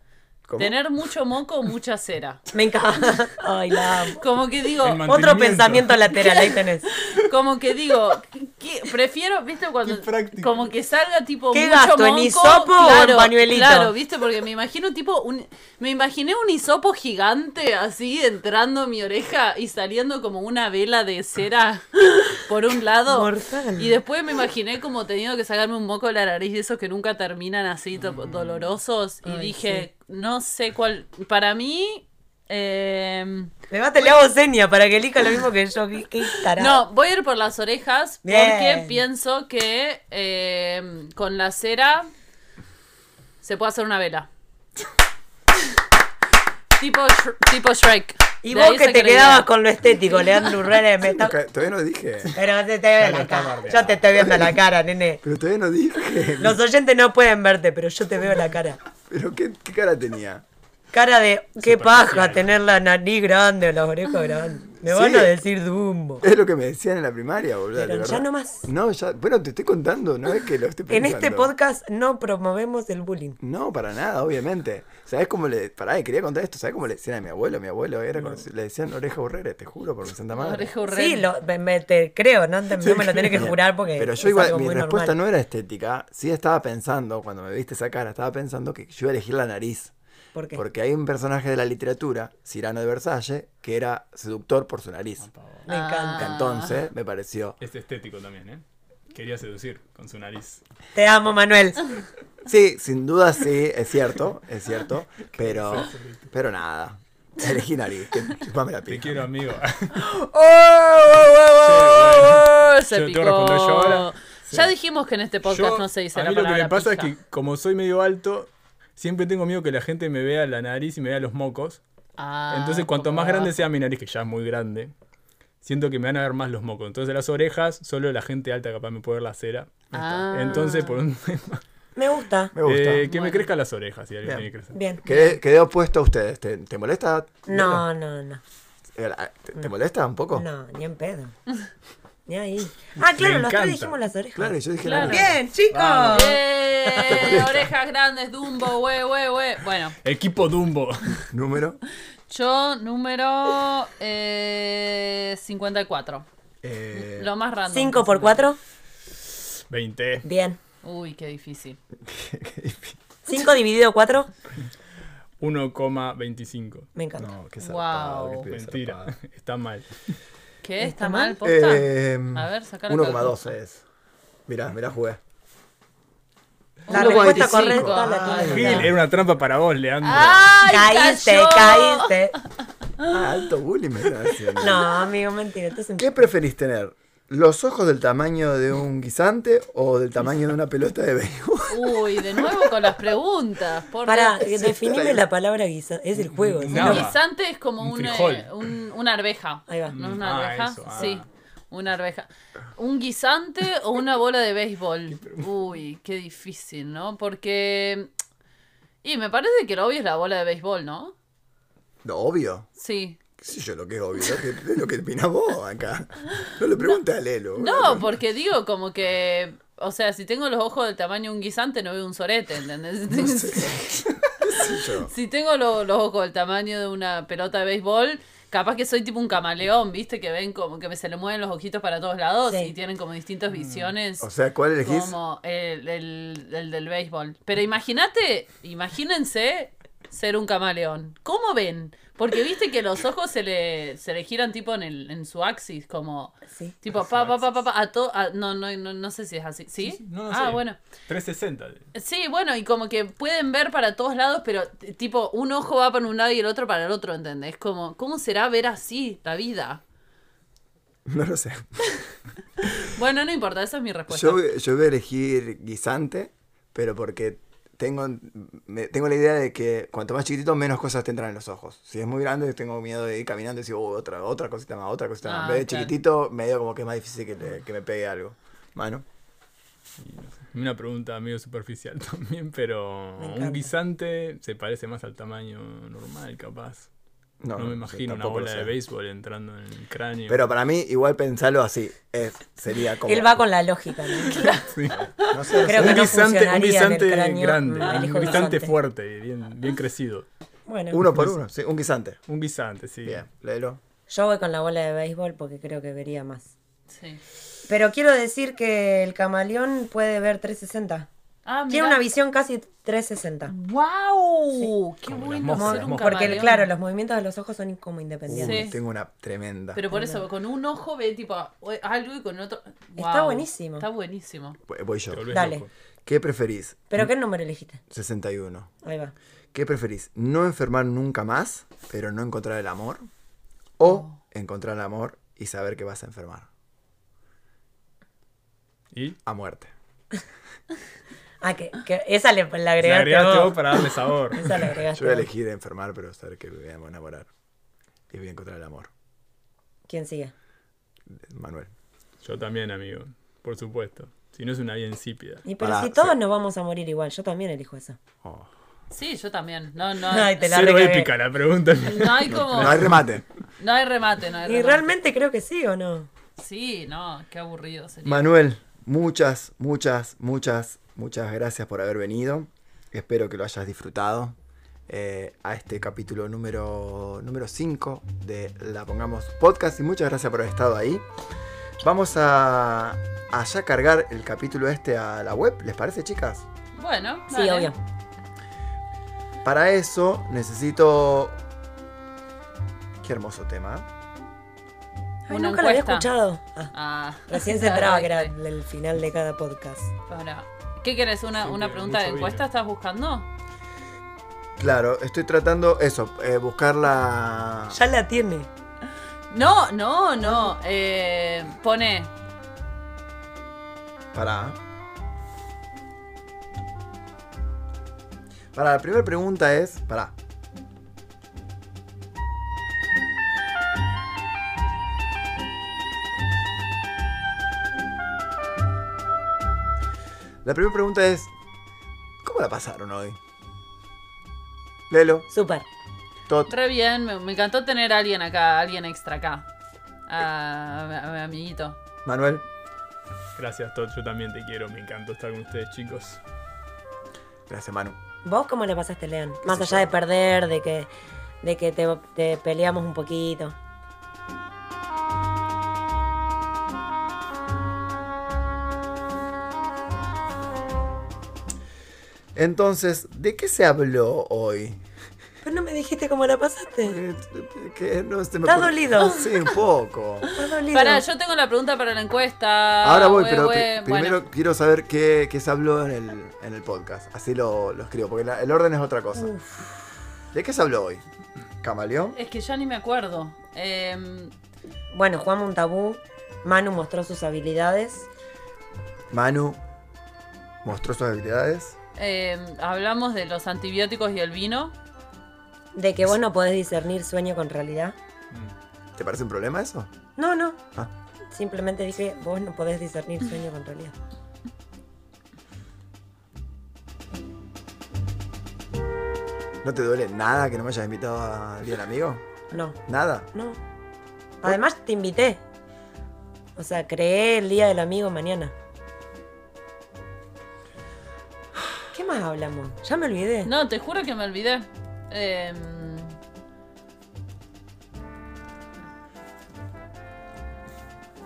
S2: ¿Cómo?
S3: ¿Tener mucho moco o mucha cera?
S4: Me encanta. Ay, la amo.
S3: Como que digo,
S5: El man-
S4: Otro
S5: Mantenimiento.
S4: pensamiento lateral, ¿eh? ahí tenés.
S3: como que digo, ¿qué- prefiero, viste, cuando
S5: práctico.
S3: como que salga tipo
S4: ¿Qué
S3: mucho
S4: gasto, en
S3: moco,
S4: hisopo o en pañuelito?
S3: Claro, viste, porque me imagino tipo un me imaginé un hisopo gigante así entrando en mi oreja y saliendo como una vela de cera por un lado.
S4: Mortal.
S3: Y después me imaginé como teniendo que sacarme un moco de la nariz de esos que nunca terminan así to- dolorosos y
S4: Ay,
S3: dije, no sé cuál para mí eh,
S4: Me mate, le hago seña para que elija lo mismo que yo. Qué, qué tarado.
S3: no, voy a ir por las orejas porque
S4: Bien.
S3: pienso que eh, con la cera se puede hacer una vela. tipo, Sh- tipo Shrek.
S4: Y
S3: De
S4: vos
S3: ahí
S4: que te
S3: saqué la
S4: quedabas
S3: idea.
S4: con lo estético, Leandro Urrera, me está...
S2: Nunca- Todavía no dije.
S4: Pero te, te veo la cara. Yo te estoy viendo la cara, nene.
S2: Pero todavía no dije.
S4: Los oyentes no pueden verte, pero yo te veo la cara.
S2: Pero qué, qué cara tenía.
S4: Cara de qué paja tener la nariz grande o las orejas grandes. Me van
S2: Sí.
S4: a decir Dumbo.
S2: Es lo que me decían en la primaria, boludo.
S4: Pero ya no más.
S2: No, ya. Bueno, te estoy contando, no es que lo estoy
S4: En
S2: pensando.
S4: este podcast no promovemos el bullying.
S2: No, para nada, obviamente. ¿Sabes cómo le.? Pará, quería contar esto. ¿Sabes cómo le decían a mi abuelo? Mi abuelo era conocido- le decían oreja burrera, te juro, por mi santa madre.
S3: Oreja urrera.
S4: Sí, lo, me, me- te creo, no, te- no me lo tenés que
S2: Bien.
S4: jurar porque
S2: Pero yo
S4: es
S2: igual,
S4: algo
S2: mi
S4: muy
S2: respuesta
S4: normal.
S2: no era estética. Sí estaba pensando, cuando me viste esa cara, estaba pensando que yo iba a elegir la nariz.
S4: ¿Por qué?
S2: Porque hay un personaje de la literatura, Cyrano de Versalles, que era seductor por su nariz.
S4: Me encanta.
S3: Ah.
S2: Entonces, me pareció.
S5: Es estético también, ¿eh? Quería seducir con su nariz.
S4: Te amo, Manuel.
S2: Sí, sin duda sí, es cierto, es cierto. Pero, pero nada. Elegí nariz, que chupame la
S5: Te
S2: pija.
S5: quiero, amigo.
S3: ¡Oh,
S4: oh,
S3: oh, oh, oh! Se
S5: Yo
S3: picó.
S5: tengo que responder yo ahora.
S3: Ya dijimos que en este podcast
S5: Yo-
S3: no se dice
S5: a
S3: la
S5: mí lo que
S3: palabra
S5: me pasa
S3: pija.
S5: es que como soy medio alto, siempre tengo miedo que la gente me vea la nariz y me vea los mocos.
S3: Ah,
S5: Entonces, cuanto
S3: como
S5: más
S3: va.
S5: grande sea mi nariz, que ya es muy grande, siento que me van a ver más los mocos. Entonces, las orejas, solo la gente alta capaz me puede ver la cera.
S3: Ah.
S5: Entonces, por un tema.
S4: Me gusta.
S2: Me gusta.
S5: eh, que me crezcan las orejas, si alguien
S2: Bien.
S5: tiene que crecer.
S4: Bien.
S2: Quedé, quedé opuesto a ustedes. ¿Te, te molesta?
S4: No, no, no.
S2: Eh, la- ¿Te, te molesta un poco?
S4: No, ni en pedo. Ni ahí. Ah, claro, los
S5: encanta.
S4: tres dijimos las orejas.
S2: Claro, yo dije
S3: Claro.
S2: nariz.
S4: Bien, chicos.
S3: ¡Eh! Orejas grandes, Dumbo, we, we, we. Bueno,
S5: Equipo Dumbo.
S2: Número.
S3: yo número eh, 54.
S2: eh,
S3: Lo más random.
S4: 5 por 4.
S5: 20.
S4: Bien.
S3: Uy, qué difícil.
S4: 5 dividido 4.
S5: 1,25.
S4: Me encanta.
S2: No, qué zarpado,
S3: Wow.
S2: qué pibe
S5: Mentira.
S2: zarpado.
S5: Está mal.
S3: ¿Qué? ¿Está
S4: ¿Está
S3: mal,
S4: mal?
S3: posta?
S2: Eh,
S5: Em,
S3: A ver, saca la
S2: 1,12 es. Mirá, mirá, jugué.
S4: La
S3: Uno
S4: respuesta
S3: cuarenta y cinco.
S4: correcta la
S2: Ay,
S5: Gil, era
S4: tuya.
S5: una trampa para vos, Leandro.
S3: ¡Ay,
S4: Caíste,
S3: cayó!
S4: caíste.
S2: Ah, alto bullying me estás haciendo.
S4: No, amigo, mentira. estás en-
S2: ¿Qué preferís tener? ¿Los ojos del tamaño de un guisante o del tamaño de una pelota de béisbol?
S3: Uy, de nuevo con las preguntas. Por
S4: Pará,
S3: Dios.
S4: eh, definime la palabra guisa. Es el juego. ¿sí?
S5: No.
S3: Un guisante es como
S5: Un
S3: un, eh,
S5: frijol.
S3: un- una arveja.
S4: Ahí va.
S3: ¿No es
S5: Mm,
S3: una
S5: ah,
S3: arveja?
S5: eso, ah.
S3: Sí, una arveja. ¿Un guisante o una bola de béisbol? Uy, qué difícil, ¿no? Porque... Y me parece que lo obvio es la bola de béisbol, ¿no?
S2: No, obvio.
S3: Sí.
S2: sé yo lo que es obvio, lo que, es lo que opinás vos acá. No le preguntes a Lelo.
S3: No, porque digo, como que. O sea, si tengo los ojos del tamaño de un guisante, no veo un sorete, ¿entendés?
S2: Sí, yo.
S3: Si tengo lo- los ojos del tamaño de una pelota de béisbol, capaz que soy tipo un camaleón, ¿viste? Que ven como que me se le mueven los ojitos para todos lados
S4: Sí.
S3: y tienen como distintas visiones.
S2: Mm. O sea, ¿cuál elegís?
S3: como el, el- el del béisbol. Pero imagínate, imagínense ser un camaleón. ¿Cómo ven? Porque viste que los ojos se le, se le giran tipo en, el, en su axis, como
S4: Sí.
S3: tipo pa, pa, pa, pa, pa, a to- a- no, no, no, no sé si es así. ¿Sí?
S5: Sí, sí, no, no
S3: ah,
S5: sé.
S3: bueno.
S5: 360.
S3: Sí, bueno, y como que pueden ver para todos lados, pero t- tipo, un ojo va para un lado y el otro para el otro, ¿entendés? Como, ¿cómo será ver así la vida?
S2: No lo sé.
S3: Bueno, Pues no importa, esa es mi respuesta.
S2: Yo, yo voy a elegir guisante, pero porque tengo, me- tengo la idea de que cuanto más chiquitito, menos cosas te entran en los ojos. Si es muy grande, tengo miedo de ir caminando y decir, "Oh, otra, otra cosita más, otra cosita más.
S3: Ah,
S2: en vez de
S3: claro.
S2: chiquitito, medio como que es más difícil que, te- que me pegue algo. Mano.
S5: Una pregunta medio superficial también, pero
S4: Me encanta.
S5: un guisante se parece más al tamaño normal, capaz. No, me
S2: sé,
S5: imagino una
S2: tampoco lo
S5: bola de
S2: sé.
S5: béisbol entrando en el cráneo.
S2: Pero para mí, igual pensarlo así, es- sería como...
S4: Él va con la lógica, ¿no?
S5: Sí.
S2: no sé, no sé.
S4: Creo que
S5: un guisante, un
S4: no funcionaría en el
S5: guisante
S4: cráneo.
S5: grande,
S4: Mm,
S5: un
S4: elijo
S5: guisante,
S4: guisante.
S5: fuerte, bien, bien crecido.
S4: Bueno,
S2: Uno por uno, sí, un guisante.
S5: Un guisante, sí.
S2: Bien, léelo.
S4: yo voy con la bola de béisbol porque creo que vería más.
S3: Sí.
S4: Pero quiero decir que el camaleón puede ver 360.
S3: Ah, mira.
S4: Tiene una visión casi 360.
S3: ¡Wow! ¡Qué
S5: Como las
S3: bueno
S5: moscas,
S3: ser
S5: las
S3: un
S5: moscas.
S4: Porque,
S3: camaleón.
S4: claro, los movimientos de los ojos son como independientes.
S3: Sí.
S2: Uy, Uh, tengo una tremenda.
S3: Pero por eso, con un ojo ve tipo algo y con otro.
S4: Está
S3: Wow,
S4: buenísimo.
S3: Está buenísimo.
S2: Voy- Voy yo.
S5: Te volvés
S4: Dale.
S5: loco.
S2: ¿Qué preferís?
S4: ¿Pero qué número elegiste?
S2: 61.
S4: Ahí va.
S2: ¿Qué preferís? ¿No enfermar nunca más, pero no encontrar el amor? ¿O
S4: Oh.
S2: encontrar el amor y saber que vas a enfermar?
S5: Y
S2: A muerte.
S4: Ah, que, que esa le, la agregaste,
S5: la agregaste
S4: vos.
S5: vos para darle sabor.
S4: Esa la
S2: Yo
S4: agregaste
S2: voy a
S4: vos.
S2: elegir enfermar, pero saber que me voy a enamorar. Y voy a encontrar el amor.
S4: ¿Quién sigue?
S2: Manuel.
S5: Yo también, amigo. Por supuesto. Si no es una vida insípida.
S4: Y pero
S2: Pará,
S4: si todos
S2: se-
S4: nos vamos a morir igual, yo también elijo eso.
S2: Oh.
S3: Sí, yo también. No, no.
S4: Ay, te la
S5: Cero
S4: recagué.
S5: épica la pregunta.
S3: No hay como.
S2: No hay remate.
S3: No hay remate, no hay
S4: Y
S3: remate.
S4: realmente creo que sí o no.
S3: Sí, no, qué aburrido sería.
S2: Manuel, muchas, muchas, muchas, muchas gracias por haber venido. Espero que lo hayas disfrutado eh, a este capítulo número 5 de La Pongamos Podcast y muchas gracias por haber estado ahí. Vamos a, a ya cargar el capítulo este a la web, ¿les parece chicas?
S3: Bueno,
S4: Sí,
S3: dale.
S4: obvio.
S2: Para eso necesito... Qué hermoso tema. ¿eh?
S4: Ay,
S3: Una
S4: nunca lo había
S3: encuesta.
S4: escuchado. Ah,
S3: Ah,
S4: recién se entraba que era
S3: viste.
S4: el final de cada podcast.
S3: Ahora, ¿Qué querés? ¿Una,
S5: Sí,
S3: una
S5: que
S3: pregunta de
S5: mucho
S3: encuesta
S5: vino.
S3: estás buscando?
S2: Claro, estoy tratando eso, eh, buscar la...
S4: Ya la tiene.
S3: No, no, no. Eh, pone.
S2: Para. Para, la primera pregunta es. Para. La primera pregunta es. ¿Cómo la pasaron hoy? Lelo, Tota,
S4: Súper.
S2: Tot.
S3: Re bien, me, me encantó tener a alguien acá, a alguien extra acá. A, a mi amiguito.
S2: Manuel.
S5: Gracias, Todd. Yo también te quiero. Me encantó estar con ustedes, chicos.
S2: Gracias, Manu.
S4: ¿Vos cómo la pasaste, Lean? Más
S2: sé
S4: allá
S2: yo.
S4: de perder, de que, de que te, te peleamos un poquito.
S2: Entonces, ¿de qué se habló hoy?
S4: Pero no me dijiste cómo la pasaste.
S2: Eh, Que no se me
S4: ¿Estás
S2: ocurre-
S4: dolido?
S2: Sí, un poco.
S4: Estás dolido.
S3: Para, yo tengo la pregunta para la encuesta.
S2: Ahora voy,
S3: Hue,
S2: pero
S3: hue.
S2: pri-
S3: Ah, Bueno.
S2: primero quiero saber qué, qué se habló en el, en el podcast. Así lo, lo escribo, porque la- el orden es otra cosa. ¿De qué se habló hoy? ¿Camaleón?
S3: Es que ya ni me acuerdo. Eh,
S4: Bueno, jugamos un tabú. Manu mostró sus habilidades.
S2: Manu mostró sus habilidades.
S3: eh, hablamos de los antibióticos y el vino.
S4: De que vos no podés discernir sueño con realidad.
S2: ¿Te parece un problema eso?
S4: No, no.
S2: Ah.
S4: Simplemente dije, vos no podés discernir
S3: Mm.
S4: sueño con realidad.
S2: ¿No te duele nada que no me hayas invitado al día del amigo?
S4: No,
S2: Nada.
S4: no. Además te invité. O sea, creé el día del amigo mañana. ¿Qué más hablamos? Ya me olvidé.
S3: No, te juro que me olvidé. Em,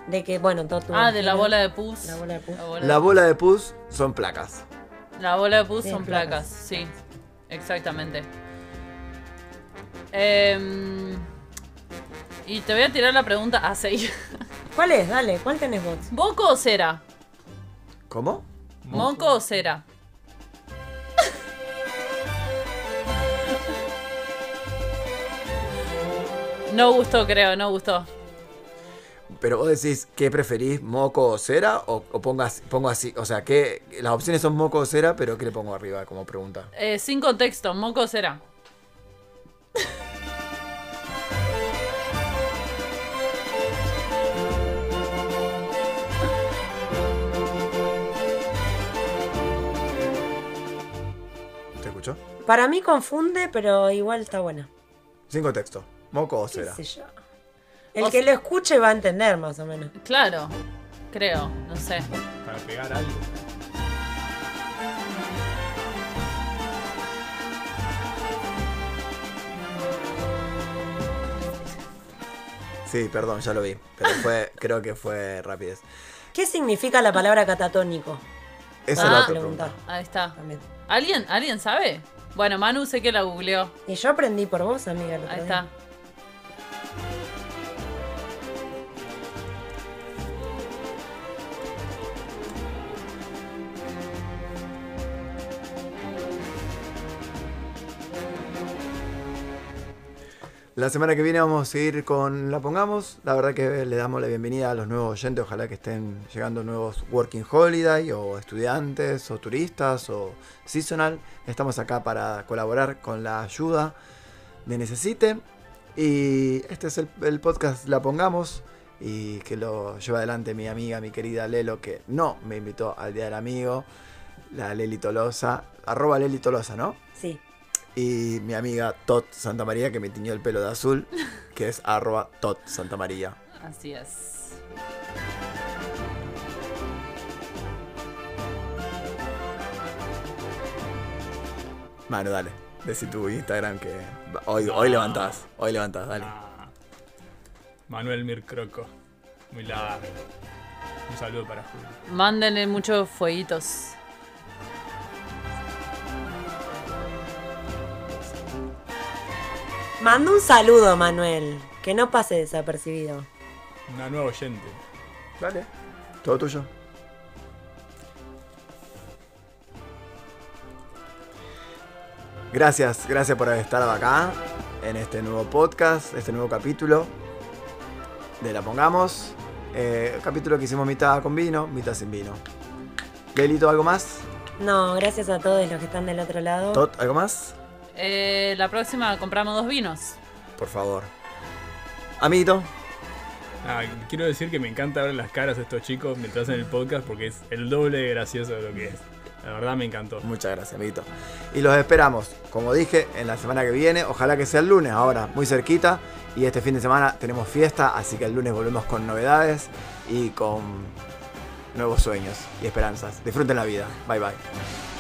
S4: De que, bueno, todo tu
S3: ah, de la
S4: vagina,
S3: bola de pus.
S4: La bola de pus.
S3: La bola,
S2: La bola de pus son placas.
S3: la bola de pus
S4: Sí,
S3: son placas,
S4: placas.
S3: sí. Exactamente. Em, y te voy a tirar la pregunta a 6.
S4: ¿Cuál es? Dale, ¿cuál tenés vos?
S3: ¿Boco o cera?
S2: ¿Cómo?
S3: ¿Moco o cera? No gustó, creo, no gustó.
S2: Pero vos decís, ¿qué preferís, moco o cera? O, o pongas, pongo así, o sea, que las opciones son moco o cera, pero ¿qué le pongo arriba como pregunta?
S3: Eh, sin contexto, moco o cera.
S2: ¿Te escuchó?
S4: Para mí confunde, pero igual está buena.
S2: Sin contexto. Moco o
S4: ¿Qué
S2: cera.
S4: sé yo? El
S3: O sea-
S4: que lo escuche va a entender más o menos.
S3: Claro, creo, no sé.
S5: Para pegar algo.
S2: Sí, perdón, ya lo vi. Pero fue, creo que fue rapidez.
S4: ¿Qué significa la palabra catatónico?
S2: Esa es
S3: Ah,
S2: la otra
S4: preguntar
S2: pregunta.
S3: Ahí está.
S4: también.
S3: ¿Alguien, ¿Alguien sabe? Bueno, Manu sé que la googleó.
S4: Y yo aprendí por vos, amiga. el otro
S3: Ahí
S4: día.
S3: está.
S2: La semana que viene vamos a seguir con La Pongamos. La verdad que le damos la bienvenida a los nuevos oyentes. Ojalá que estén llegando nuevos Working Holiday o estudiantes o turistas o seasonal. Estamos acá para colaborar con la ayuda de Necesite. Y este es el, el podcast La Pongamos y que lo lleva adelante mi amiga, mi querida Lelo, que no me invitó al Día del Amigo. La Leli Tolosa. Arroba Leli Tolosa, ¿no?
S4: Sí.
S2: Y mi amiga Tot Santa María, que me tiñó el pelo de azul, que es arroba Tot Santa María.
S3: Así es.
S2: Manu, dale. Decí tu Instagram que hoy, hoy levantás, hoy levantás, dale.
S5: Ah. Manuel Mircroco. Muy largo. Un saludo para Julio.
S3: Mándenle muchos fueguitos.
S4: Manda un saludo, Manuel. Que no pase desapercibido.
S5: Una nueva oyente.
S2: Dale. Todo tuyo. Gracias, gracias por haber estado acá en este nuevo podcast, este nuevo capítulo de La Pongamos. Eh, capítulo que hicimos mitad con vino, mitad sin vino. Delito, ¿algo más?
S4: No, gracias a todos los que están del otro
S3: Oh.
S4: lado.
S2: Tot, ¿algo más?
S3: Eh, la próxima compramos dos vinos.
S2: Por favor. Amiguito,
S5: Ah, quiero decir que me encanta ver las caras de estos chicos mientras hacen el podcast porque es el doble de gracioso de lo que es. La verdad me encantó.
S2: muchas gracias, amiguito. Y los esperamos, como dije, en la semana que viene. Ojalá que sea el lunes ahora, muy cerquita. Y este fin de semana tenemos fiesta, así que el lunes volvemos con novedades y con nuevos sueños y esperanzas. Disfruten la vida. Bye bye.